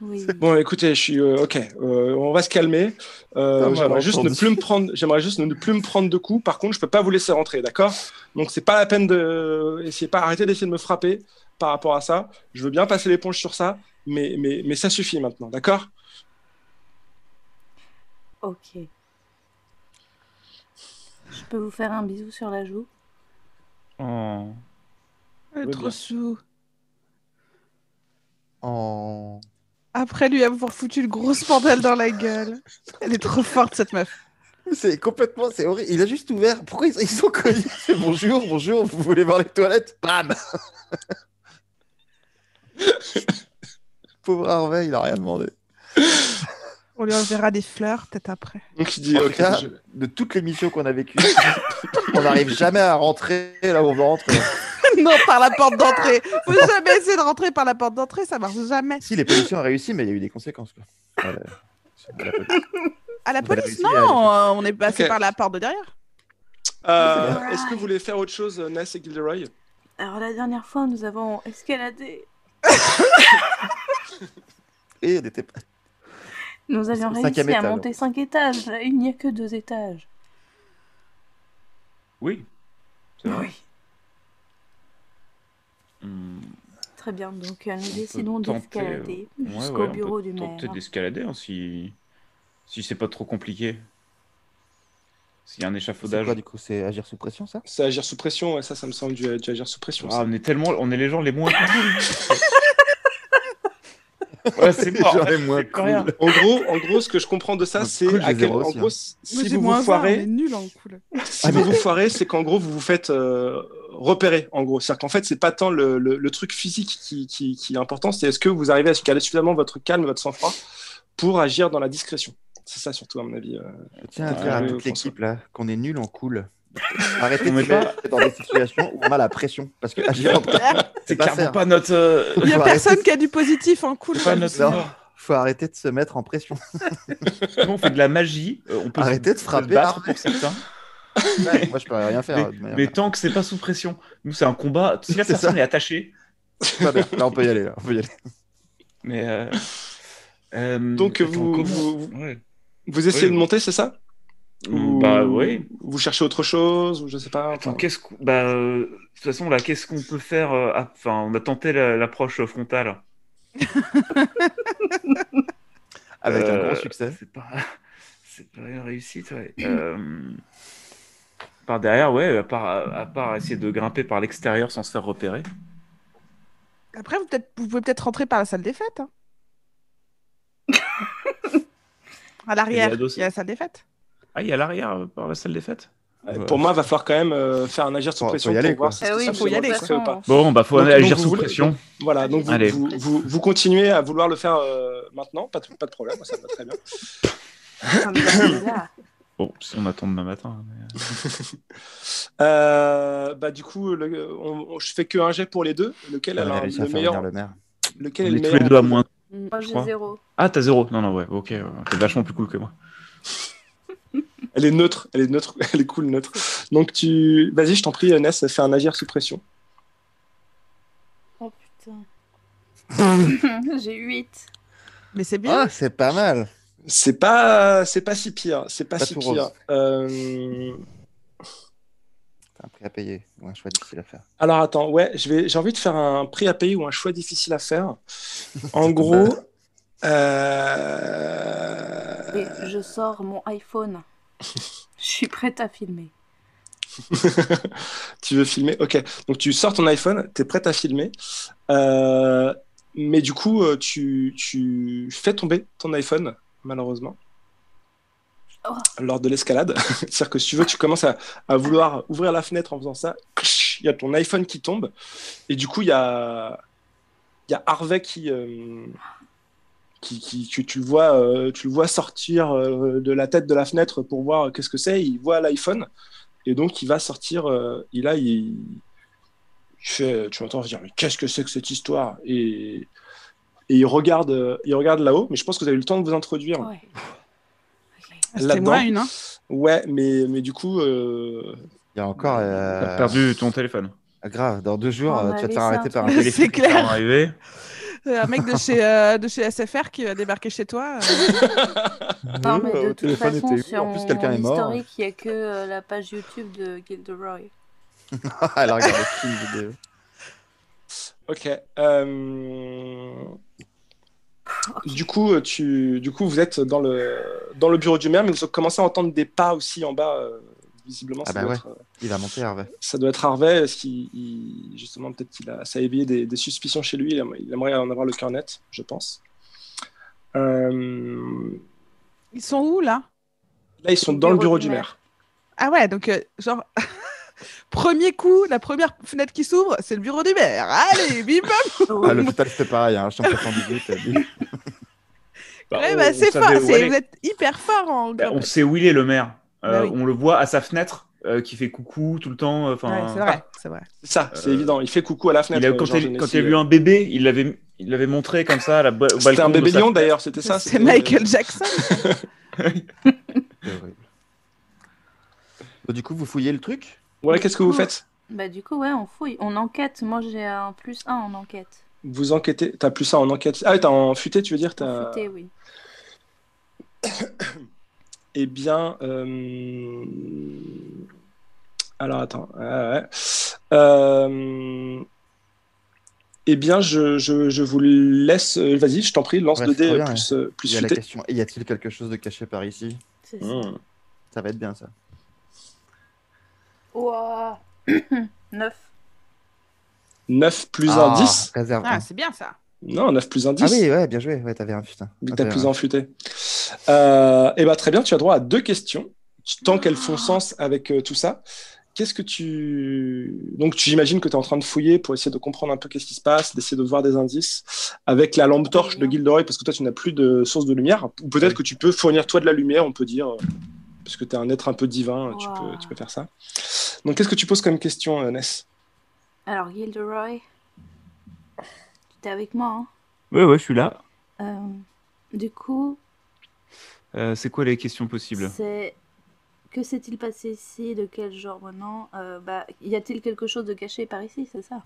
S2: Oui.
S5: Bon, écoutez, je suis euh, ok. euh, on va se calmer. Euh,
S4: Ça va,
S5: j'aimerais
S4: on
S5: juste
S4: s'en
S5: ne
S4: dit.
S5: plus me prendre. J'aimerais juste ne plus me prendre de coups. Par contre, je peux pas vous laisser rentrer, d'accord Donc c'est pas la peine de essayez pas arrêter d'essayer de me frapper par rapport à ça. Je veux bien passer l'éponge sur ça, mais mais mais ça suffit maintenant, d'accord
S2: Ok. Je peux vous faire un bisou sur la joue
S1: Oh.
S3: Elle est
S5: Ouais,
S3: trop
S5: bien.
S3: chou.
S4: En...
S3: Après lui avoir foutu le gros spandale dans la gueule. Elle est trop forte cette meuf.
S4: C'est complètement, c'est horrible. Il a juste ouvert. Pourquoi ils, ils sont connus C'est bonjour, bonjour, vous voulez voir les toilettes Bam Pauvre Harvey, il a rien demandé.
S3: On lui enverra des fleurs peut-être après.
S5: Donc il dit
S4: en tout
S5: ok.
S4: cas,
S5: je-
S4: de toutes les missions qu'on a vécues, on n'arrive jamais à rentrer là où on veut rentrer.
S3: non, par la porte d'entrée. Faut jamais essayer de rentrer par la porte d'entrée, ça marche jamais.
S4: Si, les pollutions ont réussi, mais il y a eu des conséquences. Quoi. Euh, la police.
S3: À la
S4: Vous avez
S3: police,
S4: réussi
S3: non,
S4: à-
S3: euh, on est passé
S5: Ok.
S3: par la porte de derrière.
S5: Euh, Est-ce que vous voulez faire autre chose, euh, Ness et Gilderoy
S2: Alors la dernière fois, nous avons escaladé.
S4: Et elle était pas-
S2: Nous avions
S4: Cinquième
S2: réussi à
S4: étage.
S2: monter cinq étages. Là, il n'y a que deux étages.
S1: Oui. C'est vrai.
S2: Oui.
S1: Hmm.
S2: Très bien. Donc euh, nous
S1: peut
S2: décidons
S1: tenter, euh,
S2: d'escalader
S1: Ouais,
S2: jusqu'au
S1: ouais, on peut
S2: bureau du maire.
S1: Tenter d'escalader hein, si, si c'est pas trop compliqué. S'il y a un
S4: C'est
S1: échafaudage.
S4: quoi, du coup C'est agir sous pression, ça
S5: C'est agir sous pression. ouais, ça, ça me semble du, du agir sous pression.
S1: Ah,
S5: ça.
S1: on est tellement, on est les gens les moins cool. ouais, c'est mort.
S4: Genre les moins
S1: C'est pas rien.
S4: cool.
S5: En gros, en gros, ce que je comprends de ça,
S4: Un
S5: c'est
S4: cool,
S5: à
S4: j'ai
S5: quel.
S4: zéro
S5: En gros,
S4: aussi, hein.
S3: Moi,
S5: si
S3: j'ai
S5: vous vous
S3: moins un, on
S5: foirez,
S3: est nul en cool.
S5: Si
S4: Ah,
S5: vous
S4: mais-
S5: vous foirez, c'est qu'en gros, vous vous faites euh, repérer. En gros, c'est-à-dire qu'en fait, c'est pas tant le, le- le truc physique qui, qui- qui est important, c'est est-ce que vous arrivez à caler suffisamment votre calme, votre sang-froid pour agir dans la discrétion. C'est ça surtout, à mon avis. euh.
S4: Tiens, à
S1: Ah,
S4: dire à
S5: oui,
S4: toute
S5: François.
S4: l'équipe là, qu'on est nul en cool.
S1: On
S4: Arrêtez de
S1: met
S4: se mettre dans des situations où on a la pression. Parce que agir en pression,
S1: C'est
S4: c'est pas hein.
S1: clairement
S4: faire.
S1: pas notre. euh,
S3: Il n'y a
S4: Faut
S3: personne
S4: arrêter-
S3: qui a du positif en cool.
S1: c'est pas
S3: quoi.
S1: notre.
S4: Non.
S1: sport.
S4: Faut arrêter de se mettre en pression.
S1: Nous, on fait de la magie. euh, on peut
S4: Arrêtez de
S1: se- se
S4: frapper,
S1: battre pour
S4: arrêtez.
S1: certains.
S4: Ouais, moi, je peux rien faire. de
S1: mais,
S4: manière-
S1: mais tant que c'est pas sous pression. Nous, c'est un combat. Si la
S4: C'est
S1: personne
S4: ça.
S1: est attachée.
S4: Pas bien. Là, on peut y aller. là, on peut y aller.
S1: Mais. euh, euh,
S5: Donc,
S1: attends,
S5: vous,
S1: comment-
S5: vous,
S1: Ouais.
S5: vous essayez
S1: Oui.
S5: de monter, c'est ça Ou-
S1: Bah oui.
S5: Vous cherchez autre chose, ou je sais pas.
S1: Attends,
S5: enfin.
S1: qu'est-ce qu'on- bah, euh, de toute façon là, qu'est-ce qu'on peut faire euh, à- Enfin, on a tenté la- l'approche frontale.
S4: Avec un
S1: Euh,
S4: gros succès.
S1: C'est pas, c'est pas une réussite. ouais. Euh, Par derrière, ouais, à part, à part essayer de grimper par l'extérieur sans se faire repérer.
S3: Après, vous, peut-être- vous pouvez peut-être rentrer par la salle des fêtes. hein. à l'arrière.
S1: Elle est
S3: Il
S1: adossée.
S3: y a la salle des fêtes.
S1: Ah, il y a l'arrière euh, par la salle des fêtes
S5: Euh, Pour moi, va falloir quand même euh, faire un agir sous
S4: Faut- faut
S5: pression
S4: y
S5: pour
S4: aller,
S5: voir
S4: quoi.
S5: si
S2: Eh oui,
S5: c'est
S3: Ah faut y
S5: absolument
S3: aller,
S5: parfait
S3: quoi.
S5: ou pas.
S1: Bon, bah, faut
S5: Donc,
S1: agir
S5: donc, vous
S1: sous
S5: voulez-
S1: pression.
S5: Voilà, donc vous,
S1: Allez.
S5: vous, vous- vous continuez à vouloir le faire euh, maintenant, pas de, pas de problème, moi, ça me va très bien.
S2: Comme ça,
S1: Bon, si on attend demain matin. hein, mais-
S5: Euh, bah, du coup, le- on- on- je fais que un jet pour les deux. Lequel,
S4: On
S5: a
S4: a
S5: la-
S4: réussi
S5: le
S4: à faire venir
S5: meilleur,
S4: le maire.
S5: lequel est
S1: on
S5: le
S1: est tous les
S5: meilleur
S1: deux à moins.
S2: moi j'ai
S1: crois.
S2: zéro.
S1: Ah, t'as zéro. Non, non, ouais, ok. euh, T'es vachement plus cool que moi.
S5: Elle est neutre, elle est neutre, elle est cool neutre. Donc tu, vas-y, je t'en prie, Ness, fais un agir sous pression.
S2: Oh putain. j'ai 8.
S3: Mais c'est bien.
S4: Ah, c'est pas mal.
S5: C'est pas, c'est pas si pire, c'est pas,
S4: Pas
S5: si
S4: tout
S5: pire.
S4: rose.
S5: Euh,
S4: T'as un prix à payer ou un choix difficile à faire.
S5: Alors attends, ouais, je vais, j'ai envie de faire un prix à payer ou un choix difficile à faire. En gros,
S4: Bah.
S5: euh,
S2: Et je sors mon iPhone. Je suis prête à filmer.
S5: tu veux filmer, ok. Donc tu sors ton iPhone, t'es prête à filmer, Euh, mais du coup euh, tu, tu fais tomber ton iPhone malheureusement.
S2: Oh.
S5: Lors de l'escalade, c'est-à-dire que si tu veux, tu commences à, à vouloir ouvrir la fenêtre en faisant ça. Il y a ton iPhone qui tombe, et du coup il y a, il y a Harvey qui, euh, qui, qui- que tu le vois, euh, tu le vois sortir euh, de la tête de la fenêtre pour voir qu'est-ce que c'est. Il voit l'iPhone et donc il va sortir. euh, et là, il, il fait, tu m'entends dire, mais qu'est-ce que c'est que cette histoire Et et il regarde, euh, il regarde là-haut. Mais je pense que vous avez eu le temps de vous introduire.
S2: Ouais. Ok.
S3: C'était
S5: là-dedans.
S3: moi une. hein.
S5: Ouais, mais mais du coup, euh,
S4: Il y a encore. euh, ah,
S1: T'as perdu ton téléphone.
S4: Grave, dans deux jours,
S2: On
S4: euh,
S2: a
S4: tu vas te
S2: laissé
S4: faire
S2: un
S4: arrêter par un
S2: truc.
S4: téléphone.
S3: C'est
S1: T'es
S3: clair.
S1: arrivé.
S3: Euh, Un mec de chez, euh, de chez SFR qui va débarquer chez toi. euh,
S2: Non, mais
S4: Euh,
S2: de
S4: le
S2: toute
S4: téléphone
S2: façon,
S4: était où
S2: sur
S4: En plus,
S2: mon-
S4: quelqu'un
S2: mon
S4: est mort.
S2: historique, il n'y a que euh, la page YouTube de Gilderoy.
S4: Ah, Elle a regardé une vidéo.
S5: ok. euh, Du coup, euh, tu, du coup, vous êtes dans le, dans le bureau du maire, mais vous commencez à entendre des pas aussi en bas. euh, visiblement,
S4: Ah
S5: ça,
S4: bah
S5: doit
S4: ouais.
S5: être, euh,
S4: Il va monter, Hervé.
S5: ça doit être Harvey. Parce qu'il, il- justement, peut-être qu'il a, ça a éveillé des, des suspicions chez lui. Il aim- il aimerait en avoir le cœur net, je pense. Euh,
S3: Ils sont où là
S5: là, ils sont dans le bureau du maire.
S3: Ah ouais, donc euh, genre. Premier coup, la première fenêtre qui s'ouvre, c'est le bureau du maire. Allez, bim
S4: Ah,
S2: Ouais.
S4: l'hôpital, c'était pareil. Hein. Je t'en prie, 118, t'as dit.
S3: Ouais,
S1: on-
S3: bah,
S1: on
S3: c'est
S1: savait
S3: fort,
S1: où
S3: c'est-
S1: aller.
S3: vous êtes hyper fort en
S1: Bah, on
S3: grimpette.
S1: sait où il est, le maire. Euh,
S3: Bah oui.
S1: On le voit à sa fenêtre euh, qui fait coucou tout le temps. euh, Enfin,
S3: Ouais, c'est vrai, c'est vrai.
S5: C'est ça, c'est
S1: Euh,
S5: évident. Il fait coucou à la fenêtre. euh,
S1: il a- quand
S5: Jean
S1: il, quand
S5: Genesy.
S1: il a vu un bébé, il l'avait il l'avait montré comme ça à la ba-
S5: euh.
S1: au
S5: C'était
S1: balcon
S5: un
S1: de
S5: bébé
S1: sa-
S5: lion d'ailleurs, c'était ça.
S3: C'est
S5: c'était- euh,
S3: Michael Jackson. hein.
S4: C'est horrible. Donc, Bah, du coup, vous fouillez le truc
S5: Ouais, qu'est-ce que vous faites
S2: Bah, du coup, ouais, on fouille. On enquête. Moi, j'ai un plus 1 en enquête.
S5: Vous enquêtez. T'as plus ça en enquête. Ah, t'as en futé, tu veux dire
S2: En
S5: t'as...
S2: futé, oui.
S5: Eh bien, euh, alors attends. ah ouais. Euh, Eh bien, je, je- je vous laisse. euh, Vas-y, je t'en prie, lance
S4: Ouais,
S5: de
S4: c'est trop
S5: dés
S4: bien,
S5: plus, euh, plus
S4: Il y a la
S5: futé.
S4: question y a-t-il quelque chose de caché par ici
S2: C'est ça.
S5: Mmh.
S4: Ça va être bien, ça.
S2: Ouah. 9.
S5: 9 plus
S4: Ah,
S5: 1, 10.
S4: Réserve. hein.
S3: Ah, c'est bien ça.
S5: Non, 9 plus 1, 10.
S4: Ah oui, ouais, bien joué. Ouais, t'avais un putain.
S5: Vu que
S4: Ah,
S5: t'as
S4: t'avais
S5: plus
S4: un.
S5: en futé. Euh, eh ben, très bien, tu as droit à deux questions, tant qu'elles font sens avec euh, tout ça. Qu'est-ce que tu... Donc, tu imagines que tu es en train de fouiller pour essayer de comprendre un peu qu'est-ce qui se passe, d'essayer de voir des indices avec la lampe torche de Gilderoy, parce que toi, tu n'as plus de source de lumière. Ou peut-être que tu peux fournir toi de la lumière, on peut dire, euh, parce que tu es un être un peu divin, tu,
S2: Wow.
S5: peux, tu peux faire ça. Donc, qu'est-ce que tu poses comme question, euh, Ness
S2: Alors, Gilderoy, tu t'es avec moi,
S1: Ouais, ouais, je suis là.
S2: hein Euh, Du coup,
S1: Euh, c'est quoi les questions possibles
S2: c'est... Que s'est-il passé ici De quel genre maintenant Euh, Bah, y a-t-il quelque chose de caché par ici, c'est ça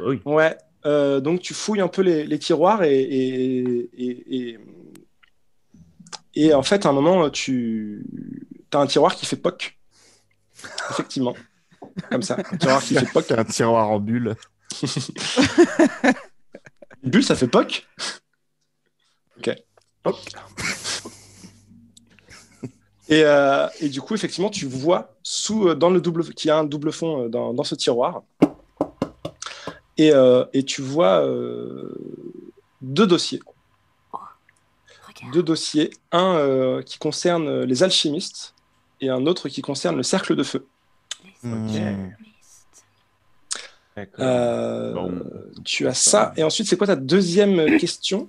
S1: Oui.
S5: Ouais, euh, donc tu fouilles un peu les, les tiroirs et, et, et, et- et en fait, à un moment, tu as un tiroir qui fait poc. Effectivement. Comme ça, un tiroir qui fait poc.
S4: un tiroir en bulle.
S5: Une bulle, ça fait poc.
S4: Hop.
S5: Et, euh, et du coup, effectivement, tu vois sous, euh, dans le double, qu'il y a un double fond euh, dans, dans ce tiroir. Et, euh, et tu vois euh, deux dossiers. deux dossiers, un euh, qui concerne les alchimistes et un autre qui concerne le cercle de feu.
S4: Hmm.
S5: Euh,
S1: D'accord. Ah, Bon.
S5: Tu as ça. Et ensuite, c'est quoi ta deuxième question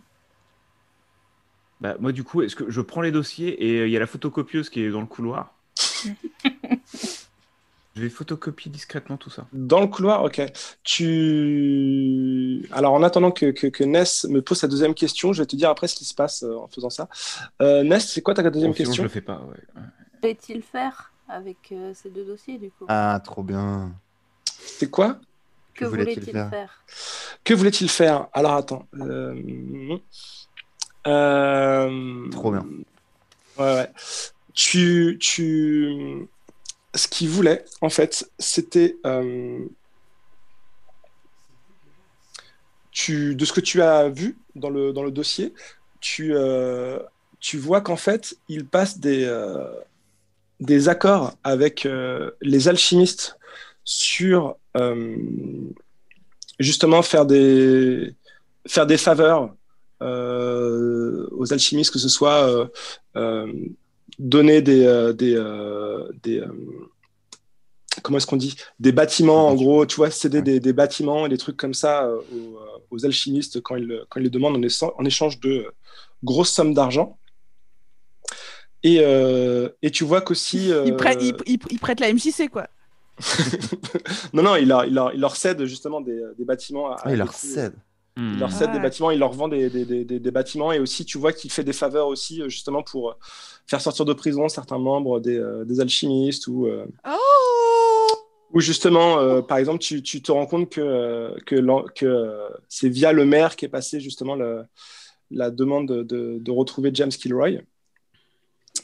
S1: Bah, moi, du coup, est-ce que je prends les dossiers et euh, il y a la photocopieuse qui est dans le couloir Je vais photocopier discrètement tout ça.
S5: Dans le couloir, ok. Tu. Alors, en attendant que, que, que Ness me pose sa deuxième question, je vais te dire après ce qui se passe euh, en faisant ça. Euh, Ness, c'est quoi ta deuxième
S1: Bon, Oh, sinon, je
S5: question
S1: le fais pas. ouais.
S2: Qu'allait-il faire avec euh, ces deux dossiers du coup
S4: Ah, trop bien.
S5: C'est quoi
S2: Que voulait-il faire,
S5: Que voulait-il faire Alors attends. Euh, euh,
S4: Trop bien.
S2: Bah,
S5: Ouais, ouais. Tu, tu... Ce qu'il voulait, en fait, c'était... euh, Tu... De ce que tu as vu dans le, dans le dossier, tu, euh, tu vois qu'en fait, il passe des, euh, des accords avec euh, les alchimistes sur euh, justement faire des, faire des faveurs euh, aux alchimistes, que ce soit euh, euh, donner des, euh, des, euh, des, euh, comment est-ce qu'on dit des bâtiments en gros tu vois céder des, des bâtiments et des trucs comme ça euh, aux, euh, aux alchimistes quand ils, quand ils les demandent en, échan- en échange de euh, grosses sommes d'argent et, euh, et tu vois qu'aussi
S3: Il, prête,
S5: euh,
S3: il, il- il prête la MJC, quoi.
S5: non non il leur, il leur, il leur cède justement des, des bâtiments à,
S4: Ah, il leur
S5: à-
S4: cède.
S1: Hmm.
S5: Il leur cède des
S3: Ouais.
S5: bâtiments, il leur vend des, des, des- des- des bâtiments et aussi tu vois qu'il fait des faveurs aussi euh, justement pour euh, faire sortir de prison certains membres des, euh, des alchimistes ou, euh,
S3: Oh
S5: ou justement euh, par exemple tu, tu te rends compte que, euh, que, l'en- que euh, c'est via le maire qui est passé justement le- la demande de, de- de retrouver James Kilroy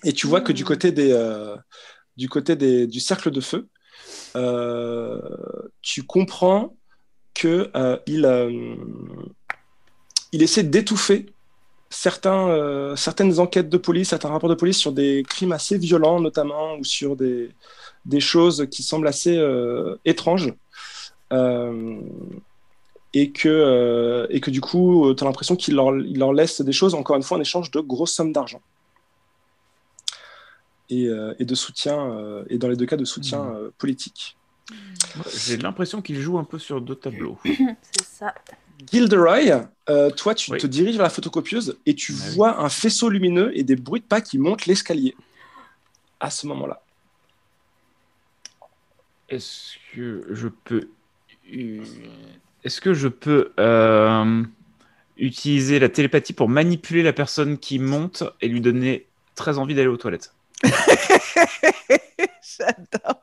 S5: et tu vois que du
S2: Mhm.
S5: côté, des, euh, du, côté des, du cercle de feu euh, tu comprends que euh, il, euh, il essaie d'étouffer certains, euh, certaines enquêtes de police, certains rapports de police sur des crimes assez violents notamment, ou sur des, des choses qui semblent assez euh, étranges. Euh, et, que, euh, et que du coup, tu as l'impression qu'il leur, il leur laisse des choses, encore une fois, en échange de grosses sommes d'argent. Et, euh, et de soutien, euh, et dans les deux cas, de soutien
S1: Mhm.
S5: euh, politique.
S1: Moi, J'ai l'impression qu'il joue un peu sur deux tableaux.
S2: C'est ça.
S5: Gilderoy, euh, toi, tu
S1: Oui.
S5: te diriges vers la photocopieuse et tu
S1: Ah oui.
S5: vois un faisceau lumineux et des bruits de pas qui montent l'escalier. À ce moment-là.
S1: Est-ce que je peux. Est-ce que je peux euh, utiliser la télépathie pour manipuler la personne qui monte et lui donner très envie d'aller aux toilettes
S3: J'adore.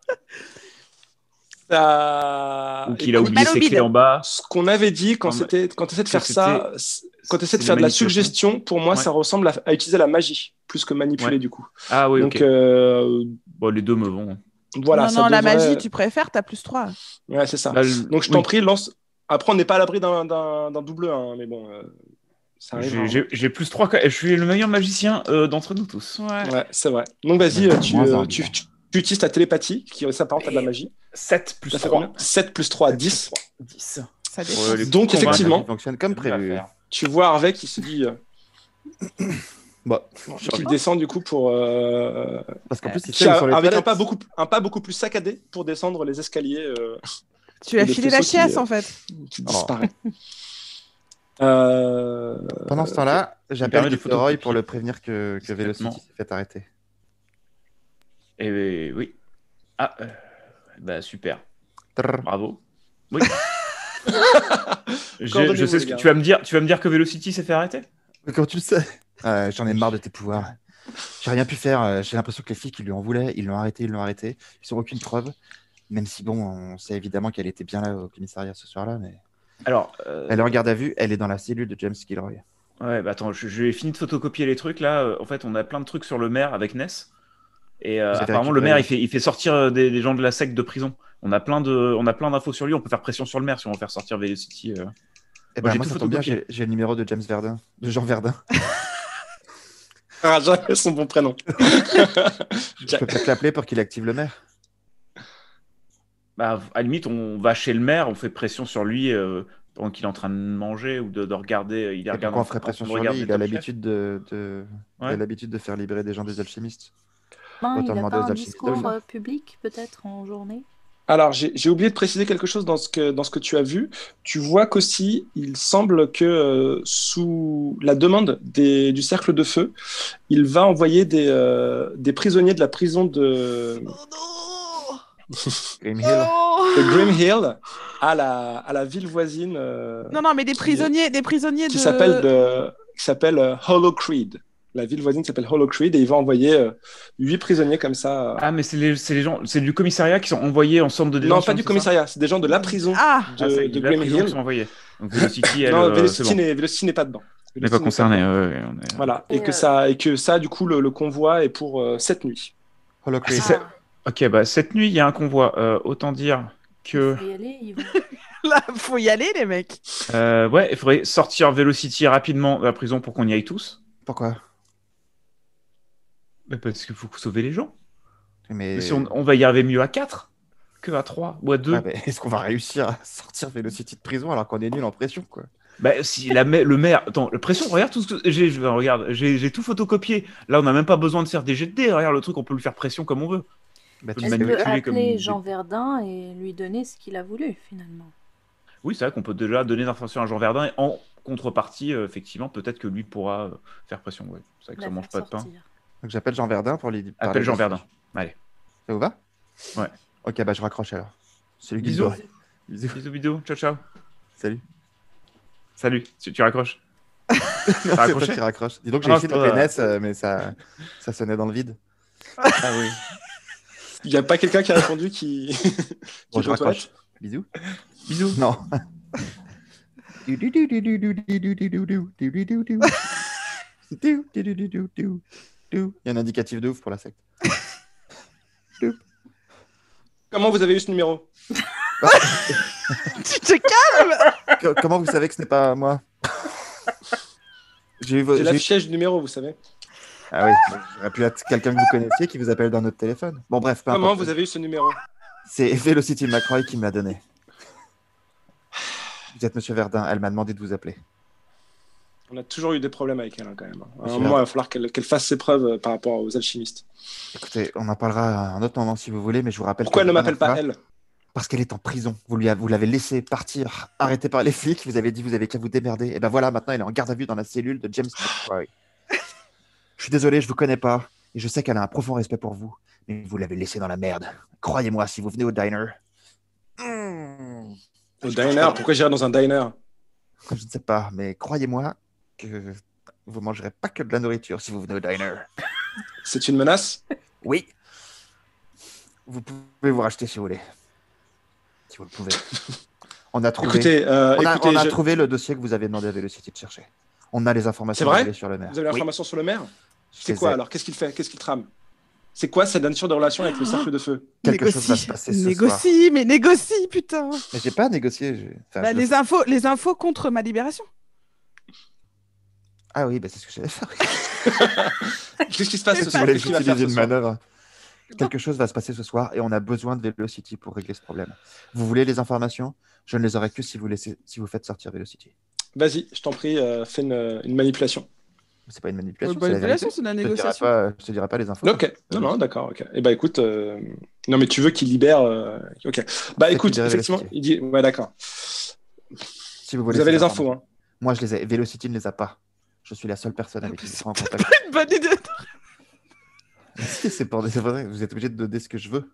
S5: Ça...
S1: Ou qu'il a
S5: Ah, Écoute,
S1: oublié
S3: Mal au
S1: ses
S3: bide.
S1: clés en bas
S5: Ce qu'on avait dit quand
S1: Non, mais-
S5: c'était, quand t'essaies de faire
S1: c'était-
S5: ça, c'est- quand t'essaies de
S1: c'est
S5: faire de la
S1: manipulation.
S5: suggestion, pour moi,
S1: Ouais.
S5: ça ressemble à, à utiliser la magie plus que manipuler
S1: Ouais.
S5: du coup.
S1: Ah oui,
S5: Donc
S1: ok.
S5: euh,
S1: Bon, les deux me vont.
S5: voilà.
S3: non,
S5: ça
S3: non, la
S5: devrait-
S3: magie, tu préfères, t'as plus 3.
S5: Ouais, c'est ça.
S1: Là, le-
S5: bah, Donc je t'en
S1: oui.
S5: prie, lance. Après, on n'est pas à l'abri d'un- d'un d'un double, hein, mais bon, euh, ça arrive.
S1: J'ai-
S5: hein.
S1: J'ai j'ai plus 3 Je suis le meilleur magicien euh, d'entre nous tous. Ouais.
S5: Ouais, c'est vrai. Donc vas-y,
S4: Ouais,
S5: euh, tu,
S4: moins
S5: euh,
S4: arbre.
S5: tu, tu- tu utilises ta télépathie, qui s'apparente à de la magie.
S1: 7 plus
S5: Ça fait
S1: 3.
S5: combien 7 plus 3, 10.
S1: 10.
S3: Ça dépend.
S4: Ouais, les
S5: Donc,
S4: combats,
S5: effectivement.
S4: ça fonctionne comme prévu.
S5: Tu vois Harvey qui se dit... euh,
S4: Bah,
S5: qui descend du coup pour... euh,
S4: parce qu'en plus, il
S5: qui
S4: sait où
S5: a-
S4: sont les
S5: avec un
S4: toilettes.
S5: pas, beaucoup, un pas beaucoup plus saccadé pour descendre les escaliers euh,
S3: Tu as
S5: le
S3: filé la
S5: faisceau qui,
S3: chiasse,
S5: euh,
S3: en fait.
S5: qui
S4: Oh.
S5: disparaît. Euh,
S4: Pendant ce temps-là,
S1: permet
S4: j'appelle
S1: de
S4: Gilderoy
S1: photocopier.
S4: pour le prévenir que, que Velocity
S1: Discrètement.
S4: s'est fait arrêter.
S1: Et oui. Ah, euh, bah super.
S4: Trrr.
S1: Bravo. Oui. je,
S5: Coordonnez-vous,
S1: je sais
S5: les
S1: ce que
S5: gars.
S1: tu vas me dire. Tu vas me dire que Velocity s'est fait arrêter
S4: Quand tu le sais. Euh, J'en ai marre de tes pouvoirs. J'ai rien pu faire. euh, J'ai l'impression que les flics, ils lui en voulaient. Ils l'ont arrêté, ils l'ont arrêté. Ils n'ont aucune preuve. Même si, bon, on sait évidemment qu'elle était bien là au commissariat ce soir-là. mais
S1: Alors, euh,
S4: Elle est en garde à vue. Elle est dans la cellule de James Gilroy. Eh
S1: ouais, bah attends, je, je vais finir de photocopier les trucs là. Euh, En fait, on a plein de trucs sur le maire avec Ness. Et euh,
S4: Vous avez
S1: apparemment,
S4: récupéré.
S1: le maire, il fait, il fait sortir euh, des, des gens de la secte de prison. On a plein de, on a plein d'infos sur lui. On peut faire pression sur le maire si on veut faire sortir Velocity. euh.
S4: Eh
S1: Moi,
S4: ben,
S1: j'ai
S4: moi,
S1: tout
S4: ça tombe bien.
S1: photocopié.
S4: J'ai j'ai le numéro de James Verdun. De Jean Verdun.
S5: Ah, jamais son bon prénom.
S4: Je peux peut-être l'appeler pour qu'il active le maire.
S1: Bah, à la limite, on va chez le maire, on fait pression sur lui euh, pendant qu'il est en train de manger ou de, de regarder. euh, Il
S4: Et
S1: regarde
S4: pourquoi on
S1: en-
S4: ferait pression
S1: en
S4: sur
S1: regardant
S4: lui, il
S1: Top
S4: a
S1: Chef.
S4: l'habitude de, de- il a
S1: Ouais.
S4: l'habitude de faire libérer des gens des alchimistes.
S2: Non, il
S4: Autant
S2: n'a
S4: demander
S2: pas
S4: aux
S2: un
S4: alchimistes de le
S2: discours
S4: faire.
S2: euh, public peut-être en journée.
S5: Alors, j'ai j'ai oublié de préciser quelque chose dans ce que, dans ce que tu as vu. Tu vois qu'aussi, il semble que euh, sous la demande des- du Cercle de Feu, il va envoyer des, euh, des prisonniers de la prison de,
S3: Oh
S4: Green
S3: non
S4: Hill.
S3: Oh
S5: de Grim Hill à la, à la ville voisine euh,
S3: Non, non, mais des prisonniers, des prisonniers
S5: qui
S3: de...
S5: s'appelle de- qui s'appelle euh, Hollow Creed. La ville voisine s'appelle Hollow Creed et il va envoyer euh, huit prisonnés comme ça. euh,
S1: Ah, mais c'est les, c'est les gens, c'est du commissariat qui sont envoyés en centre de
S5: non,
S1: détention.
S5: pas du
S1: c'est ça
S5: commissariat, c'est des gens de la prison
S3: Ah
S1: Ah,
S5: de,
S1: c'est
S5: de
S1: la
S5: Grim
S1: prison qui
S5: Hill.
S1: sont envoyés. Donc Velocity, elle,
S5: non,
S1: euh, c'est
S5: Velocity
S1: bon.
S5: n'est Velocity n'est pas dedans.
S1: On n'est pas
S5: Velocity
S1: concerné.
S5: dedans.
S1: ouais, ouais, on est-
S5: Voilà, et
S2: Et,
S5: que,
S2: euh,
S5: ça, et que ça, du coup, le, le convoi est pour euh, cette nuit.
S4: Hollow Creek.
S1: c'est- Ok, bah cette nuit, il y a un convoi. Euh, autant dire que.
S2: Il faut y aller, ils vont-
S3: Là, faut y aller, les mecs
S1: Euh, ouais, il faudrait sortir Velocity rapidement de la prison pour qu'on y aille tous.
S4: Pourquoi
S1: Bah, parce qu'il faut sauver les gens.
S4: Mais
S1: Mais si on, on va y arriver mieux à 4 que à 3 ou à 2.
S4: Ouais,
S5: Ah,
S4: mais est-ce qu'on va réussir à sortir Velocity de prison alors qu'on est nul en pression quoi
S1: Bah, si la ma- le maire. Attends, la pression, regarde tout ce que. J'ai, je- regarde, j'ai, j'ai tout photocopié. Là, on n'a même pas besoin de faire des jets de dés. Regarde le truc, on peut le faire pression comme on veut.
S4: Bah, tu
S1: Est-ce
S2: Elle
S4: sais-
S1: manipuler
S2: peut
S1: comme
S2: appeler
S1: une-
S2: Jean Verdun et lui donner ce qu'il a voulu finalement.
S1: Oui, c'est vrai qu'on peut déjà donner des informations à Jean Verdun et en contrepartie, euh, effectivement, peut-être que lui pourra euh, faire pression. Ouais. C'est vrai que
S2: La
S1: ça mange pas
S2: faire
S1: de pain.
S2: sortir.
S4: Donc j'appelle Jean Verdun pour lui parler
S1: Appelle
S4: de
S1: Jean
S4: ça.
S1: Verdun.
S4: Ça vous va
S1: Ouais.
S4: Ok, bah je raccroche alors. C'est le
S1: Bisous.
S4: Gildoy. Bisous.
S1: Bisous, bisous. Ciao, ciao.
S4: Salut.
S1: Salut. Tu, tu raccroches
S4: Non, c'est toi
S1: raccroché
S4: qui raccroche. Dis donc,
S1: Ah
S4: j'ai
S1: non,
S4: essayé
S1: c'est
S4: de
S1: toi.
S4: PNS, euh, mais ça, ça sonnait dans le vide. Ah oui.
S5: Il n'y a pas quelqu'un qui a répondu qui. qui
S4: Bon,
S5: est
S4: je
S5: aux
S4: raccroche.
S5: toilettes
S4: Bisous.
S1: Bisous.
S4: Non. Il y a un indicatif de ouf pour la secte.
S5: Comment vous avez eu ce numéro
S3: Tu te calmes
S4: Co- Comment vous savez que ce n'est pas moi J'ai eu vo-
S5: C'est
S4: j'ai eu-
S5: l'affichage du numéro, vous savez.
S4: Ah oui, j'aurais pu être quelqu'un que vous connaissiez qui vous appelle d'un autre téléphone. Bon, bref, peu
S5: Comment
S4: importe.
S5: vous avez eu ce numéro
S4: C'est Velocity McCroy qui me l'a donné. Vous êtes Monsieur Verdun, elle m'a demandé de vous appeler.
S5: On a toujours eu des problèmes avec elle, hein, quand même. À un
S4: Monsieur
S5: moment, il
S4: Verdun.
S5: va falloir qu'elle qu'elle fasse ses preuves euh, par rapport aux alchimistes.
S4: Écoutez, on en parlera à un autre moment si vous voulez, mais je vous rappelle.
S5: Pourquoi
S4: que
S5: elle ne
S4: la
S5: m'appelle
S4: dernière
S5: pas
S4: fois,
S5: elle
S4: Parce qu'elle est en prison. Vous lui, a- vous l'avez laissé partir, arrêté par les flics. Vous avez dit, vous avez qu'à vous démerder. Et ben voilà, maintenant elle est en garde à vue dans la cellule de James McCroy. je suis désolé, je vous connais pas, et je sais qu'elle a un profond respect pour vous, mais vous l'avez laissée dans la merde. Croyez-moi, si vous venez au diner,
S5: Au diner Pourquoi j'irais dans un diner
S4: je ne sais pas, mais croyez-moi que vous mangerez pas que de la nourriture si vous venez au diner.
S5: C'est une menace
S4: Oui. Vous pouvez vous racheter si vous voulez. Si vous le pouvez. On a trouvé,
S5: Écoutez, euh,
S4: Ah on a,
S5: écoutez
S4: on a
S5: je-
S4: trouvé le dossier que vous avez demandé à Velocity de chercher. On a les informations
S5: C'est vrai
S4: que vous avez sur le maire.
S5: vous avez
S4: Oui,
S5: l'information sur le maire
S4: je
S5: C'est
S4: les
S5: quoi
S4: ai.
S5: alors Qu'est-ce qu'il fait Qu'est-ce qu'il trame C'est quoi sa nature de relation avec le cercle de feu
S4: Quelque chose va
S3: Négocie.
S4: se passer ce soir.
S3: Négocie, mais négocie, putain
S4: Mais j'ai pas négocié. j'ai- enfin,
S3: Bah,
S4: Ah, je-
S3: les, infos, les infos contre ma libération.
S4: Ah oui, bah, c'est ce que j'allais faire.
S5: Qu'est-ce qui se passe ce
S4: Je
S5: soir
S4: voulais
S5: Qu'est-ce qu'il va faire
S4: utiliser
S5: ce
S4: une
S5: soir
S4: manœuvre. Quelque chose va se passer ce soir et on a besoin de Velocity pour régler ce problème. Vous voulez les informations Je ne les aurai que si vous, laissez, si vous faites sortir Velocity.
S5: Vas-y, je t'en prie, euh, fais une, une manipulation.
S4: C'est pas une
S3: Bah,
S4: manipulation.
S3: bah,
S4: c'est la
S3: L'évaluation,
S4: vérité.
S3: c'est de
S4: Je
S3: la
S4: ne dirai
S3: négociation.
S4: pas, je te dirai pas les infos.
S5: Ok, non, non, d'accord, ok. Et bah écoute, euh, non mais tu veux qu'il libère. euh, Ok. Bah
S4: C'est
S5: écoute,
S4: qu'il dirait
S5: effectivement,
S4: Velocity.
S5: il dit. Ouais, d'accord.
S4: Si vous voulez
S5: Vous avez
S4: ces
S5: les infos, hein.
S4: Moi, je les ai. Velocity ne les a pas. Je suis la seule personne avec qui je serai en contact.
S3: Bonne idée.
S4: Si, c'est pour- c'est vrai, vous êtes obligé de donner ce que je veux.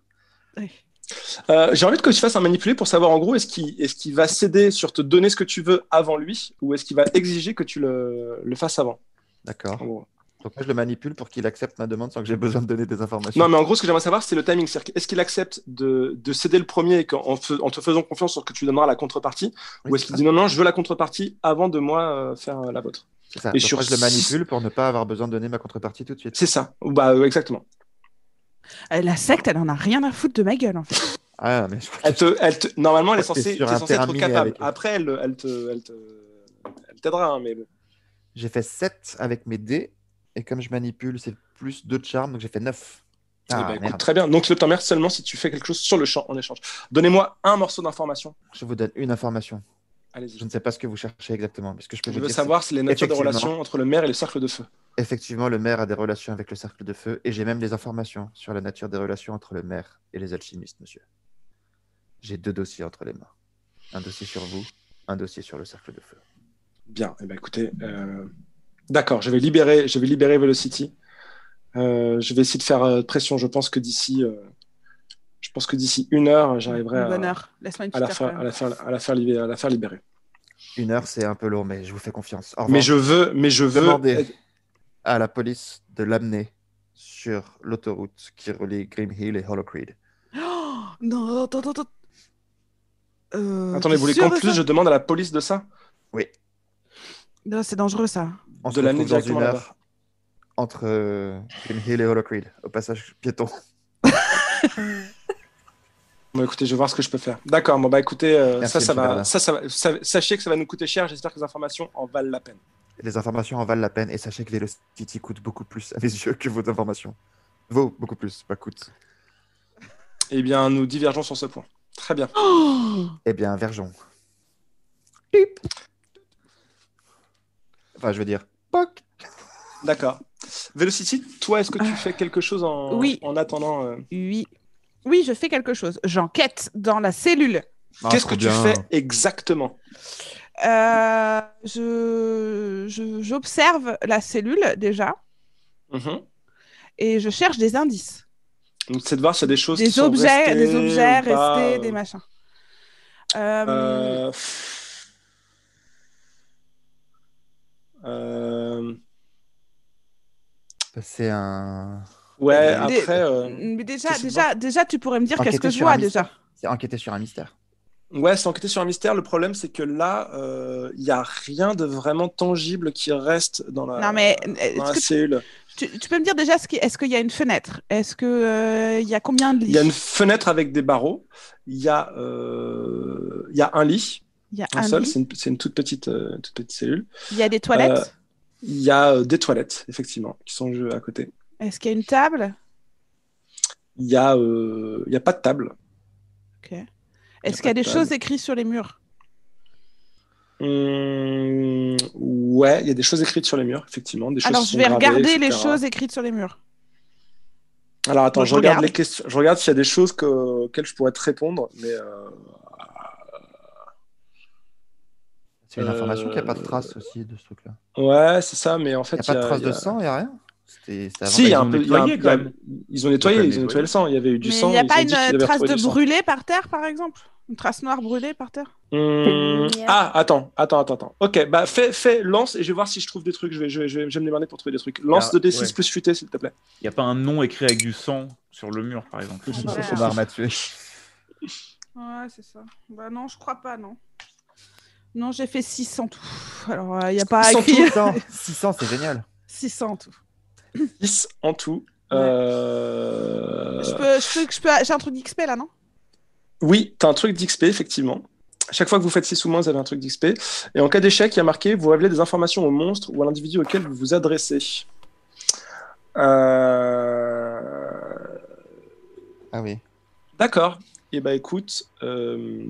S5: Euh, J'ai envie de que tu fasses un manipulé pour savoir en gros est-ce qu'il est qu'il va céder sur te donner ce que tu veux avant lui ou est-ce qu'il va exiger que tu le, le fasses avant
S4: D'accord.
S5: en gros.
S4: Donc moi, je le manipule pour qu'il accepte ma demande sans que j'ai besoin de donner des informations.
S5: Non, mais en gros, ce que j'aimerais savoir, c'est le timing. C'est-à-dire que Est-ce qu'il accepte de, de céder le premier et qu'en- en, fais- en te faisant confiance sur que tu donneras la contrepartie
S4: Oui,
S5: ou est-ce qu'il dit non, non, je veux la contrepartie avant de moi euh, faire euh, la vôtre
S4: c'est ça.
S5: et
S4: Donc,
S5: sur
S4: moi, je le
S5: six-
S4: manipule pour ne pas avoir besoin de donner ma contrepartie tout de suite.
S5: C'est ça. Bah, euh, exactement.
S3: Euh, La secte, elle en a rien à foutre de ma gueule, en fait.
S4: Ah, mais je crois que-
S5: Elle te, elle te- normalement, elle est
S4: Je crois que t'es
S5: censée,
S4: sur
S5: t'es
S4: un
S5: censée être
S4: terminé
S5: capable.
S4: avec elle.
S5: Après, elle, elle te, elle te, elle t'aidera, hein, mais bon.
S4: j'ai fait 7 avec mes dés. Et comme je manipule, c'est plus 2 de charme, donc j'ai fait 9.
S5: Eh ben,
S4: Ah,
S5: écoute,
S4: merde.
S5: très bien. Donc, je t'emmerde seulement si tu fais quelque chose sur le champ en échange. Donnez-moi un morceau d'information.
S4: Je vous donne une information.
S5: Allez-y.
S4: Je ne sais pas ce que vous cherchez exactement. Mais ce que je peux
S5: Je
S4: vous
S5: veux
S4: dire,
S5: savoir si les natures de
S4: Effectivement.
S5: relations entre le maire et le cercle de feu.
S4: c'est effectivement, le maire a des relations avec le cercle de feu, et j'ai même des informations sur la nature des relations entre le maire et les alchimistes, monsieur. J'ai deux dossiers entre les mains. Un dossier sur vous, un dossier sur le cercle de feu.
S5: Bien, eh ben, écoutez, euh, d'accord, je vais libérer, je vais libérer Velocity. Euh, je vais essayer de faire euh, pression. Je pense que d'ici, euh, je pense que d'ici une heure, j'arriverai
S3: Une bonne
S5: à,
S3: heure. Laisse-moi une
S5: à la
S3: petite heure.
S5: faire, à la faire, à la faire libérer, à la faire libérer.
S4: Une heure, c'est un peu long, mais je vous fais confiance. En
S5: Mais
S4: revanche,
S5: je veux, mais je veux.
S4: Demandez. à la police de l'amener sur l'autoroute qui relie Grim Hill et Hollow Creek.
S3: Oh, non, attends, attends, attends. Euh,
S5: Attendez,
S3: t'es
S5: vous voulez
S3: sûr
S5: qu'en
S3: de
S5: plus
S3: ça
S5: je demande à la police de ça
S3: Non, c'est dangereux ça.
S4: On
S5: De
S4: se
S5: l'amener
S4: retrouve dans
S5: directement
S4: une
S5: là-bas.
S4: heure entre euh, Grim Hill et Hollow Creek, au passage piéton.
S5: Bon, écoutez, je vais voir ce que je peux faire. D'accord, bon, bah écoutez, euh,
S4: Merci,
S5: ça, ça
S4: monsieur
S5: va,
S4: Bernard.
S5: ça, ça va- sa- sachez que ça va nous coûter cher. J'espère que les informations en valent la peine.
S4: Les informations en valent la peine et sachez que Velocity coûte beaucoup plus à mes yeux que vos informations. Vaut beaucoup plus, pas coûte.
S5: Eh bien, nous divergeons sur ce point. Très bien.
S3: Oh
S4: Eh bien, Verjon. Enfin, je veux dire, poc
S5: D'accord. Velocity, toi, est-ce que tu fais quelque chose en,
S3: Oui.
S5: en attendant euh,
S3: oui. Oui, je fais quelque chose. J'enquête dans la cellule.
S4: Ah,
S5: Qu'est-ce
S4: trop
S5: que tu
S4: bien.
S5: fais exactement
S3: Euh, je- je- J'observe la cellule déjà
S5: Mhm.
S3: et je cherche des indices.
S5: Donc, c'est de voir s'il y a des choses. qui
S3: Des
S5: sont
S3: objets,
S5: restées
S3: des objets
S5: ou pas,
S3: restés,
S5: euh,
S3: des machins. Euh,
S5: euh, euh,
S4: C'est un.
S5: Ouais,
S3: Des-
S5: après. euh,
S3: Mais déjà,
S5: qu'est-ce que
S3: déjà, déjà, tu pourrais me dire
S4: Enquêter
S3: qu'est-ce que je
S4: sur
S3: vois
S4: un
S3: déjà.
S4: C'est enquêter sur un mystère.
S5: Ouais, c'est enquêter sur un mystère. Le problème, c'est que là, euh, il y n'y a rien de vraiment tangible qui reste dans la,
S3: Non, mais
S5: Euh, dans la
S3: est-ce que
S5: cellule.
S3: tu, tu peux me dire déjà ce qui- est-ce qu'il y a une fenêtre Est-ce que euh, il y a combien de lits
S5: Il y a une fenêtre avec des barreaux. Il y a, euh, il y a un lit,
S3: Il y a
S5: un
S3: un
S5: seul. Euh,
S3: lit.
S5: C'est une, c'est une toute petite, euh, toute petite cellule.
S3: Il y a des toilettes
S5: Il y a euh, des toilettes, effectivement, qui sont euh, à côté.
S3: Est-ce qu'il y a une table
S5: Il y a, euh, il y a pas de table.
S3: Ok.
S5: Il y a
S3: Est-ce qu'il
S5: pas
S3: y a
S5: de
S3: des
S5: table.
S3: choses écrites sur les murs
S5: Hum, ouais, il y a des choses écrites sur les murs, effectivement. Des choses
S3: Alors
S5: qui
S3: je
S5: sont
S3: vais
S5: gravées,
S3: regarder les
S5: etc.
S3: choses écrites sur les murs.
S5: Alors attends,
S3: Moi,
S5: je
S3: je
S5: regarde
S3: regarde.
S5: les questions. Je regarde s'il y a des choses que- auxquelles je pourrais te répondre, mais euh,
S4: C'est une
S5: Euh,
S4: information qui n'a pas de trace aussi de ce truc-là.
S5: ouais, c'est ça. Mais en fait,
S4: Il n'y a pas de trace
S5: il y a-
S4: de sang, il n'y a rien C'était- c'était avant
S5: Si, il y a
S1: Ils
S5: un
S1: ont
S5: peu. il y a un-
S1: nettoyé,
S5: il y a-
S1: quand même.
S5: Ils ont nettoyé, ils
S1: Ils ont
S5: ont nettoyé
S1: nettoyé.
S5: le sang. Il y avait eu du
S3: Mais
S5: sang.
S3: il n'y a
S5: ils
S3: pas
S5: ont
S3: une
S5: dit qu'ils avaient
S3: trace
S5: retrouvé
S3: de
S5: du sang.
S3: brûlé par terre, par exemple Une trace noire brûlée par terre
S5: Hum,
S3: Mmh.
S2: Lumière.
S5: Ah, attends, attends, attends, attends. Ok, bah fais, fais, lance et je vais voir si je trouve des trucs. Je vais, je vais, je vais, je vais me démerder pour trouver des trucs. Lance
S1: Ah,
S5: 2d6
S1: ouais.
S5: plus futé, s'il te plaît.
S1: Il n'y a pas un nom écrit avec du sang sur le mur, par exemple.
S2: Ah, voilà.
S4: C'est son arme à tuer.
S3: Ouais, c'est ça. Bah non, je crois pas, non. Non, j'ai fait 600 tout. Alors, euh, il n'y a pas
S5: 600
S3: écrit
S4: 600, 600 c'est génial.
S3: 600 tout.
S5: 10 en tout.
S3: Ouais.
S5: Euh,
S3: Je peux, je peux, je peux- j'ai un truc d'XP là, non
S5: Oui, t'as un truc d'XP, effectivement. Chaque fois que vous faites 6 ou moins, vous avez un truc d'XP. Et en cas d'échec, il y a marqué vous révélez des informations au monstre ou à l'individu auquel vous vous adressez. Euh...
S4: Ah oui.
S5: D'accord. Et bah écoute, euh,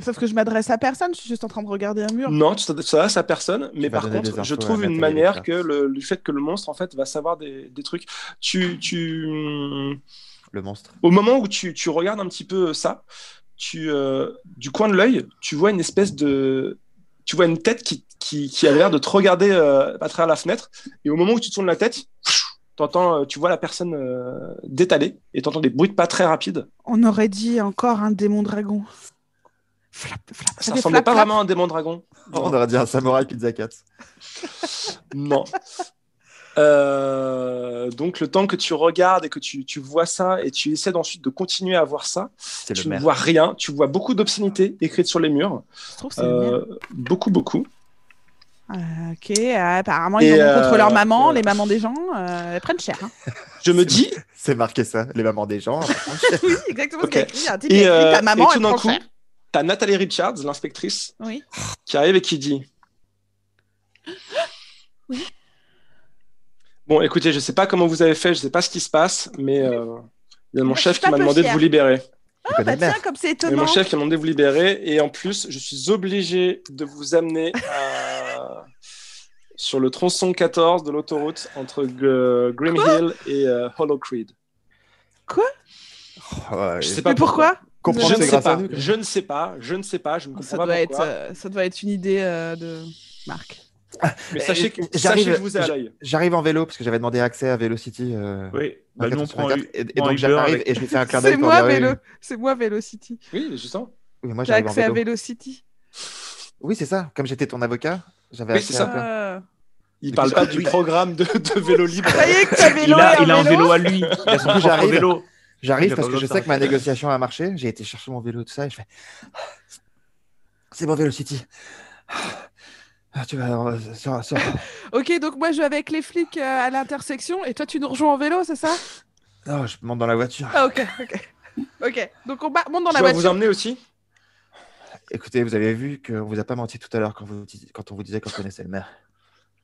S3: Sauf que je m'adresse à personne, je suis juste en train de regarder un mur.
S5: non, tu t'adresses à ça, personne, mais
S4: vas
S5: par
S4: donner des
S5: contre, je
S4: infos à
S5: trouve une
S4: Nathalie
S5: manière
S4: Leclerc.
S5: que le, le fait que le monstre en fait va savoir des, des trucs. Tu, tu,
S4: Le monstre.
S5: au moment où tu, tu regardes un petit peu ça, tu, euh, du coin de l'œil, tu vois une espèce de. Tu vois une tête qui, qui, qui a l'air de te regarder euh, à travers la fenêtre. Et au moment où tu tournes la tête, t'entends, euh, tu vois la personne euh, détaler et t'entends des bruits de pas très rapides.
S3: On aurait dit encore un démon dragon. Flap, flap.
S5: Ça
S3: fait
S5: ressemblait
S3: flap,
S5: pas
S3: flap.
S5: vraiment à un démon dragon.
S4: On aurait dit un samouraï pizza 4.
S5: Non. Euh, donc le temps que tu regardes et que tu, tu vois ça et tu essaies ensuite de continuer à voir ça,
S4: C'est
S5: tu
S4: le
S5: ne
S4: maire.
S5: vois rien, tu vois beaucoup d'obscénités écrites sur les murs,
S3: Je trouve que c'est le mien.
S5: Euh, beaucoup beaucoup.
S3: Euh, Ok, euh, apparemment
S5: Et,
S3: ils vont
S5: euh,
S3: contre leur maman,
S5: euh,
S3: les mamans des gens, euh, elles prennent cher. hein.
S5: Je me
S4: C'est
S5: dis
S4: C'est marqué ça, les mamans des gens.
S5: Ah,
S3: oui, exactement
S5: Ok.
S3: ce qu'il y a écrit. Un type
S5: et,
S3: qui a écrit,
S5: euh,
S3: ta maman,
S5: et tout
S3: elle
S5: d'un
S3: prend
S5: coup,
S3: cher.
S5: t'as Nathalie Richards, l'inspectrice,
S3: Oui.
S5: qui arrive et qui dit.
S3: Oui.
S5: Bon, écoutez, je sais pas comment vous avez fait, je sais pas ce qui se passe, mais euh, il y a mon
S3: Moi, je
S5: chef
S3: suis
S5: qui
S3: pas
S5: m'a
S3: peu
S5: demandé de
S3: fière.
S5: vous libérer.
S4: Tu connais
S3: Bah,
S4: le maire.
S3: tiens, comme c'est
S5: Mais
S3: étonnant.
S5: mon chef qui m'a demandé de vous libérer. Et en plus, je suis obligé de vous amener à- sur le tronçon 14 de l'autoroute entre G- Green Hill et euh, Hollow Creek.
S4: Ouais,
S5: Je sais pas
S3: Mais pourquoi
S4: comprends,
S5: je,
S4: c'est
S5: ne sais
S4: grâce à
S5: pas,
S4: nous. quoi.
S5: je ne sais pas, je ne sais pas, je ne comprends
S3: ça
S5: pas
S3: doit, être,
S5: pourquoi.
S3: euh, ça doit être une idée euh, de Marc. euh,
S5: Mais sachez que,
S4: Eh,
S5: sachez
S4: j'arrive-
S5: que je vous ai à l'œil.
S4: J'arrive en vélo parce que j'avais demandé accès à Velocity. euh,
S1: Oui, bah, nous on
S4: 24,
S1: prend.
S4: 24,
S1: U-
S4: et, et
S1: prend
S4: donc
S1: Uber
S4: j'arrive
S1: avec-
S4: et je lui fais un clin d'œil
S3: C'est
S4: pour
S3: moi,
S4: dire, oui,
S3: vélo... c'est moi Velocity.
S5: Oui, justement.
S4: oui, moi
S3: J'ai
S4: j'arrive en
S3: accès à
S4: vélo.
S3: Velocity.
S4: Oui, c'est ça. Comme j'étais ton avocat, j'avais
S5: Oui,
S4: accès
S5: c'est
S4: à
S5: ça.
S4: plein.
S3: Euh,
S5: Il
S4: Du
S5: parle
S4: coup,
S5: pas
S4: ça-
S5: du programme de, de vélo libre.
S3: Ça y est que ta
S1: Il
S3: vélo est
S1: a,
S3: un
S1: il a un
S3: vélo.
S1: vélo à lui. Il a son
S4: Du coup,
S1: propre
S4: j'arrive.
S1: vélo.
S4: J'arrive
S1: J'ai
S4: parce
S1: pas
S4: que je
S1: besoin de
S4: sais que ma
S1: faire-
S4: négociation a marché. J'ai été chercher mon vélo, tout ça, et je fais C'est bon, Velocity. Ah, tu vas. euh, sors- sors.
S3: Ok, donc moi je vais avec les flics euh, à l'intersection et toi tu nous rejoins en vélo, c'est ça
S4: Non, je monte dans la voiture.
S3: Ah ok, ok. Ok, donc on va- monte dans
S5: Je
S3: la
S5: dois
S3: voiture.
S5: vous emmener aussi.
S4: Écoutez, vous avez vu qu'on vous a pas menti tout à l'heure quand, vous dis- quand on vous disait qu'on connaissait le maire.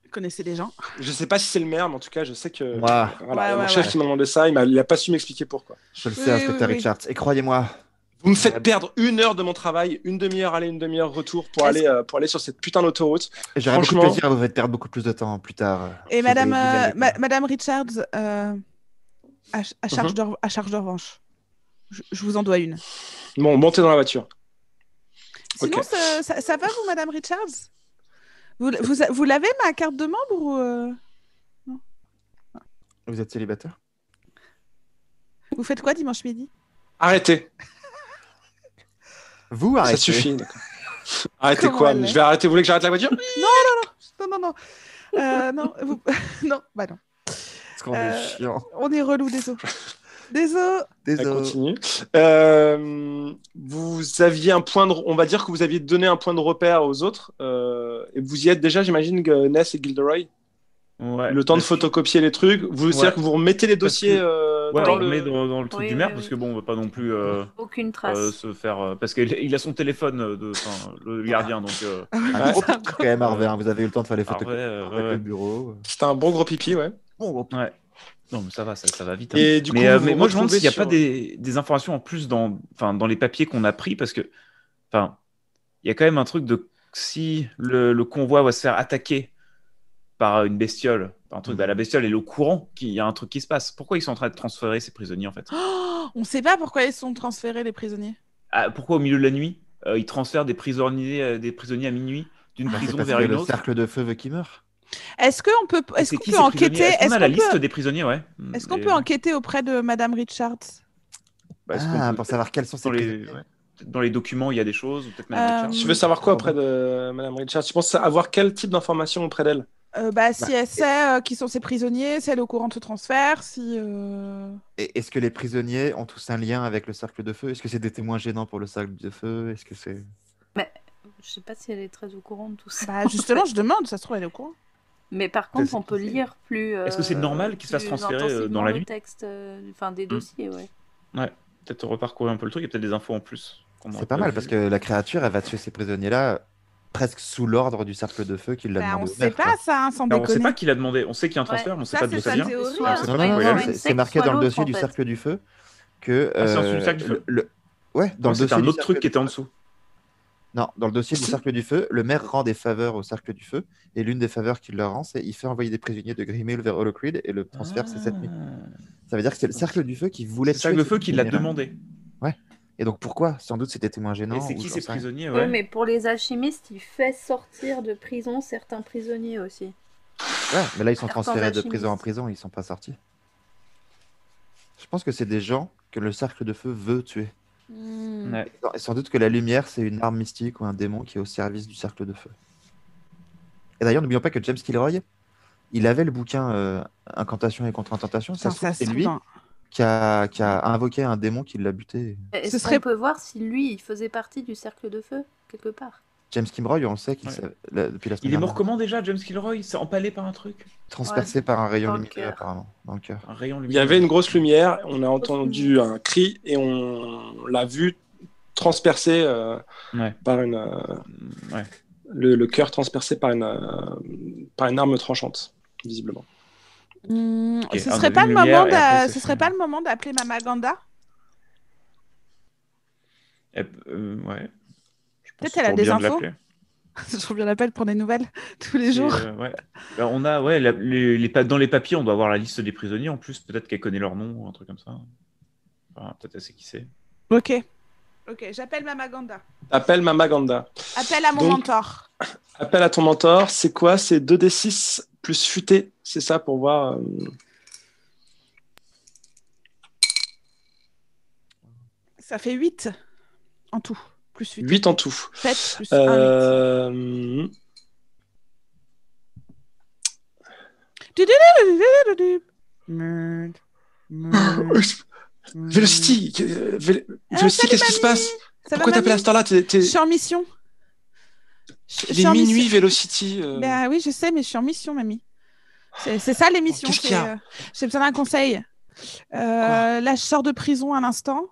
S3: Vous connaissez les gens
S5: Je sais pas si c'est le maire, mais en tout cas, je sais que.
S4: Moi,
S5: Voilà,
S3: Ouais,
S5: mon
S3: ouais,
S5: chef
S4: ouais.
S5: qui m'a demandé ça, il m'a- il a pas su m'expliquer pourquoi.
S4: je le sais,
S3: Oui,
S4: inspecteur
S3: oui, oui.
S4: Richards. Et croyez-moi,
S5: Vous me faites perdre une heure de mon travail, une demi-heure aller, une demi-heure retour pour
S3: Est-ce-
S5: aller, euh, pour aller sur cette putain d'autoroute.
S4: j'aurais beaucoup de
S5: Franchement.
S4: plaisir à vous faire perdre beaucoup plus de temps plus tard. euh, si
S3: Et
S4: vous
S3: madame,
S4: voulez dealer
S3: euh,
S4: avec
S3: ma-
S4: moi.
S3: madame Richards, euh, à, ch- à
S1: Uh-huh.
S3: charge de, re- à charge de revanche. Je, je vous en dois une.
S5: Bon, montez dans la voiture.
S3: Sinon,
S5: Ok.
S3: ça, ça- ça va, vous, madame Richards vous, vous, vous l'avez, ma carte de membre ou, euh,
S4: Vous êtes célibataire
S3: Vous faites quoi dimanche midi
S5: Arrêtez,
S4: Vous, arrêtez.
S5: ça suffit. d'accord. Arrêtez
S3: Comment
S5: quoi
S3: elle
S5: mais
S3: est
S5: Je vais arrêter. Vous voulez que j'arrête la voiture
S3: Non, non, non. Euh, non, vous- non, bah non.
S4: Parce qu'on
S3: Euh,
S4: est chiant.
S3: On est relou, désolé. Désolé.
S5: Elle
S4: Désolé.
S5: continue. Euh, vous aviez un point de, on va dire que vous aviez donné un point de repère aux autres. euh, et vous y êtes déjà, j'imagine, que Ness et Gilderoy.
S1: Ouais.
S5: le temps de
S1: Parce-
S5: photocopier les trucs. Vous, C'est-à-dire que vous remettez les
S1: Parce
S5: dossiers
S1: que-
S5: euh,
S1: Ouais,
S5: dans
S1: on
S5: le-
S1: le met dans, dans le truc
S2: Oui,
S1: du
S2: oui,
S1: maire
S2: oui.
S1: parce que bon, on va pas non plus euh,
S2: Aucune trace.
S1: euh, se faire. euh, parce qu'il il a son téléphone, euh, de, enfin, le gardien, donc. euh,
S4: Un gros pic quand même, Harvey. hein. Vous avez eu le temps de faire les
S1: ah
S4: photos.
S1: ouais, euh, ouais,
S4: Le
S1: ouais.
S4: bureau.
S5: C'était un bon gros pipi, ouais.
S4: Bon, gros
S1: Ouais. Non, mais ça va, ça, ça va vite. hein.
S5: Et du coup,
S1: mais, euh,
S5: vous
S1: mais
S5: vous
S1: moi, je me demande
S5: retrouvez
S1: s'il n'y a
S5: sur-
S1: pas des, des informations en plus dans, enfin, dans les papiers qu'on a pris, parce que, enfin, il y a quand même un truc de si le, le convoi va se faire attaquer par une bestiole, par un truc,
S4: Mhm.
S1: bah, la bestiole est au courant qu'il y a un truc qui se passe. Pourquoi ils sont en train de transférer ces prisonniers en fait
S3: Oh, on sait pas pourquoi ils sont transférés, les prisonniers.
S1: Ah, Pourquoi au milieu de la nuit euh, ils transfèrent des prisonniers, euh, des prisonniers à minuit d'une
S4: Bah, c'est
S1: prison
S4: parce
S1: vers
S4: que
S1: une
S4: le
S1: autre
S4: cercle de feu veut qu'il meure.
S3: Est-ce qu'on peut,
S1: Et
S3: est
S1: c'est
S3: qu'on
S1: qui ces
S3: peut
S1: prisonniers
S3: enquêter
S1: Est-ce qu'on a
S3: est-ce
S1: la
S3: qu'on peut-
S1: liste des prisonniers Ouais.
S3: Est-ce qu'on
S1: Et-
S3: peut enquêter auprès de Madame Richards
S1: bah, est-ce qu'on
S4: ah,
S1: peut-
S4: pour savoir quels sont ces
S1: dans les,
S4: prisonniers.
S1: ouais. Peut-être dans les documents, il y a des choses, ou peut-être même
S3: Euh,
S1: Richard.
S5: Tu veux savoir quoi auprès de Madame Richard Tu penses avoir quel type d'information auprès d'elle
S3: Euh, Bah, si elle sait euh, qui sont ces prisonniers, si elle est au courant de ce transfert, si. euh,
S4: Et Est-ce que les prisonniers ont tous un lien avec le cercle de feu Est-ce que c'est des témoins gênants pour le cercle de feu Est-ce que c'est
S2: Je sais pas si elle est très au courant de tout ça.
S3: Bah, justement, je demande, ça se trouve, elle est au courant.
S2: Mais par contre, on peut lire plus. euh,
S1: Est-ce que c'est normal qu'il se fasse
S2: plus
S1: transférer, euh,
S2: intensivement
S1: dans la
S2: le
S1: nuit Hmm.
S2: texte, euh, enfin des dossiers, ouais.
S1: Peut-être reparcourir un peu le truc, il y a peut-être des infos en plus. qu'on aurait
S4: c'est pas mal
S1: vu.
S4: parce que la créature elle va tuer ces prisonniers là presque sous l'ordre du cercle de feu qu'il l'a
S3: Bah,
S4: demandé.
S3: on
S4: au
S3: sait
S4: maire,
S3: pas
S4: quoi.
S3: ça, hein, sans
S1: Alors, on sait
S3: déconner.
S1: pas qui l'a demandé, on sait qu'il y a un transfert, mais on sait pas
S3: ça,
S1: d'où
S3: c'est
S1: ça
S3: sa
S1: vient.
S3: théorie,
S2: Soit-
S3: hein.
S2: soit
S4: Non, non,
S2: ils
S4: non,
S2: ont
S4: c'est-
S2: une
S4: c'est-
S2: secte,
S4: c'est marqué
S2: soit
S4: dans le
S2: l'autre,
S4: dossier
S2: en
S4: du
S2: fait.
S4: cercle du feu que.
S1: Ah, c'est un sous-
S4: euh,
S1: cercle du feu.
S4: le- le- Ouais,
S1: Non,
S4: dans le
S1: C'était
S4: dossier.
S1: un
S4: du
S1: autre truc
S4: cercle
S1: qui
S4: du
S1: était en dessous.
S4: Non, dans le dossier du Cercle du Feu, le maire rend des faveurs au Cercle du Feu, et l'une des faveurs qu'il leur rend, c'est il fait envoyer des prisonniers de Grimhill vers Hollow Creek, et le transfert, c'est cette
S1: Ah.
S4: nuit. Ça veut dire que c'est le Cercle du Feu qui voulait
S1: C'est le cercle
S4: tuer
S1: de
S4: ces
S1: feu qui l'a
S4: prisonniers-là.
S1: demandé.
S4: Et donc pourquoi Sans doute c'est des témoins gênants.
S1: Et c'est
S4: ou
S1: qui
S4: j'en
S1: ces
S4: sais rien.
S1: prisonniers
S2: Oui,
S1: ouais.
S2: mais pour les alchimistes, il fait sortir de prison certains prisonniers aussi.
S4: Ouais, mais là, ils sont
S2: Certains
S4: transférés de
S2: alchimistes.
S4: prison en prison, ils sont pas sortis. Je pense que c'est des gens que le Cercle de Feu veut tuer.
S1: Ouais.
S4: Et sans- Et sans doute que la lumière, c'est une arme mystique ou un démon qui est au service du cercle de feu. Et d'ailleurs, n'oublions pas que James Kilroy, il avait le bouquin euh, Incantation et contre-incantation. Ça
S3: Putain,
S4: se trouve,
S3: ça se
S4: c'est
S3: trouve hein.
S4: lui
S3: dans-
S4: qui a, qui a invoqué un démon qui l'a buté.
S2: Est-ce
S3: serait-
S2: qu'on peut voir si lui, il faisait partie du cercle de feu quelque part
S4: James Kilroy, on le sait qu'il
S1: Ouais.
S4: s'est- la- depuis la semaine
S1: Il est mort
S4: dernière,
S1: comment déjà, James Kilroy Il s'est empalé par un truc
S4: transpercé par un rayon
S2: Dans le
S4: lumineux,
S2: cœur.
S4: apparemment, dans le cœur.
S1: Un rayon
S5: Il
S1: lumineux.
S5: y avait une grosse lumière, on a entendu un cri et on l'a vu transpercé euh,
S1: Ouais.
S5: par une, euh,
S1: Mm, Ouais.
S5: le, le cœur transpercé par une, euh, par une arme tranchante, visiblement.
S3: Hmm,
S1: Ok,
S3: ce
S1: un
S3: serait
S1: de
S3: pas
S1: une
S3: le
S1: lumière,
S3: moment
S1: et
S3: d'a-
S1: après, c'est
S3: ce serait
S1: fini.
S3: pas le moment d'appeler Mamaganda
S1: Eh, euh, ouais. Je pense
S3: Peut-être
S1: que
S3: elle a
S1: pour
S3: des
S1: bien de
S3: infos
S1: l'appeler.
S3: Je trouve bien l'appel pour des nouvelles tous les
S1: C'est,
S3: jours.
S1: euh, ouais. Alors, on a, ouais, la- les, les pa- dans les papiers, on doit avoir la liste des prisonniers en plus. Peut-être qu'elle connaît leur nom ou un truc comme ça. Enfin, peut-être elle sait qui c'est.
S3: Ok. Ok, j'appelle Mamaganda.
S5: Appelle Mamaganda.
S3: Appelle à mon
S5: Donc-
S3: mentor.
S5: Appelle à ton mentor, c'est quoi C'est 2d6 plus futé, c'est ça pour voir. euh,
S3: Ça fait 8 en tout. Plus 8.
S5: 8 en tout.
S3: 7 plus 1, 8.
S5: Euh,
S3: Merde.
S5: Ah, Velocity, euh, Vel-
S3: Ah,
S5: Velocity,
S3: salut,
S5: qu'est-ce qui se
S3: mamie
S5: passe
S3: Ça va,
S5: Pourquoi t'appelles à
S3: mamie
S5: cette heure-là T'es- t'es-
S3: Je suis en mission. Je- je
S5: Il
S3: suis
S5: est
S3: en
S5: minuit,
S3: mission.
S5: Velocity. euh,
S3: Ben oui, je sais, mais je suis en mission, mamie. C'est c'est ça les missions.
S5: Oh, Qu'est-ce qu'il
S3: c'est,
S5: y a
S3: euh, J'ai besoin d'un conseil. Euh, là, je sors de prison à l'instant.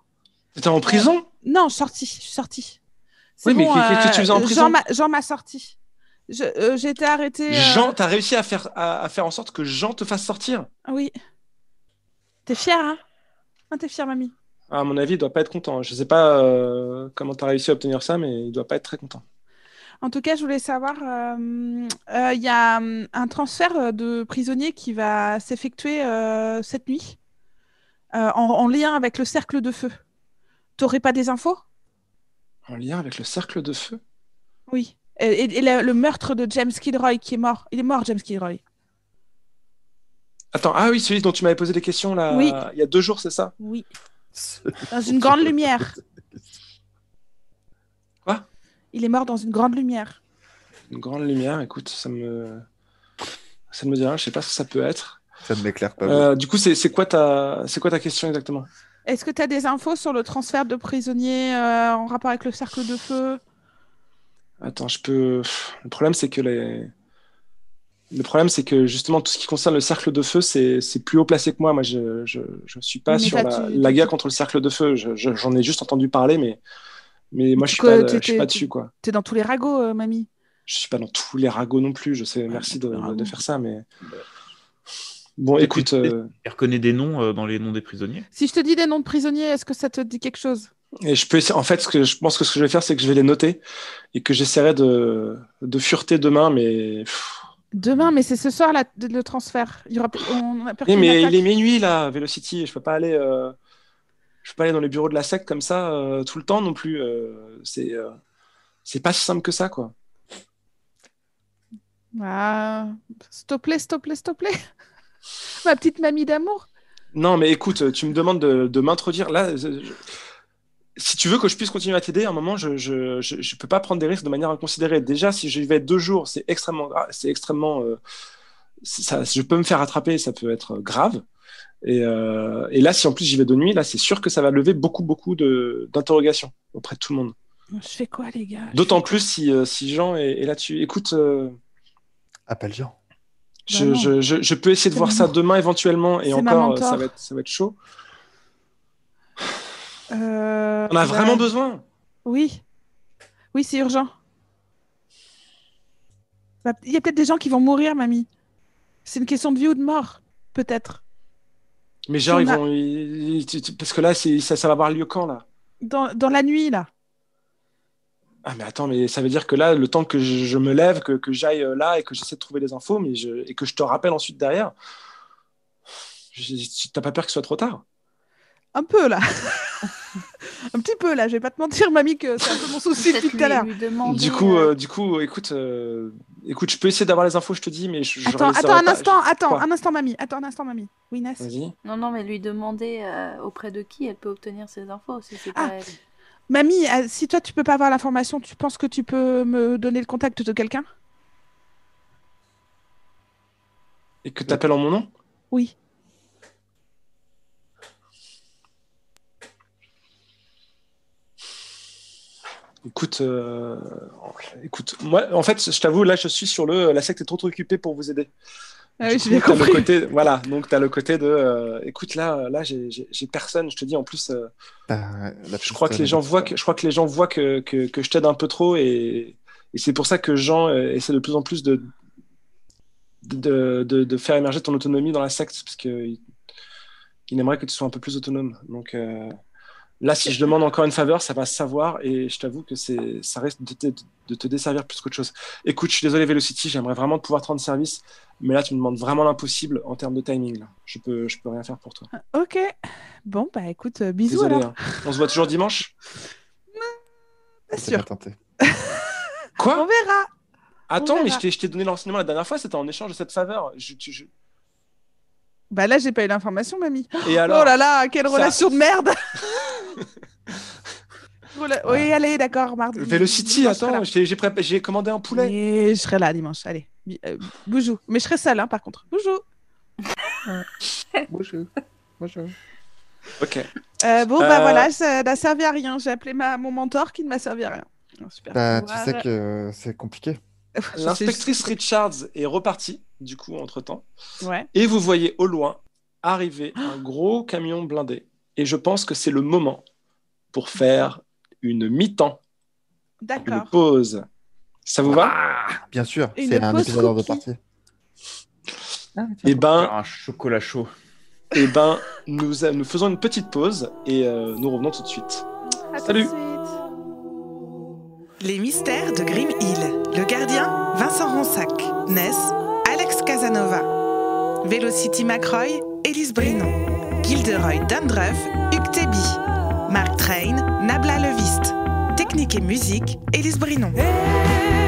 S5: T'es en prison
S3: Non, je suis sortie, je suis sortie. C'est euh,
S5: Oui, mais qu'est- qu'est-ce que tu faisais en prison
S3: Jean m'a- Jean m'a sorti. J'ai été arrêtée. euh,
S5: Jean, t'as réussi à faire, à, à faire en sorte que Jean te fasse sortir
S3: Oui. T'es fière, hein Ah, T'es fière, mamie.
S5: À mon avis, il doit pas être content. hein. Je sais pas euh, comment t'as réussi à obtenir ça, mais il doit pas être très content.
S3: En tout cas, je voulais savoir, euh, euh, il y a euh, un transfert euh, de prisonniers qui va s'effectuer euh, cette nuit euh, en, en lien avec le cercle de feu. T'aurais pas des infos
S5: En lien avec le cercle de feu
S3: Oui. Et, et- et le, le meurtre de James Kilroy qui est mort. Il est mort, James Kilroy.
S5: Attends, ah oui, celui dont tu m'avais posé des questions là,
S3: Oui.
S5: il y a deux jours, c'est ça
S3: Oui. Dans une grande lumière.
S5: Quoi
S3: Il est mort dans une grande lumière.
S5: Une grande lumière, écoute, ça me. Ça me dit rien, je sais pas ce que ça peut être.
S4: Ça ne m'éclaire pas.
S5: Euh, du coup, c'est c'est quoi, ta... c'est quoi ta question exactement
S3: Est-ce que tu as des infos sur le transfert de prisonniers euh, en rapport avec le cercle de feu
S5: Attends, je peux. Pff, Le problème, c'est que les. Le problème, c'est que justement, tout ce qui concerne le cercle de feu, c'est c'est plus haut placé que moi. Moi, je je, je suis pas
S3: Mais
S5: sur
S3: toi,
S5: la,
S3: tu-
S5: la
S3: tu-
S5: guerre contre le cercle de feu. Je- je- J'en ai juste entendu parler, mais, mais moi, je suis,
S3: Quoi,
S5: pas, je suis
S3: euh, t'étais-
S5: pas dessus, quoi.
S3: T'es dans tous les ragots, euh, mamie.
S5: Je suis pas dans tous les ragots non plus. Je sais, merci de,
S3: les ragots.
S5: de faire ça, mais. Bon, écoute,
S1: tu-
S5: euh,
S1: Elle reconnaît des noms euh, dans les noms des prisonniers.
S3: Si je te dis des noms de prisonniers, est-ce que ça te dit quelque chose
S5: et je peux essayer- En fait, ce que je pense que ce que je vais faire, c'est que je vais les noter et que j'essaierai de, de fureter demain, mais. pff,
S3: Demain, mais c'est ce soir là, de- le transfert. Il y aura... On a peur
S5: Oui,
S3: qu'il
S5: mais
S3: m'attaque.
S5: il est minuit là, Velocity. Je peux pas aller, euh, je peux pas aller dans les bureaux de la SEC comme ça euh, tout le temps non plus. euh, c'est, euh, c'est pas si simple que ça, quoi.
S3: Ah, S'il te plaît, s'il te plaît, s'il te plaît. Ma petite mamie d'amour.
S5: Non, mais écoute, tu me demandes de, de m'introduire là. je- je- Si tu veux que je puisse continuer à t'aider, à un moment, je, je, je, je peux pas prendre des risques de manière inconsidérée. Déjà, si j'y vais deux jours, c'est extrêmement, gra- c'est extrêmement, euh, c'est- ça, je peux me faire attraper, ça peut être grave. Et, euh, et là, si en plus j'y vais de nuit, là, c'est sûr que ça va lever beaucoup, beaucoup de, d'interrogations auprès de tout le monde.
S3: Je fais quoi, les gars
S5: D'autant plus si, euh, si Jean est, est là-dessus. Écoute, euh,
S4: Appelle Jean.
S5: je,
S3: Bah non.
S5: je, je, je peux essayer de
S3: C'est
S5: voir
S3: mon-
S5: ça demain éventuellement et
S3: c'est ma
S5: encore, euh,
S3: mentor.
S5: ça va, être, ça va être chaud.
S3: Euh,
S5: On a
S3: bah,
S5: vraiment besoin.
S3: Oui. Oui, c'est urgent. Bah, Il y a peut-être des gens qui vont mourir, mamie. C'est une question de vie ou de mort, peut-être.
S5: Mais genre,
S3: on
S5: ils
S3: a-
S5: vont. ils- ils- tu- tu- parce que là, c'est- ça, ça va avoir lieu quand, là
S3: Dans, dans la nuit, là.
S5: Ah, mais attends, mais ça veut dire que là, le temps que je, je me lève, que, que j'aille euh, là et que j'essaie de trouver des infos mais je, et que je te rappelle ensuite derrière, je- tu- t'as pas peur que ce soit trop tard
S3: Un peu, là. un petit peu, là. Je vais pas te mentir, mamie, que c'est un peu mon souci
S2: Peut-être
S3: depuis tout à l'heure.
S2: lui, lui demander.
S5: Du coup,
S2: euh,
S5: euh, du coup écoute, euh, écoute, je peux essayer d'avoir les infos, je te dis, mais je. je
S3: Attends,
S5: réussirai
S3: attends un
S5: pas-
S3: instant, attends,
S5: Quoi
S3: un instant, mamie. Attends un instant, mamie. Oui, Nas.
S5: Vas-y.
S2: Non, non, mais lui demander euh, auprès de qui elle peut obtenir ces infos. Si c'est
S3: Ah.
S2: pas elle.
S3: Mamie, euh, si toi, tu peux pas avoir l'information, tu penses que tu peux me donner le contact de quelqu'un
S5: Et que t'appelles en mon nom
S3: Oui.
S5: Écoute, euh, écoute, moi, en fait, je t'avoue, là, je suis sur le. La secte est trop occupée pour vous aider.
S3: Ah
S5: Du
S3: oui,
S5: coup,
S3: je l'ai
S5: t'as le
S3: compris.
S5: côté, voilà, donc t'as le côté de. euh, écoute, là, là, j'ai- j'ai j'ai personne. Je te dis, en plus, euh,
S4: Bah,
S5: je crois
S4: euh,
S5: que les gens voient que je crois que les gens voient que que, que je t'aide un peu trop et, et c'est pour ça que Jean euh, essaie de plus en plus de de, de de faire émerger ton autonomie dans la secte parce que il, il aimerait que tu sois un peu plus autonome. Donc euh, Là, si je demande encore une faveur, ça va se savoir et je t'avoue que c'est, ça reste de te, de te desservir plus qu'autre chose. Écoute, je suis désolé, Velocity, j'aimerais vraiment pouvoir te rendre service, mais là, tu me demandes vraiment l'impossible en termes de timing. Là. Je peux, je peux rien faire pour toi.
S3: Ok. Bon, bah écoute, euh, bisous
S5: Désolé.
S3: alors.
S5: hein. On se voit toujours dimanche hein,
S3: Pas
S4: Ça va
S3: sûr.
S4: tenter.
S3: On
S5: Quoi
S3: verra.
S5: Attends, mais
S3: verra.
S5: je t'ai, je t'ai donné l'enseignement la dernière fois, c'était en échange de cette faveur. Je- tu- je-
S3: Bah là, j'ai pas eu l'information, mamie.
S5: Et alors
S3: oh là là, quelle
S5: ça-
S3: relation de merde Rela- Oui, allez, d'accord, mardi.
S5: Velocity,
S3: Dimanche, je serai
S5: attends,
S3: là.
S5: j'ai, j'ai prépa- j'ai commandé un poulet.
S3: Et je serai là dimanche, allez. Bi- euh, Boujou. Mais je serai seule, hein, par contre. Boujou.
S4: Bonjour. Bonjour.
S5: Ok.
S3: Euh, bon, bah
S5: Euh,
S3: voilà, ça n'a servi à rien. J'ai appelé ma... mon mentor qui ne m'a servi à rien. Oh, super.
S4: Bah, tu
S2: Voilà.
S4: sais que euh, c'est compliqué.
S3: Je sais-
S5: L'inspectrice Richards est repartie, du coup, entre-temps.
S3: Ouais.
S5: Et vous voyez au loin arriver un gros camion blindé. Et je pense que c'est le moment pour faire une mi-temps, une
S3: D'accord.
S5: pause. Ça vous va
S4: Bien sûr,
S3: Une
S4: c'est un
S3: pause
S4: épisode hors de
S3: cookie.
S4: partie.
S5: Eh ben,
S1: Un chocolat chaud.
S5: eh ben nous, nous faisons une petite pause et euh, nous revenons tout de suite.
S3: À tout
S5: Salut.
S3: de suite.
S6: Les mystères de Grim Hill. Le gardien, Vincent Ronsac. Ness, Alex Casanova. Velocity McRoy, Élise Brinon. Gilderoy Dundruff, Hugues Teby. Mark Train, Nabla Leviste. Technique et musique, Élise Brinon.
S7: Hey!